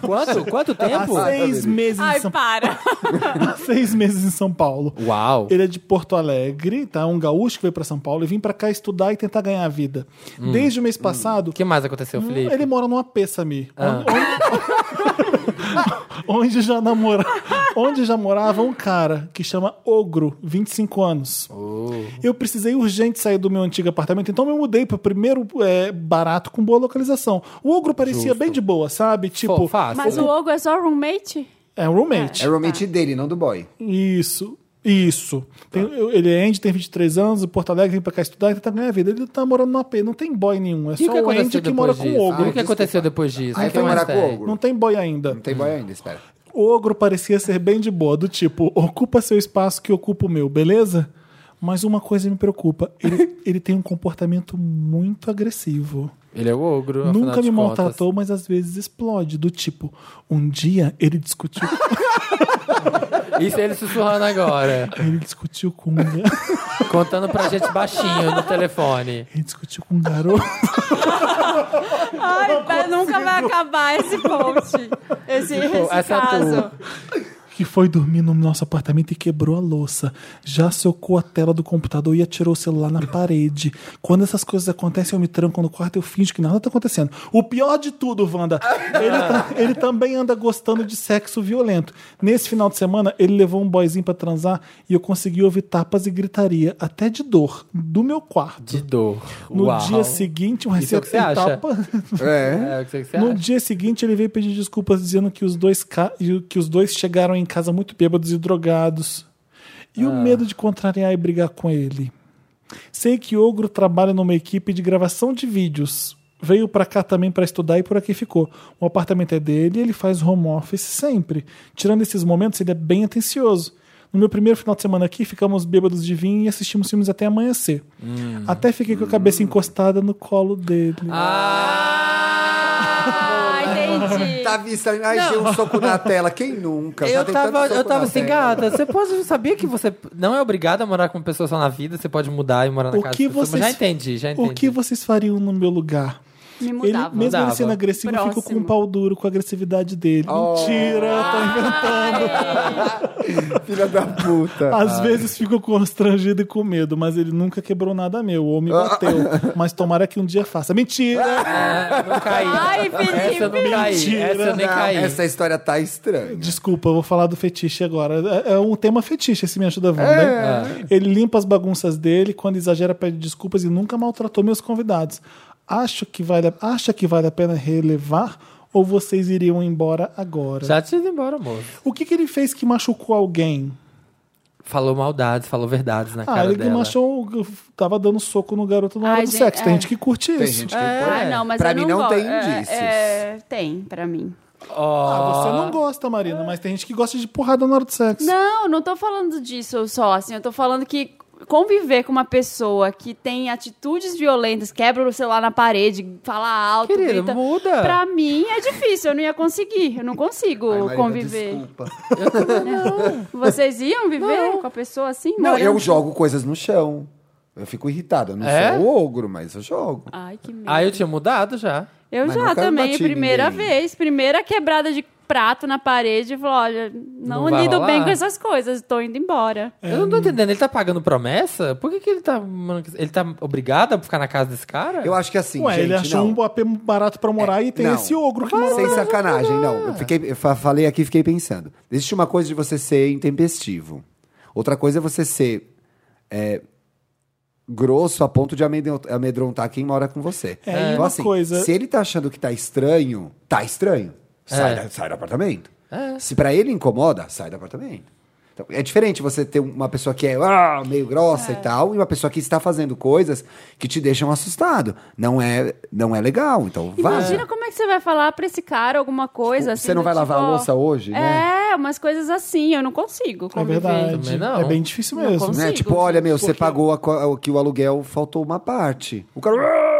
Quanto? Quanto há tempo? seis, meses em Ai, São, para. há seis meses em São Paulo. Uau. Ele é de Porto Alegre, tá? Um gaúcho que veio pra São Paulo e vim pra cá estudar e tentar ganhar a vida. Hum. Desde o mês passado, O que mais aconteceu, Felipe? Hum, Ele mora num AP, Samir. Ah. Onde, onde- onde já namora, onde já morava um cara que chama Ogro, 25 anos. Oh. Eu precisei urgente sair do meu antigo apartamento, então me mudei pro primeiro é, barato com boa localização. O Ogro parecia bem de boa, sabe? Tipo, Pô, Tá fácil. Mas né? o Ogo é só roommate? é um roommate. É o Tá. romance dele, não do boy. É. Isso. Isso. Tem- Tá. eu- ele é Andy, tem 23 anos, em Porto Alegre, vem pra cá estudar e tentar ganhar a vida. Ele tá morando no AP, não tem boy nenhum. É E só o Andy que mora com disso? o E ogro. o que aconteceu depois disso? Aí O que foi mais morar com tem? o ogro. Não tem boy ainda. Não tem boy ainda, espera. O ogro parecia ser bem de boa, do tipo, ocupa seu espaço que ocupa o meu, beleza? Mas uma coisa me preocupa, ele, ele tem um comportamento muito agressivo. Ele é o ogro. afinal Nunca de me contas. maltratou, mas às vezes explode, do tipo, um dia ele discutiu, Isso é ele sussurrando agora. ele discutiu com um, ga- contando pra gente baixinho no telefone. ele discutiu com um garoto. Ai, vai- nunca vai acabar esse post. Esse, esse essa caso. que foi dormir no nosso apartamento e quebrou a louça. Já socou a tela do computador e atirou o celular na parede. Quando essas coisas acontecem, eu me tranco no quarto e eu finjo que nada tá acontecendo. O pior de tudo, Wanda, ele, ta- ele também anda gostando de sexo violento. Nesse final de semana, ele levou um boyzinho pra transar e eu consegui ouvir tapas e gritaria, até de dor, do meu quarto. De dor. No Uau. dia seguinte, um Isso é o receita que você acha? É. É, o que você no acha? dia seguinte, ele veio pedir desculpas dizendo que os dois, ca- e o- que os dois chegaram em casa muito bêbados e drogados. E Ah. o medo de contrariar e brigar com ele. Sei que Ogro trabalha numa equipe de gravação de vídeos. Veio pra cá também pra estudar e por aqui ficou. O apartamento é dele e ele faz home office sempre. Tirando esses momentos, ele é bem atencioso. No meu primeiro final de semana aqui, ficamos bêbados de vinho e assistimos filmes até amanhecer. Hum. Até fiquei com a cabeça encostada no colo dele. Ah! Ah, entendi. Tá vista, ai, deu um soco na tela. Quem nunca? Já um Eu tá tem tanto tava, soco eu tava na assim, tela. gata, você pode saber que você não é obrigado a morar com uma pessoa só na vida, você pode mudar e morar na O casa da que pessoa, mas vocês- Já entendi, já entendi. O que vocês fariam no meu lugar? Me Ele, mudava. mesmo ele Mudava. Oh. sendo agressivo, eu fico com Próximo. o pau duro com a agressividade dele. Mentira, tô Ah. inventando. Filha da puta. Ah. Às vezes fico constrangido e com medo, mas ele nunca quebrou nada meu ou me bateu. Ah. mas tomara que um dia faça. Mentira! É, não caí. Ai, Essa eu Felipe. não caí. Mentira, Essa eu nem Não, caí. Essa história tá estranha. Desculpa, eu vou falar do fetiche agora. É é um tema fetiche, esse me ajuda, Wanda. É. hein? Ele limpa as bagunças dele, quando exagera pede desculpas e nunca maltratou meus convidados. Acho que vale, a- acha que vale a pena relevar ou vocês iriam embora agora? Já tinha ido embora, amor. O que, que ele fez que machucou alguém? Falou maldades, falou verdades na Ah, cara ele dela. machou, tava dando soco no garoto na hora Ai, do gente, sexo. Tem é. gente que curte Tem isso. gente que. Ah, não, mas é. Pra eu mim não não gosto. tem É, indícios. é, tem, pra mim. Ó. Ah, você não gosta, Marina, mas tem gente que gosta de porrada na hora do sexo. Não, não tô falando disso só, assim, eu tô falando que conviver com uma pessoa que tem atitudes violentas, quebra o celular na parede, fala alto, Querido, grita, muda. Pra mim é difícil, eu não ia conseguir, eu não consigo Ai, Marina, conviver. Né? Desculpa. Vocês iam viver com a pessoa assim? Não, morando? eu jogo coisas no chão. Eu fico irritado. Eu não É? sou o ogro, mas eu jogo. Ai, que medo. Ah, eu tinha mudado já. eu mas já nunca também, bati primeira ninguém. vez, primeira quebrada de prato na parede, eu falo, olha, não, Não vai lido bem rolar. com essas coisas, tô indo embora. Eu É. não tô entendendo, ele tá pagando promessa? Por que, que ele tá. mano, Ele tá obrigado a ficar na casa desse cara? Eu acho que assim, É. Ué, gente, ele achou não. É, um AP barato pra morar e tem não. esse ogro que mora Sem lá. sacanagem, não. Eu, fiquei, eu fa- falei aqui e fiquei pensando. Existe uma coisa de você ser intempestivo. Outra coisa é você ser é, grosso a ponto de amedron- amedrontar quem mora com você. Então, É, e uma coisa- Se ele tá achando que tá estranho, tá estranho. Sai, É. da- sai do apartamento. É. Se pra ele incomoda, sai do apartamento. Então, é diferente você ter uma pessoa que é ah, meio grossa É. e tal, e uma pessoa que está fazendo coisas que te deixam assustado. Não é, não é legal, então vaza. Imagina como é que você vai falar pra esse cara alguma coisa assim. Tipo, Você não do vai lavar tipo, a louça hoje, né? É, umas coisas assim, eu não consigo É conviver. verdade. Também não. É bem difícil Não mesmo. consigo. Né? Tipo, olha, meu, você pagou a co- que o aluguel faltou uma parte. O cara. "Ah,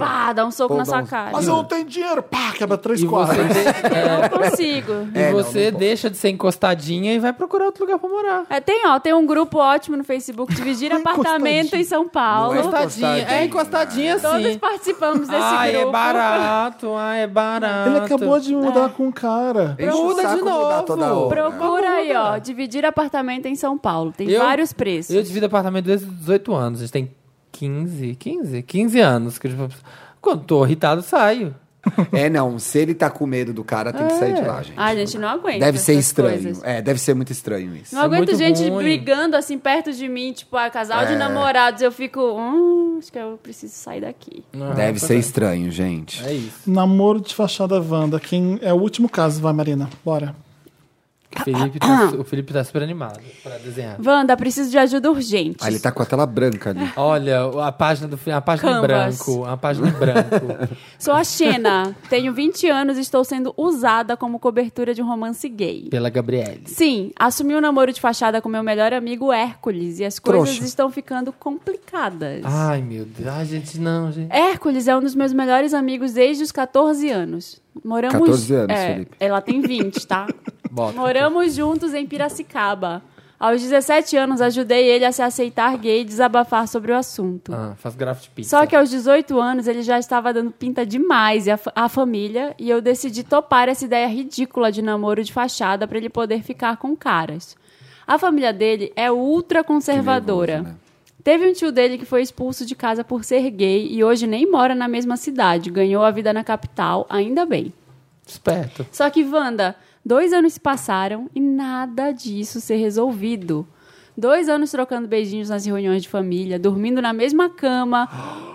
Pá, dá um soco Pô, na dá sua um- cara. Mas eu não tenho dinheiro. Pá, quebra três, E você, quatro. de- é, Eu não consigo. e você deixa de ser encostadinha e vai procurar outro lugar pra morar. É, tem, ó, tem um grupo ótimo no Facebook, Dividir Apartamento em São Não Paulo. é- Encostadinha. É encostadinha Todos assim. participamos desse Ah, grupo. é barato, ah, é barato. Ele acabou de É. mudar com o cara. Enche o Muda saco de mudar novo. toda hora. Procura aí, ó, Dividir Apartamento em São Paulo. Tem Eu- vários preços. Eu divido apartamento desde os 18 anos. A gente tem 15, 15, 15 anos. Que, eu- quando tô irritado, saio. É, não. Se ele tá com medo do cara, tem que sair de lá, gente. Ah, gente, não aguenta. Deve ser essas estranho. coisas. É, deve ser muito É. estranho isso. Não é aguento muito gente ruim. brigando assim perto de mim, tipo, ah, casal de namorados. Eu fico, hum, acho que eu preciso sair daqui. Aham, Deve pois ser é. estranho, gente. É isso. Namoro de fachada Wanda. Quem é o último caso, vai, Marina. Bora. O Felipe tá, su- o Felipe tá super animado pra desenhar. Wanda, preciso de ajuda urgente. Ah, ele tá com a tela branca ali. Olha, a página do fi- a página em Canvas. branco, a página em branco. Sou a Xena, tenho 20 anos e estou sendo usada como cobertura de um romance gay. Pela Gabriele. Sim, assumi um namoro de fachada com meu melhor amigo Hércules e as coisas Trouxa. Ah. estão ficando complicadas. Ai, meu Deus. Ai, gente, não, gente. Hércules é um dos meus melhores amigos desde os 14 anos. Moramos 14 anos, é, Felipe. Ela tem 20, tá? Bota. Moramos juntos em Piracicaba. Aos 17 anos ajudei ele a se aceitar gay e desabafar sobre o assunto. Ah, faz grafite pizza. Só que aos 18 anos ele já estava dando pinta demais e a, fa- à família e eu decidi topar essa ideia ridícula de namoro de fachada para ele poder ficar com caras. A família dele é ultra conservadora. Que nervoso, né? Teve um tio dele que foi expulso de casa por ser gay e hoje nem mora na mesma cidade, ganhou a vida na capital, ainda bem. Esperto. Só que, Wanda, dois anos se passaram e nada disso ser resolvido. Dois anos trocando beijinhos nas reuniões de família, dormindo na mesma cama.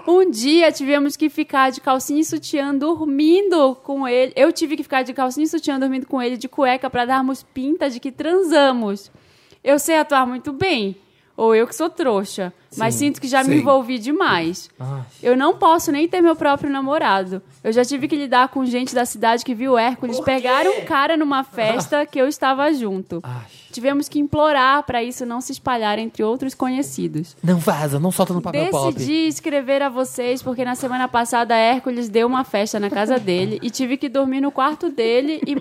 Um dia tivemos que ficar de calcinha e sutiã dormindo com ele. Eu tive que ficar de calcinha e sutiã dormindo com ele de cueca para darmos pinta de que transamos. Eu sei atuar muito bem, ou eu que sou trouxa, mas sinto que já me sim. Ah. envolvi demais. Eu não posso nem ter meu próprio namorado. Eu já tive que lidar com gente da cidade que viu Hércules pegar um cara numa festa que eu estava junto. Tivemos que implorar para isso não se espalhar entre outros conhecidos. Não vaza, não solta no papel pop. Decidi escrever a vocês porque na semana passada Hércules deu uma festa na casa dele e tive que dormir no quarto dele e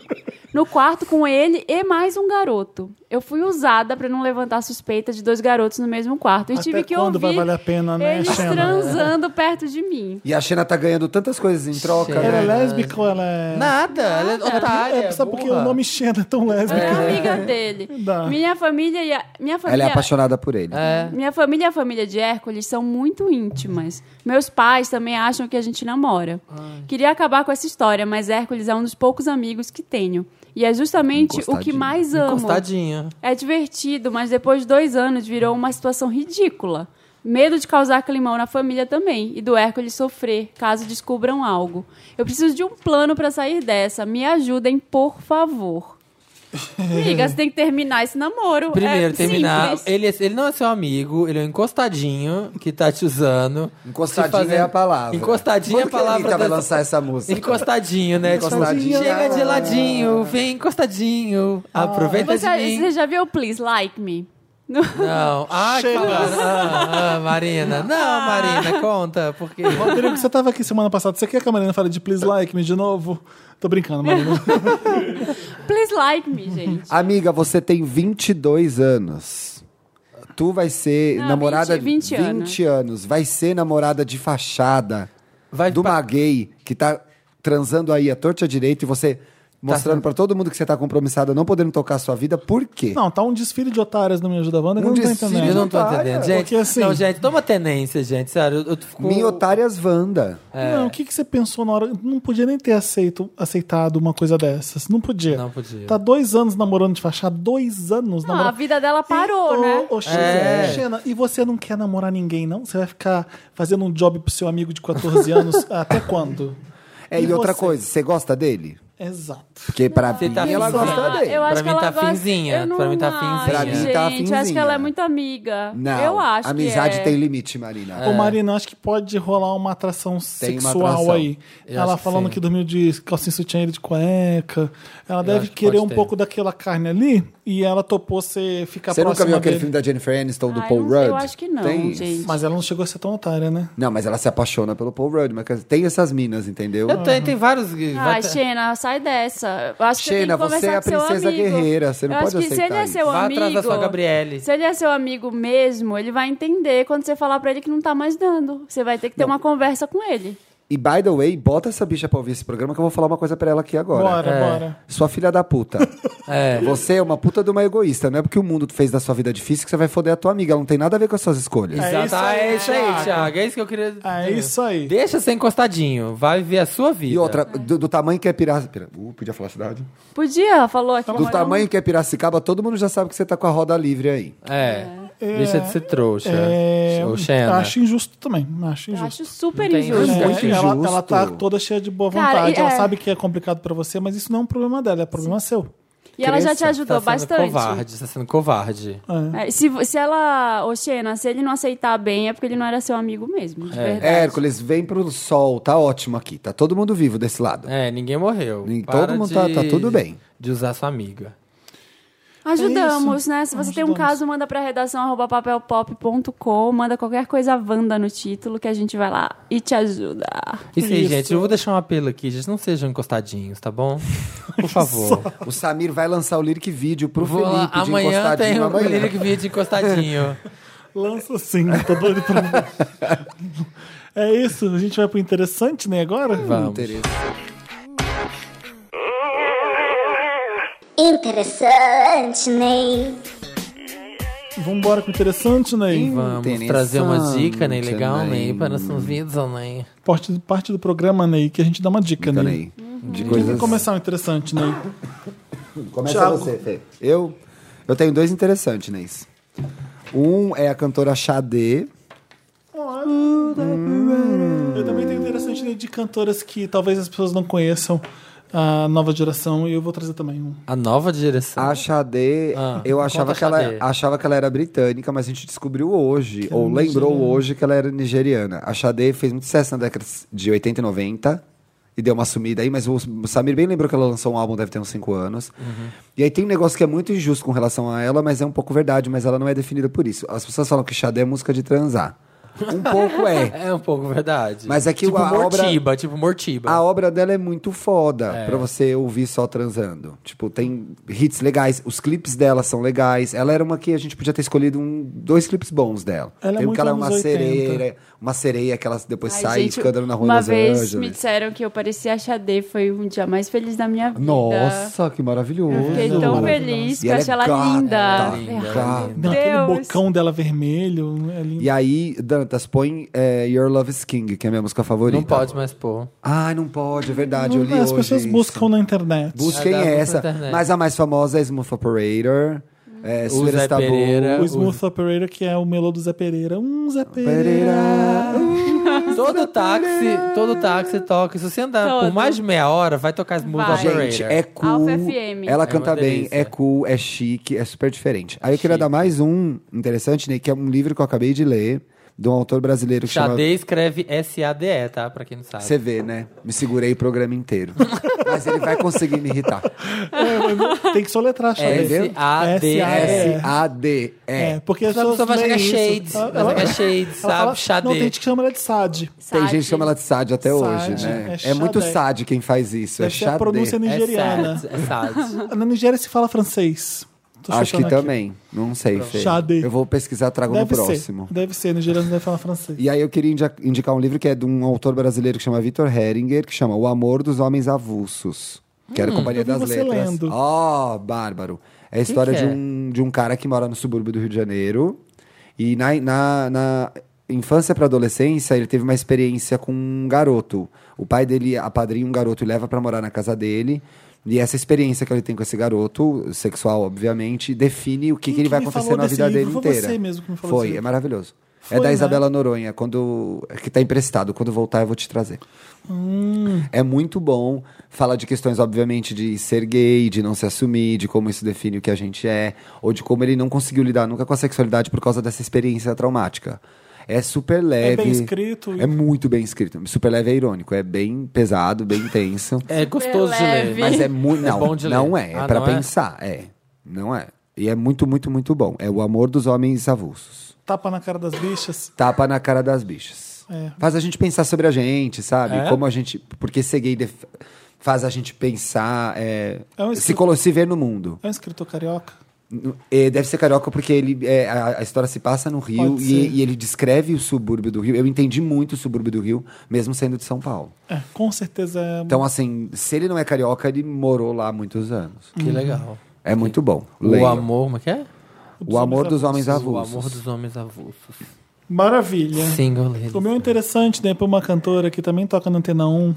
no quarto com ele e mais um garoto. Eu fui usada para não levantar suspeita de dois garotos no mesmo quarto e Até tive que quando ouvir vai valer a pena, né, eles Xena? transando perto de mim. E a Xena tá ganhando tantas coisas em troca, Sim. Ela é né? lésbica ou ela é. Nada, ela é otária. É, sabe por que burra. o nome Xena é tão lésbica? É amiga dele. Dá. Minha família e a, minha Ela família é apaixonada por ele. É. Minha família e a família de Hércules são muito íntimas. Meus pais também acham que a gente namora. Queria acabar com essa história, mas Hércules é um dos poucos amigos que tenho. E é justamente o que Encostadinho. mais amo. Encostadinha. É divertido, mas depois de dois anos virou uma situação ridícula. Medo de causar climão na família também e do Hércules sofrer caso descubram algo. Eu preciso de um plano pra sair dessa. Me ajudem, por favor. Amiga, você tem que terminar esse namoro. Primeiro, É terminar. simples. Ele, ele não é seu amigo, ele é um encostadinho que tá te usando. Encostadinho te fazendo- é a palavra. Encostadinho é a Quando que a palavra. Anitta vai da- lançar essa música? Encostadinho, né? Tipo, Encostadinho. Chega de ladinho, vem encostadinho, Ah, aproveita Você, de você mim. já viu Please Like Me? Não, ai, que Chega. falaram. ah, ah, Marina. Não, Ah. Marina, conta, porque... Rodrigo, você tava aqui semana passada. Você quer que a Marina fale de Tá. please like me de novo? Tô brincando, Marina. Please Like Me, gente. Amiga, você tem 22 anos. Tu vai ser Não, namorada 20, 20 anos. 20 anos. Vai ser namorada de fachada Vai de uma pa- gay que tá transando aí a torta direita e você Tá mostrando pra todo mundo que você tá compromissada, não podendo tocar a sua vida. Por quê? Não, tá um desfile de otárias no Me Ajuda Wanda que Um eu não tô desfile entendendo. Eu não tô Otária, entendendo, gente. porque assim- Não, gente, toma tenência, gente, sério. Eu, eu fico... Minha otárias Wanda. é. Não, o que, que você pensou na hora? Não podia nem ter aceito, aceitado uma coisa dessas. Não podia. Não podia. Ah, Tá dois anos namorando de fachada, dois anos Não, Ah, a namorando. vida dela parou, e, ô, né? ô, Xena, É. Xena, e você não quer namorar ninguém, não? Você vai ficar fazendo um job pro seu amigo de 14 anos até quando? É, e, outra você? coisa, você gosta dele? Exato. Porque pra mim, tá ela afinzinha. gosta dele. Eu acho Pra que mim ela tá gosta- finzinha, Eu não pra mim tá acho, finzinha. Pra mim tá gente, eu acho que ela é finzinha. muito amiga. Não, eu acho amizade que é. tem limite, Marina. Ô, Marina, acho que pode rolar uma atração sexual É. atração. aí. Eu ela acho que falando sim. que, dormiu de calcinha e sutiã ele de cueca. Ela deve acho que querer pode um ter. pouco daquela carne ali e ela topou você ficar Você nunca Tá próxima viu aquele dele. filme da Jennifer Aniston do Ah, Paul eu não- Rudd? eu acho que não, Tem? gente. Mas ela não chegou a ser tão otária, né? Não, mas ela se apaixona pelo Paul Rudd, mas quer dizer, tem essas minas, entendeu? Eu tenho, tem vários... Ah, vai ter- Xena, sai dessa. Eu acho que Xena, você tem que você é conversar a com seu princesa amigo. guerreira, você não Eu acho pode que se aceitar ele é isso. seu Vai amigo. atrás da sua Gabriele. Se ele é seu amigo mesmo, ele vai entender quando você falar pra ele que não tá mais dando. Você vai ter que ter uma conversa com ele. E, by the way, bota essa bicha pra ouvir esse programa que eu vou falar uma coisa pra ela aqui agora. Bora, É. bora. Sua filha da puta. É. Você é uma puta de uma egoísta. Não é porque o mundo fez da sua vida difícil que você vai foder a tua amiga. Ela não tem nada a ver com as suas escolhas. É isso aí, é isso aí, Thiago. Thiago. É isso que eu queria dizer. É isso aí. Deixa ser encostadinho. Vai ver a sua vida. E outra, do, do tamanho que é Piracicaba. Uh, podia falar a cidade? Podia, ela falou aqui. Do tamanho que é Piracicaba, todo mundo já sabe que você tá com a roda livre aí. É. Deixa de ser trouxa. É, Ou Xena. acho injusto também. Acho Eu injusto. acho super Não tem É, injusto. muito ela, injusto. ela tá toda cheia de boa Cara, vontade. e- ela é. sabe que é complicado pra você, mas isso não é um problema dela, é problema seu. E ela já te ajudou tá sendo bastante. Covarde, tá sendo covarde. É, se, vo- se ela, ô Xena, se ele não aceitar bem, é porque ele não era seu amigo mesmo, É. de verdade. Hércules, vem pro sol, tá ótimo aqui. Tá todo mundo vivo desse lado. É, ninguém morreu. Nin- Para todo mundo de- tá- tá tudo bem. De usar sua amiga. É Ajudamos, né? Se você tem um Ajudamos. caso, manda pra redação arroba papelpop.com, manda qualquer coisa Wanda no título que a gente vai lá e te ajuda. Isso aí, Isso. gente. Eu vou deixar um apelo aqui. Gente, não sejam encostadinhos, tá bom? Por favor. O Samir vai lançar o lyric vídeo pro Vou lá. Felipe de Amanhã tem encostadinho um amanhã. lyric vídeo encostadinho. Lança sim, tô doido pra ver. É isso, a gente vai pro interessante, né, agora? Vamos. Interesse. Interessante, Ney. Vamos embora com o interessante, Ney. Vamos trazer uma dica, né? Interessante, Legal, né? né? Para nossos vídeos, né? Parte, parte do programa, Ney, que a gente dá uma dica, Então, Ney. Ney, De Quem vai coisas... começar o interessante, Ney? Começa Uhum. Thiago. você, Fê. Eu, eu tenho dois interessantes, Neis. Um é a cantora Xadê. Eu também tenho interessante Ney, de cantoras que talvez as pessoas não conheçam a nova geração e eu vou trazer também um. A nova direção. A Xadê, Ah, eu conta achava a que, ela, Xadê. achava que ela era britânica, mas a gente descobriu hoje, ou lembrou hoje, que ela era nigeriana. A Xadê fez muito sucesso na década de 80 e 90. E deu uma sumida aí, mas o Samir bem lembrou que ela lançou um álbum, deve ter uns 5 anos. Uhum. E aí tem um negócio que é muito injusto com relação a ela, mas é um pouco verdade, mas ela não é definida por isso. As pessoas falam que Xadê é música de transar. Um pouco é. É um pouco verdade. Mas é que tipo a obra- Mortiba, tipo Mortiba. A obra dela é muito foda É. pra você ouvir só transando. Tipo, tem hits legais, os clipes dela são legais. Ela era uma que a gente podia ter escolhido um, dois clipes bons dela. Ela é tem um muito que ela é anos uma 80. sereia, uma sereia que ela depois Ai, sai gente, escândalo na rua Uma Los vez Angeles. me disseram que eu parecia a Xadê, foi um dia mais feliz da minha vida. Nossa, que Eu maravilhoso. Fiquei tão Maravilhosa. feliz, E é que eu achei ela é gata, linda. tá linda. gata. Não, aquele Deus. bocão dela vermelho é lindo. E aí, Dantas, põe é, Your Love is King, que é a minha música favorita. Não pode mais pôr. Ai, não pode, é verdade. eu li As hoje pessoas isso. buscam um na internet. Busquem É, dá pra essa. internet. Mas a mais famosa é Smooth Operator. É, Suíra Zé Stabu. Pereira. O Smooth Operator, que é o melô do Zé Pereira. Um Zé Pereira. Pereira. Todo táxi, todo táxi toca. Se você andar por Todo. mais de meia hora, vai tocar Smooth Vai. Operator. Gente, é cool. Alfa FM. Ela É canta uma bem, delícia. é cool, é chique, é super diferente. Aí eu queria dar mais um interessante, Ney, que é um livro que eu acabei de ler, de um autor brasileiro que chama. Xadê escreve S-A-D-E, tá? Pra quem não sabe. Você vê, né? Me segurei o programa inteiro. Mas ele vai conseguir me irritar. É, Tem que É, soletrar, tá Xadê. S-A-D-E. S-A-D-E. S-A-D. É. É, porque as Só a pessoa pessoas vai leem chegar isso. shades, Ela- vai chegar ela- shades, ela sabe? fala- Xadê. Não, tem gente que chama ela de Sade. Tem gente que Sade. chama ela de Sade até hoje, Sade, né? é É, muito Sade. Sade quem faz isso. É Deve ser a Sade. pronúncia É nigeriana. sad, É sad. Na Nigéria se fala francês. Tô Acho que chutando aqui. também. Não sei, Fê. Sade. Eu vou pesquisar, trago no Deve ser. próximo. Deve ser. Nigeriano deve falar francês. E aí eu queria indi- indicar um livro que é de um autor brasileiro que chama Vitor Heringer, que chama O Amor dos Homens Avulsos. Que era a Companhia Hum, eu vi das você Letras. lendo. Ó, bárbaro. É a história que de, é? um, de um cara que mora no subúrbio do Rio de Janeiro. E na, na, na infância pra adolescência, ele teve uma experiência com um garoto. O pai dele apadrinha um garoto e leva pra morar na casa dele. E essa experiência que ele tem com esse garoto, sexual, obviamente, define o que, Quem que ele que vai me acontecer falou na desse vida dele livro? Foi inteira. você mesmo que me falou Foi, é desse livro. maravilhoso. Foi, é da né? Isabela Noronha, quando que tá emprestado. Quando voltar, eu vou te trazer. Hum. É muito bom. Fala de questões, obviamente, de ser gay, de não se assumir, de como isso define o que a gente é, ou de como ele não conseguiu lidar nunca com a sexualidade por causa dessa experiência traumática. É super leve. bem escrito. É muito bem escrito. Super leve é irônico. É bem pesado, bem tenso. É gostoso de ler. leve. Mas é muito. É Não, bom de ler. não é. É Ah, pra não é? pensar. É. Não é. E é muito, muito, muito bom. É o amor dos homens avulsos Tapa na cara das bichas. tapa na cara das bichas. É. Faz a gente pensar sobre a gente, sabe? É? Como a gente. Porque ser gay def- faz a gente pensar. é, É um se, escr- colo- se ver no mundo. É um escritor carioca. É, deve ser carioca porque ele, é, a, a história se passa no Rio Pode ser. e, e ele descreve o subúrbio do Rio. Eu entendi muito o subúrbio do Rio, mesmo sendo de São Paulo. É, com certeza é. Então, assim, se ele não é carioca, ele morou lá há muitos anos. Que legal. É muito bom. O Leiam. amor, como é que é? o amor dos homens O avulsos. amor dos homens avulsos. Maravilha. Single ladies. O meu é interessante, né? Pra uma cantora que também toca na Antena 1.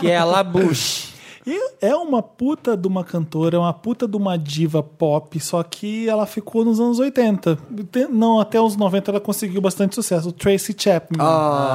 Que é a Labuche. E é uma puta de uma cantora, é uma puta de uma diva pop, só que ela ficou nos anos 80. Te- Não, até os 90 ela conseguiu bastante sucesso. Tracy Chapman.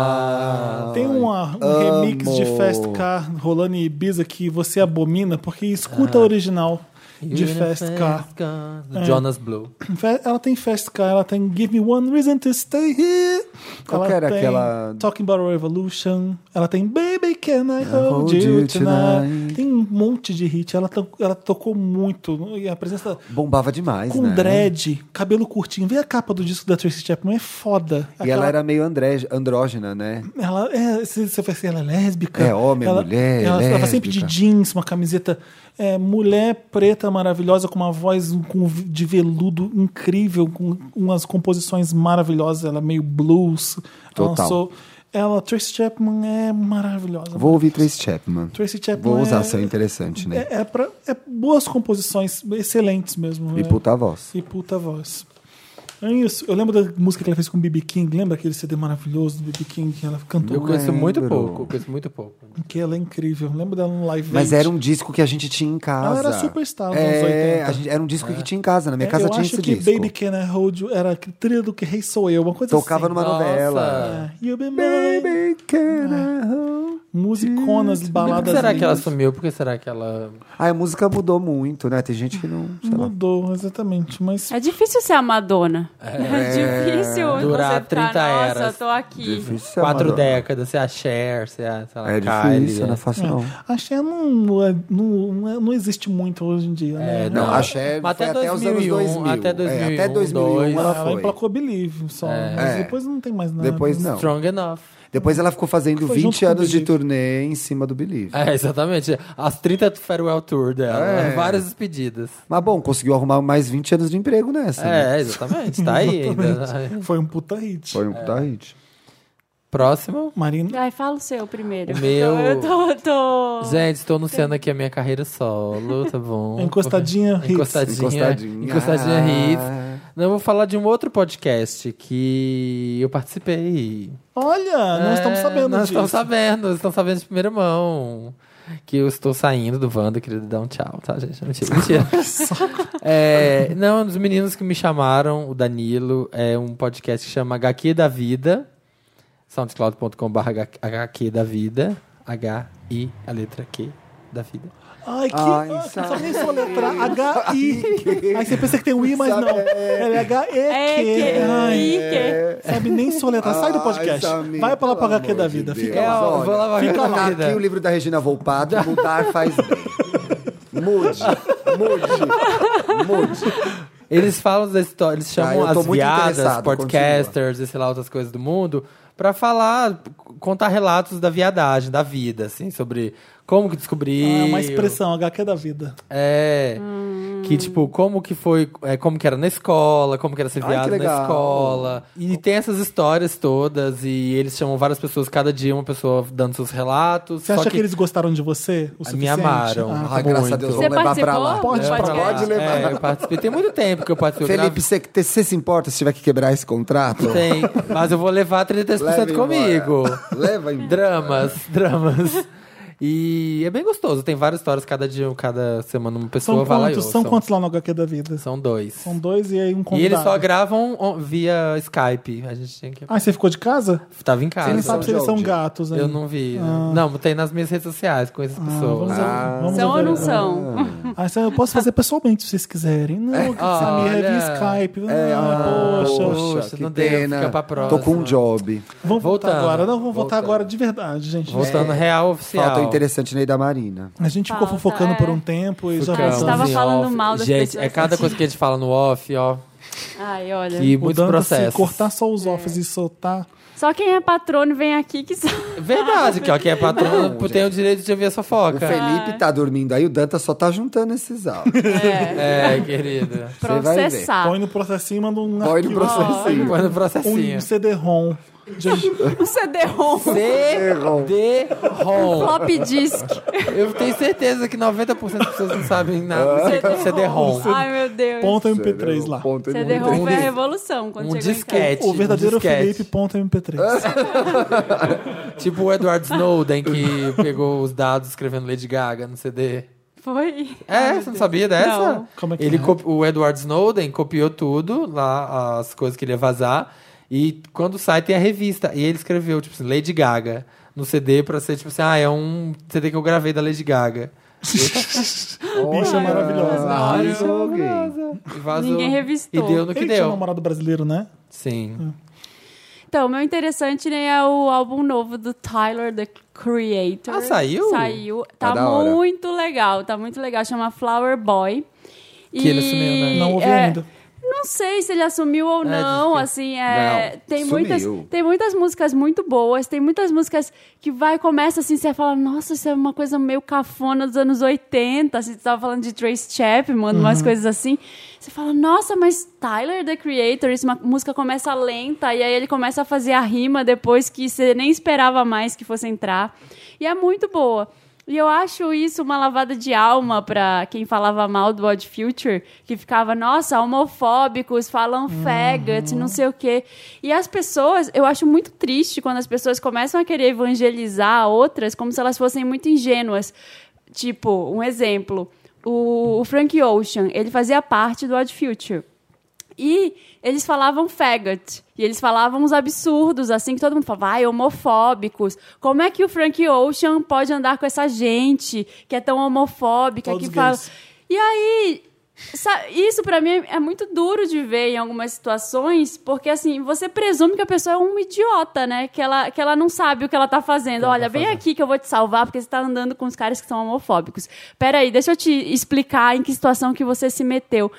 Ah, Tem uma- um amo. remix de Fast Car rolando em Ibiza que você abomina, porque escuta a original de Fast Car. É. Car. Do Jonas Blue. Fe- Ela tem Fast Car, ela tem Give Me One Reason to Stay Here. Qual ela que era tem aquela- Talking About a Revolution. Ela tem Baby Can I Hold, hold You you tonight. tonight. Tem um monte de hit. Ela, to- ela tocou muito. E a presença Bombava demais, com né? dread, cabelo curtinho. Vê a capa do disco da Tracy Chapman, é E foda. ela Aquela- era meio andré- andrógena, né? ela é, se você vai ser ela é lésbica. É, homem, ela, mulher, Ela tava sempre de lésbica. jeans, uma camiseta. é, mulher preta maravilhosa, com uma voz um, com- de veludo incrível, com umas composições maravilhosas. Ela é meio blues. Ela Total. lançou- Ela, Tracy Chapman é maravilhosa. Vou ouvir Tracy Chapman. Tracy Chapman Vou usar, é- seu interessante, né? É, é, pra- é boas composições, excelentes mesmo. E né? puta voz. E puta voz. É isso. Eu lembro da música que ela fez com o B.B. King. Lembra aquele CD maravilhoso do B.B. King que ela cantou? Eu conheço muito lembro. pouco. Eu conheço muito pouco. Que ela é incrível. Lembro dela no Live Mas Aid. era um disco que a gente tinha em casa. Ela era superstar nos anos é, 80. a gente, Era um disco que tinha em casa. Na minha É, casa eu tinha acho esse que disco. Baby Can I Hold You era a trilha do Que Rei Sou Eu, uma coisa Tocava assim. numa Nossa. novela. É, You Be Mine. Baby, can I hold? Musiconas, E Por baladas que será que ela lindas. sumiu? Por que será que ela... Ai, a música mudou muito, né? Tem gente que não. Sei lá. Mudou, exatamente. Mas É difícil ser a Madonna. É, difícil Durar você ficar, 30 nossa, eras. tô aqui. Difícil ser Quatro Madonna. décadas, se é a Cher, se a, sei lá, É Kylie, difícil, não é né? fácil não. a Cher não, não, é- não, não é- não existe muito hoje em dia, né? É, Não, Não, a Cher mas foi até até, os 2001, anos 2000. até 2001, é, até 2001 ela Ela foi. emplacou Believe só, mas É. depois não tem mais nada. Depois né? não. Strong Enough. Depois ela ficou fazendo Foi junto 20 com o anos de Believe. turnê em cima do Believe. É, exatamente. As 30 Farewell Tour dela. É. Várias despedidas. Mas bom, conseguiu arrumar mais 20 anos de emprego nessa. né? É, exatamente. Tá aí ainda. Foi um puta hit. Foi um puta hit. Próximo. Marina, Ai, fala o seu primeiro. O meu- Eu tô... eu tô- Gente, estou anunciando aqui a minha carreira solo, tá bom? Encostadinha Hits. Encostadinha. Encostadinha. Encostadinha, Ah. Hits. Não, eu vou falar de um outro podcast que eu participei. olha, não estamos É, sabendo Nós disso. estamos sabendo, nós estamos sabendo de primeira mão. Que eu estou saindo do Wanda, querido, dar um tchau, tá, gente? Mentira, mentira. É, não, um dos meninos que me chamaram, o Danilo, é um podcast que chama HQ da Vida. soundcloud.com.br HQ da Vida. H-I, a letra Q da vida. Ai, que. Ai, ah, sabe. só nem só letra H-I. Aí você pensa que tem um I, mas não. É É H-E-Q. Ai, que... É... Sabe nem soletrar. Sai Tá do Ai, podcast. Samir, Vai pra lá pro pelo HQ da amor de vida. Deus. Fica É, lá. ó, vou lá, Fica lá. Tá aqui o livro da Regina Volpato, mudar faz bem. Mude, mude, mude. Eles falam da história, eles chamam Ah, eu tô as muito viadas, interessado, podcasters e sei lá, outras coisas do mundo, pra falar, contar relatos da viadagem, da vida, assim, sobre como que descobri. É uma expressão, Hum. HQ da vida. É. Que, tipo, como que foi, é, como que era na escola, como que era ser Ai, viado que na legal. escola. E tem essas histórias todas, e eles chamam várias pessoas, cada dia uma pessoa dando seus relatos. Você só acha que... que eles gostaram de você? O suficiente? me amaram. Ah, Ah, graças a Muito. Deus, Você vamos levar pra lá. participou? Pode Leva pra pra lá. Pode levar. É, eu participei. Tem muito tempo que eu participei. eu Felipe, você você se importa se tiver que quebrar esse contrato? Tem, mas eu vou levar 33% Leva comigo. embora. Leva embora. Dramas, dramas. E é bem gostoso, tem várias histórias, cada dia, cada semana uma pessoa São vai lá e quantos? ouça. São quantos lá no HQ da vida? São dois. São dois e aí um e convidado. eles só gravam on- via Skype. A gente tinha que... Ah, você ficou de casa? Tava em Você casa. não sabe se é eles são Jorge. gatos ainda. Eu não vi. Não, tem nas minhas redes sociais com essas pessoas. Ah. Vamos ah, vamos São ou não avaliar. são? Ah, isso eu posso fazer pessoalmente, se vocês quiserem. Não, que Samir é via Olha. Skype. Ah, poxa. Poxa, não deu, fica pra próxima. Tô com um job. Vamos voltar Voltando. agora. Não, vamos voltar Voltando. agora de verdade, gente. Voltando real oficial. É, Falta o interessante Ney da Marina. A gente ficou Falta, fofocando por é. um tempo e já A gente assim, voltamos. tava Em falando off. mal das Gente, pessoas é cada aqui. coisa que a gente fala no off, ó. Ai, olha. E É, O muitos Dantas, processos. Se cortar só É. os offs e soltar. Só quem é patrono vem aqui que sabe. Verdade, que ó, quem é patrão Não, tem o direito de ouvir essa O fofoca. Felipe tá dormindo aí, o Danta só tá juntando esses áudios. É, querida. Você vai ver. processar. Põe no processinho e manda um, Põe no arquivo, processinho. Põe Tipo, no um processinho. CD-ROM. O CD-ROM, CD-ROM. flop disk. Eu tenho certeza que 90% das pessoas não sabem Ah. nada do CD-ROM. Ai, meu Deus. Ponto Um MP3 lá. Ponto é CD-ROM foi a disco. revolução quando Um chegou em casa. disquete. O verdadeiro um disquete. Felipe ponto MP3. Tipo o Edward Snowden que pegou os dados escrevendo Lady Gaga no CD. Foi. É, você não sabia dessa? Ah, Não. Como é que ele é? copi- O Edward Snowden copiou tudo lá, as coisas que ele ia vazar. E quando sai, tem a revista. E ele escreveu, tipo assim, Lady Gaga no CD pra ser, tipo assim, ah, é um CD que eu gravei da Lady Gaga. Bicha maravilhosa. Ah, é E vazou. Ninguém revistou. E deu no que Ele tinha um deu. namorado brasileiro, né? Sim. Então, o meu interessante né, é o álbum novo do Tyler, The Creator. Ah, saiu? Saiu. Tá Tá da hora. muito legal, tá muito legal. Chama Flower Boy. Que ele assumiu, né? Não ouvi é, ainda. Não sei se ele assumiu ou diz não, que- assim, é, Não, tem, sumiu. muitas, tem muitas músicas muito boas, tem muitas músicas que vai, começa assim, você fala, nossa, isso é uma coisa meio cafona dos anos 80, assim, você tava falando de Trace Chapman, Uhum. umas coisas assim, você fala, nossa, mas Tyler, The Creator, isso, uma música começa lenta, e aí ele começa a fazer a rima depois que você nem esperava mais que fosse entrar, e é muito boa. E eu acho isso uma lavada de alma pra quem falava mal do Odd Future, que ficava, nossa, homofóbicos, falam faggot, não sei o quê. E as pessoas, eu acho muito triste quando as pessoas começam a querer evangelizar outras como se elas fossem muito ingênuas. Tipo, um exemplo, o, o Frank Ocean, ele fazia parte do Odd Future. E eles falavam faggot. E eles falavam uns absurdos, assim, que todo mundo falava, ai, homofóbicos. Como é que o Frank Ocean pode andar com essa gente que é tão homofóbica, Todos que fala. gays. E aí. sa- Isso pra mim é muito duro de ver em algumas situações, porque assim, você presume que a pessoa é um idiota, né? Que ela, que ela não sabe o que ela tá fazendo. Olha, vem aqui que eu vou te salvar porque você tá andando com os caras que são homofóbicos. Peraí, deixa eu te explicar em que situação que você se meteu.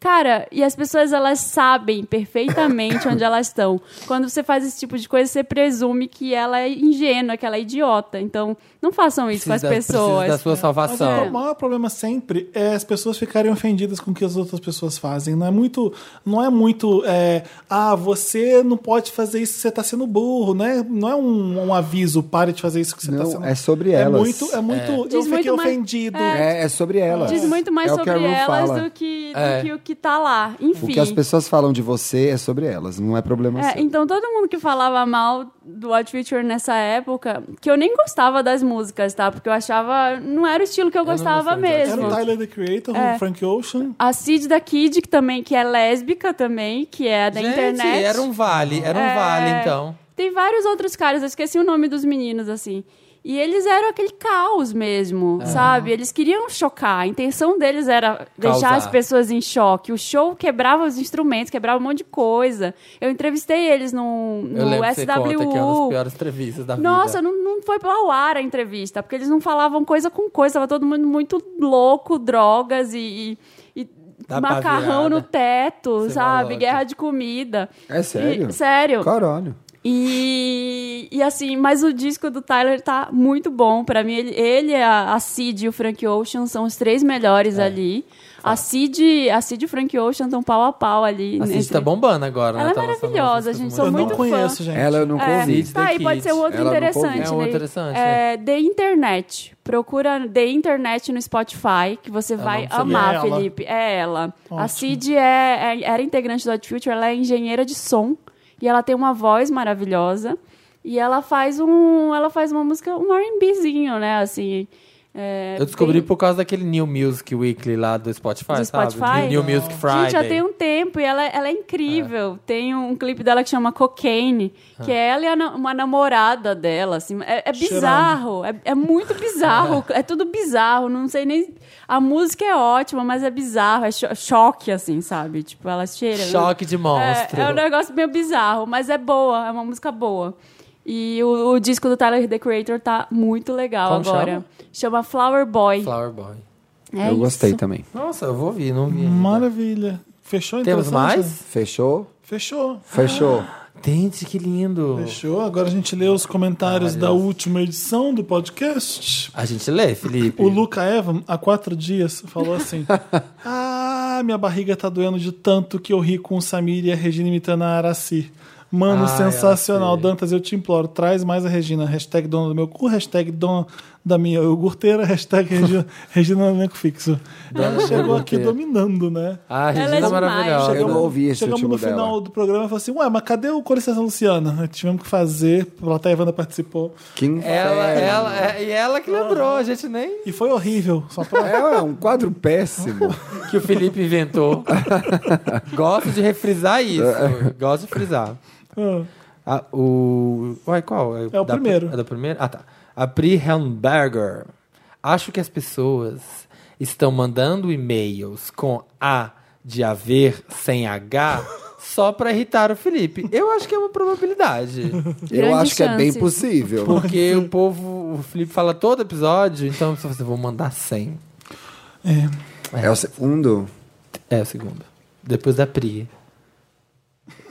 Cara, e as pessoas elas sabem perfeitamente onde elas estão. Quando você faz esse tipo de coisa, você presume que ela é ingênua, que ela é idiota. Então, não façam isso Precisa com da- as precisa pessoas. né? é da sua Mas o salvação. maior problema sempre é as pessoas ficarem ofendidas com o que as outras pessoas fazem. Não é muito. Não é muito. é, ah, você não pode fazer isso, você tá sendo burro, né? Não é um, um aviso, pare de fazer isso que você tá Não, sendo. é sobre É elas. muito. É muito. Eu Diz fiquei muito mais- ofendido. É, é sobre elas. Diz muito mais É o que a sobre Ru elas fala. do que, do É. que o que tá lá. Enfim. O que as pessoas falam de você é sobre elas, não é problema É, seu. então todo mundo que falava mal do What Future nessa época, que eu nem gostava das músicas, tá? Porque eu achava. Não era o estilo que eu não gostava gostava de Odd mesmo. É. Era o Tyler the Creator, o Frank Ocean. A Cid da Kid, que também que é lésbica também, que é da Gente, internet. era um vale. Era um É. vale, então. Tem vários outros caras, eu esqueci o nome dos meninos, assim. E eles eram aquele caos mesmo, sabe? Eles queriam chocar. A intenção deles era deixar É. Causar. as pessoas em choque. O show quebrava os instrumentos, quebrava um monte de coisa. Eu entrevistei eles no, Eu no lembro que você conta que é uma das SWU. piores entrevistas da Nossa, vida. não, não foi ao ar a entrevista, porque eles não falavam coisa com coisa, tava todo mundo muito louco, drogas e, e- e Dá macarrão paviada. no teto, Você é sabe? maluca. Guerra de comida. É sério? E- sério. Caralho. E, e assim, mas o disco do Tyler tá muito bom. Pra mim, ele, ele a, a Cid e o Frank Ocean são os três melhores É, ali. A Cid, a Cid e o Frank Ocean estão pau a pau ali. A Cid entre- tá bombando agora, né? Ela é Tá lançando maravilhosa, músicas gente, sou Eu não muito fã. conheço, gente. Ela eu É, não convido. Convite, tá The aí, pode Kids. ser um outro Ela não interessante, convide. É um né? interessante, É, The Internet. Procura The Internet no Spotify, que você vai não sabia. É amar, ela. Felipe. É ela. Ótimo. A Cid é, é- era integrante do Odd Future, ela é engenheira de som. E ela tem uma voz maravilhosa. E ela faz um. Ela faz uma música, um RBzinho, né? Assim. é, Eu descobri bem- por causa daquele New Music Weekly lá do Spotify, Do sabe? Spotify? New, New Music Friday. Gente, já tem um tempo e ela, ela é incrível. Tem um clipe dela que chama Cocaine, Ah. que é ela e a na- uma namorada dela, assim. É, é bizarro, é, é muito bizarro, é tudo bizarro, não sei nem... A música é ótima, mas é bizarro, é cho- choque, assim, sabe? Tipo, ela cheira... Choque de monstro. É, é um negócio meio bizarro, mas é boa, é uma música boa. E o, o disco do Tyler, The Creator, tá muito legal Como agora. chama? Chama Flower Boy. Flower Boy. É eu isso. gostei também. é Nossa, eu vou ouvir, não vi. ainda. Maravilha. Fechou então? Temos Sandra? mais? Fechou? Fechou. Fechou. Gente, que lindo. Fechou. Agora a gente lê os comentários da última edição do podcast. A gente lê, Felipe. O Luca Evan, há quatro dias, falou assim: Ah, minha barriga tá doendo de tanto que eu ri com o Samir e a Regina imitando a Araci. Mano, Ai, sensacional. Araci. Dantas, eu te imploro, traz mais a Regina. Hashtag dona do meu cu, hashtag dona da minha iogurteira, hashtag Regina, Regina no elenco fixo. Ela chegou aqui dominando, né? Ah, a Ela é Regina é demais. maravilhosa. Eu não ouvi esse Chegamos último no final dela. do programa e falou assim: Ué, mas cadê o Com licença, Luciana? Nós Tivemos que fazer, a plateia Wanda participou. Que Ela, inferno. ela, é- e ela que lembrou, a gente nem. E foi horrível, só pra É um quadro péssimo. Que o Felipe inventou. Gosto de refrisar isso. Gosto de frisar. Ah, Ah, o. Uai, qual? É o primeiro. É da primeira? Ah, tá. A Pri Helmberger. Acho que as pessoas estão mandando e-mails com A de haver sem H só pra irritar o Felipe. Eu acho que é uma probabilidade. Eu Grande acho que é bem chance. possível. Porque o povo. O Felipe fala todo episódio, então você fala assim, vou mandar 100. É o segundo. É o segundo. Depois da Pri.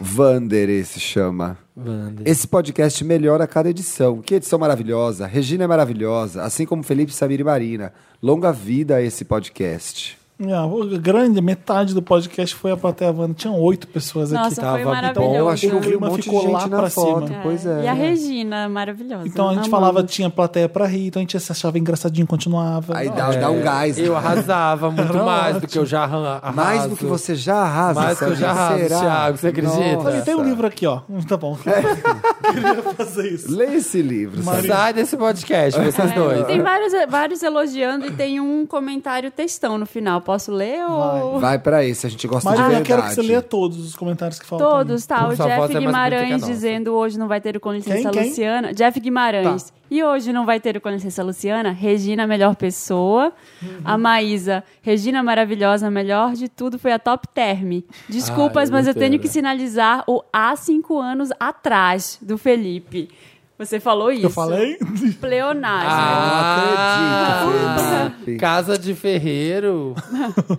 Vander se chama. Wander. Esse podcast melhora a cada edição. Que edição maravilhosa. Regina é maravilhosa, assim como Felipe, Samir e Marina. Longa vida a esse podcast. a É, grande metade do podcast foi a plateia Wanda. Tinham oito pessoas aqui. Nossa, tava foi bom, maravilhoso. eu acho que o um vi clima ficou lá pra cima. É, Pois é. E a Regina, maravilhosa. Então a gente Amamos. falava, tinha plateia pra rir, então a gente se achava engraçadinho, continuava. Aí Não, dá, dá um gás. Eu né? arrasava muito Era mais do ótimo. que eu já arran- arraso. Mais do que você já arrasa, Mais do que eu já Samir. arraso, Será? Thiago, você acredita? Nossa. Olha, tem um livro aqui, ó. Hum, Tá bom. É. Queria fazer isso. Lê esse livro. Samir. Sai desse podcast, vocês É, dois. Tem vários, vários elogiando e tem um comentário textão no final. Posso ler ou... Vai pra esse, a gente gosta Mas de eu verdade. quero que você leia todos os comentários que faltam. Todos, tá? Por O sua voz é mais Jeff bonita que a Guimarães nossa. dizendo hoje não vai ter o Com Licença Quem, quem? Tá. Luciana. Jeff Guimarães. E hoje não vai ter o Com Licença Luciana. Regina, melhor pessoa. A Uhum. Maísa. Regina, maravilhosa, melhor de tudo foi a top term. Desculpas, Ai, mas eu Lutera. tenho que sinalizar o há cinco anos atrás do Felipe. Você falou isso. Eu falei? É Pleonagem. Ah, não acredito, Felipe. Casa de Ferreiro.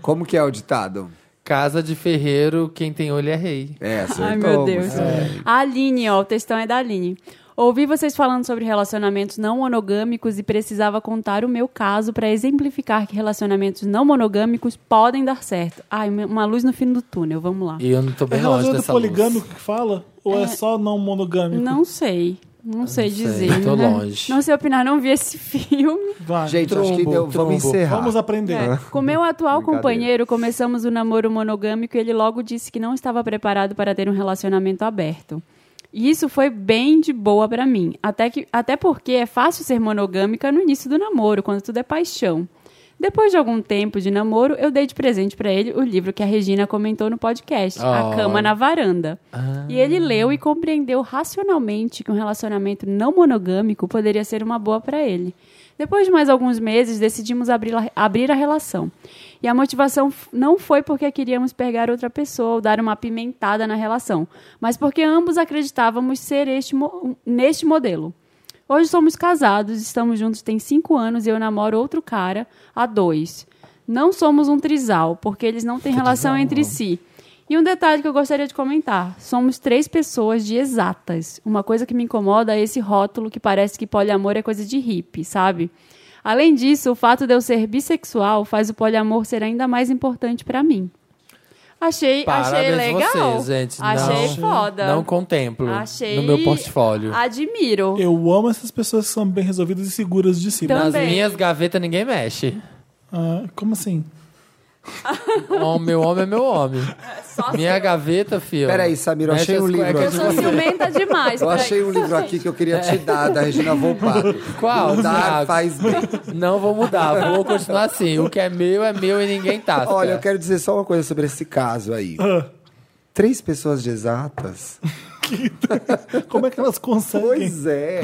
Como que é o ditado? Casa de Ferreiro, quem tem olho é rei. É, acertou. Ai, meu Deus. moça. A Aline, ó, o textão é da Aline. Ouvi vocês falando sobre relacionamentos não monogâmicos e precisava contar o meu caso para exemplificar que relacionamentos não monogâmicos podem dar certo. Ai, uma luz no fim do túnel, vamos lá. E eu não tô É bem longe relacionamento dessa luz. poligâmico que fala? Ou é, só não monogâmico? Não sei. Não sei sei, dizer. tô né? longe. Não sei opinar, não vi esse filme. Vai. Gente, acho que Trombo, deu, trombo. vamos encerrar. Vamos aprender. Com meu atual Brincadeira. companheiro, começamos o namoro monogâmico e ele logo disse que não estava preparado para ter um relacionamento aberto. E isso foi bem de boa pra mim, até, que, até porque é fácil ser monogâmica no início do namoro, quando tudo é paixão. Depois de algum tempo de namoro, eu dei de presente pra ele o livro que a Regina comentou no podcast, Oh. A Cama na Varanda. E ele leu e compreendeu racionalmente que um relacionamento não monogâmico poderia ser uma boa pra ele. Depois de mais alguns meses, decidimos abrir, a- abrir a relação. E a motivação f- não foi porque queríamos pegar outra pessoa ou dar uma apimentada na relação, mas porque ambos acreditávamos ser este mo- um, neste modelo. Hoje somos casados, estamos juntos tem cinco anos e eu namoro outro cara há dois. Não somos um trisal, porque eles não têm relação entre si. E um detalhe que eu gostaria de comentar: somos três pessoas de exatas. Uma coisa que me incomoda é esse rótulo que parece que poliamor é coisa de hippie, sabe? Além disso, o fato de eu ser bissexual faz o poliamor ser ainda mais importante pra mim. Achei, achei Parabéns legal. vocês, gente. Achei não, foda. Não contemplo Achei Ah, no meu portfólio. Admiro. Eu amo essas pessoas que são bem resolvidas e seguras de si. Então- Nas também. minhas gavetas ninguém mexe. Ah, como assim? O meu homem é meu homem. Só Minha gaveta, filho. Peraí, Samir, eu Mexe achei as um livro cuecas Eu aqui. de sou você. ciumenta demais. Eu pra achei um isso. livro aqui que eu queria te dar, da Regina Volpato. Qual? Mudar Thiago? faz bem. Não vou mudar, vou continuar assim. O que é meu é meu e ninguém tá. Olha, eu quero dizer só uma coisa sobre esse caso aí. Ah, Três pessoas de exatas? Como é que elas conseguem? Pois é.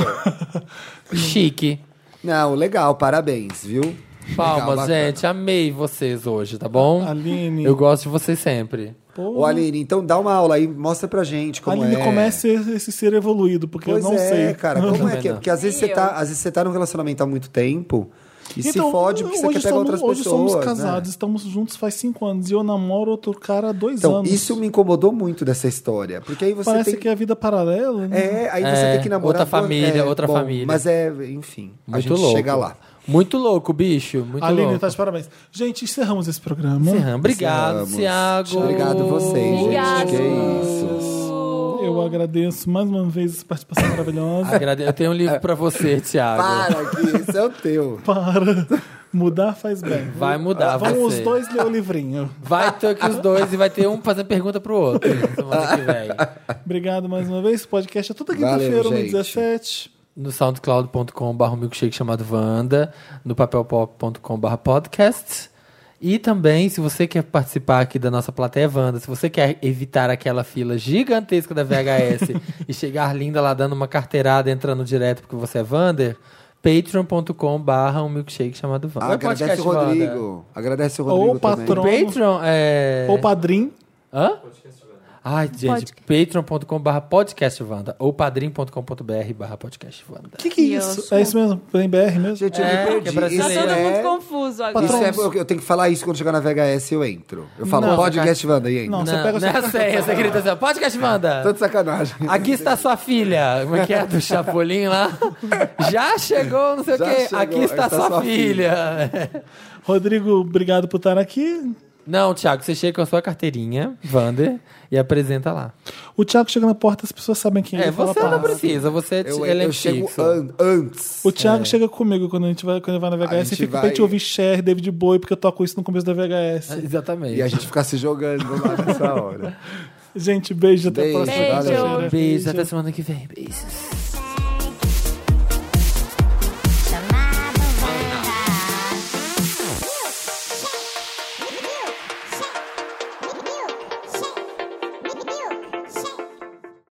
Chique. Não, legal, parabéns, viu? Palmas, Legal, bacana. gente. Amei vocês hoje, tá é. bom? Aline. Eu gosto de vocês sempre. Ô, Aline, então dá uma aula aí, mostra pra gente como Aline, é. comece esse ser evoluído, porque Pois eu não é, sei. cara, como é Também que é? não. Porque às vezes, você tá, às vezes você tá num relacionamento há muito tempo, E se fode porque você Então, hoje quer pegar somos- outras hoje pessoas. somos né? casados, estamos juntos faz cinco anos. E eu namoro outro cara há dois Então, anos. isso me incomodou muito dessa história. Porque aí você Parece tem que é vida paralela. né? É, aí você É, tem que namorar. outra duas- família, é, outra bom, família. Mas é, enfim, a gente chega lá. Muito louco, bicho. Muito Aline, louco. tá de parabéns. Gente, encerramos esse programa. Serrano, Obrigado, Vamos. Thiago. Obrigado vocês, Obrigado. gente. Que é isso. Eu agradeço mais uma vez essa participação maravilhosa. Agrade- Eu tenho um livro pra você, Thiago. Para, que isso é o teu. Para. Mudar faz bem. Vai mudar Vamos você. os dois ler o livrinho. Vai ter aqui os dois e vai ter um fazendo pergunta pro outro. semana que vem. Obrigado mais uma vez. Esse podcast é toda Valeu, quinta-feira, gente. 1h17. No soundcloud.com.br um milkshake chamado Vanda, no papelpop.com.br podcast. E também, se você quer participar aqui da nossa plateia Vanda, se você quer evitar aquela fila gigantesca da VHS e chegar linda lá dando uma carteirada, entrando direto porque você é Vander, patreon.com.br um milkshake chamado Vanda. Não é Agradece o podcast Wanda. Rodrigo. Agradece o Rodrigo Ou o patrão. também. Patreon é... Ou padrinho. Hã? Ai, gente, patreon.com.br podcastvanda ou padrim.com.br barra podcastvanda. O que, que é isso? É isso mesmo? Tem BR mesmo? Gente, eu É, me que é perdi. brasileiro. Tá Isso todo mundo é- confuso agora. Isso é, Patrons. eu, eu tenho que falar isso quando chegar na VHS eu entro. Eu falo, Não. podcast Wanda e entro. Não. Não, Você pega o seu- não sei, você grita assim, ó, podcast Tô Wanda. de sacanagem. Aqui está sua filha, como é que é, do Chapolin lá. Já chegou, não sei o Já quê. chegou, Aqui está, sua, filha. Rodrigo, obrigado por estar aqui. Não, Thiago, você chega com a sua carteirinha, Wander, e apresenta lá. O Thiago chega na porta, as pessoas sabem quem ele É, é. Fala, você não "Passa". precisa, você é Eu, eu, elenco chego fixo. an- antes. O Thiago chega comigo quando a gente vai, quando vai na VHS e gente fica vai- pra gente ouvir Cher, David Bowie, porque eu toco isso no começo da É. VHS. Exatamente. E a gente ficar se jogando lá nessa hora. Gente, beijo, até a Beijo, próxima. valeu. Beijo, até semana que vem. Beijos.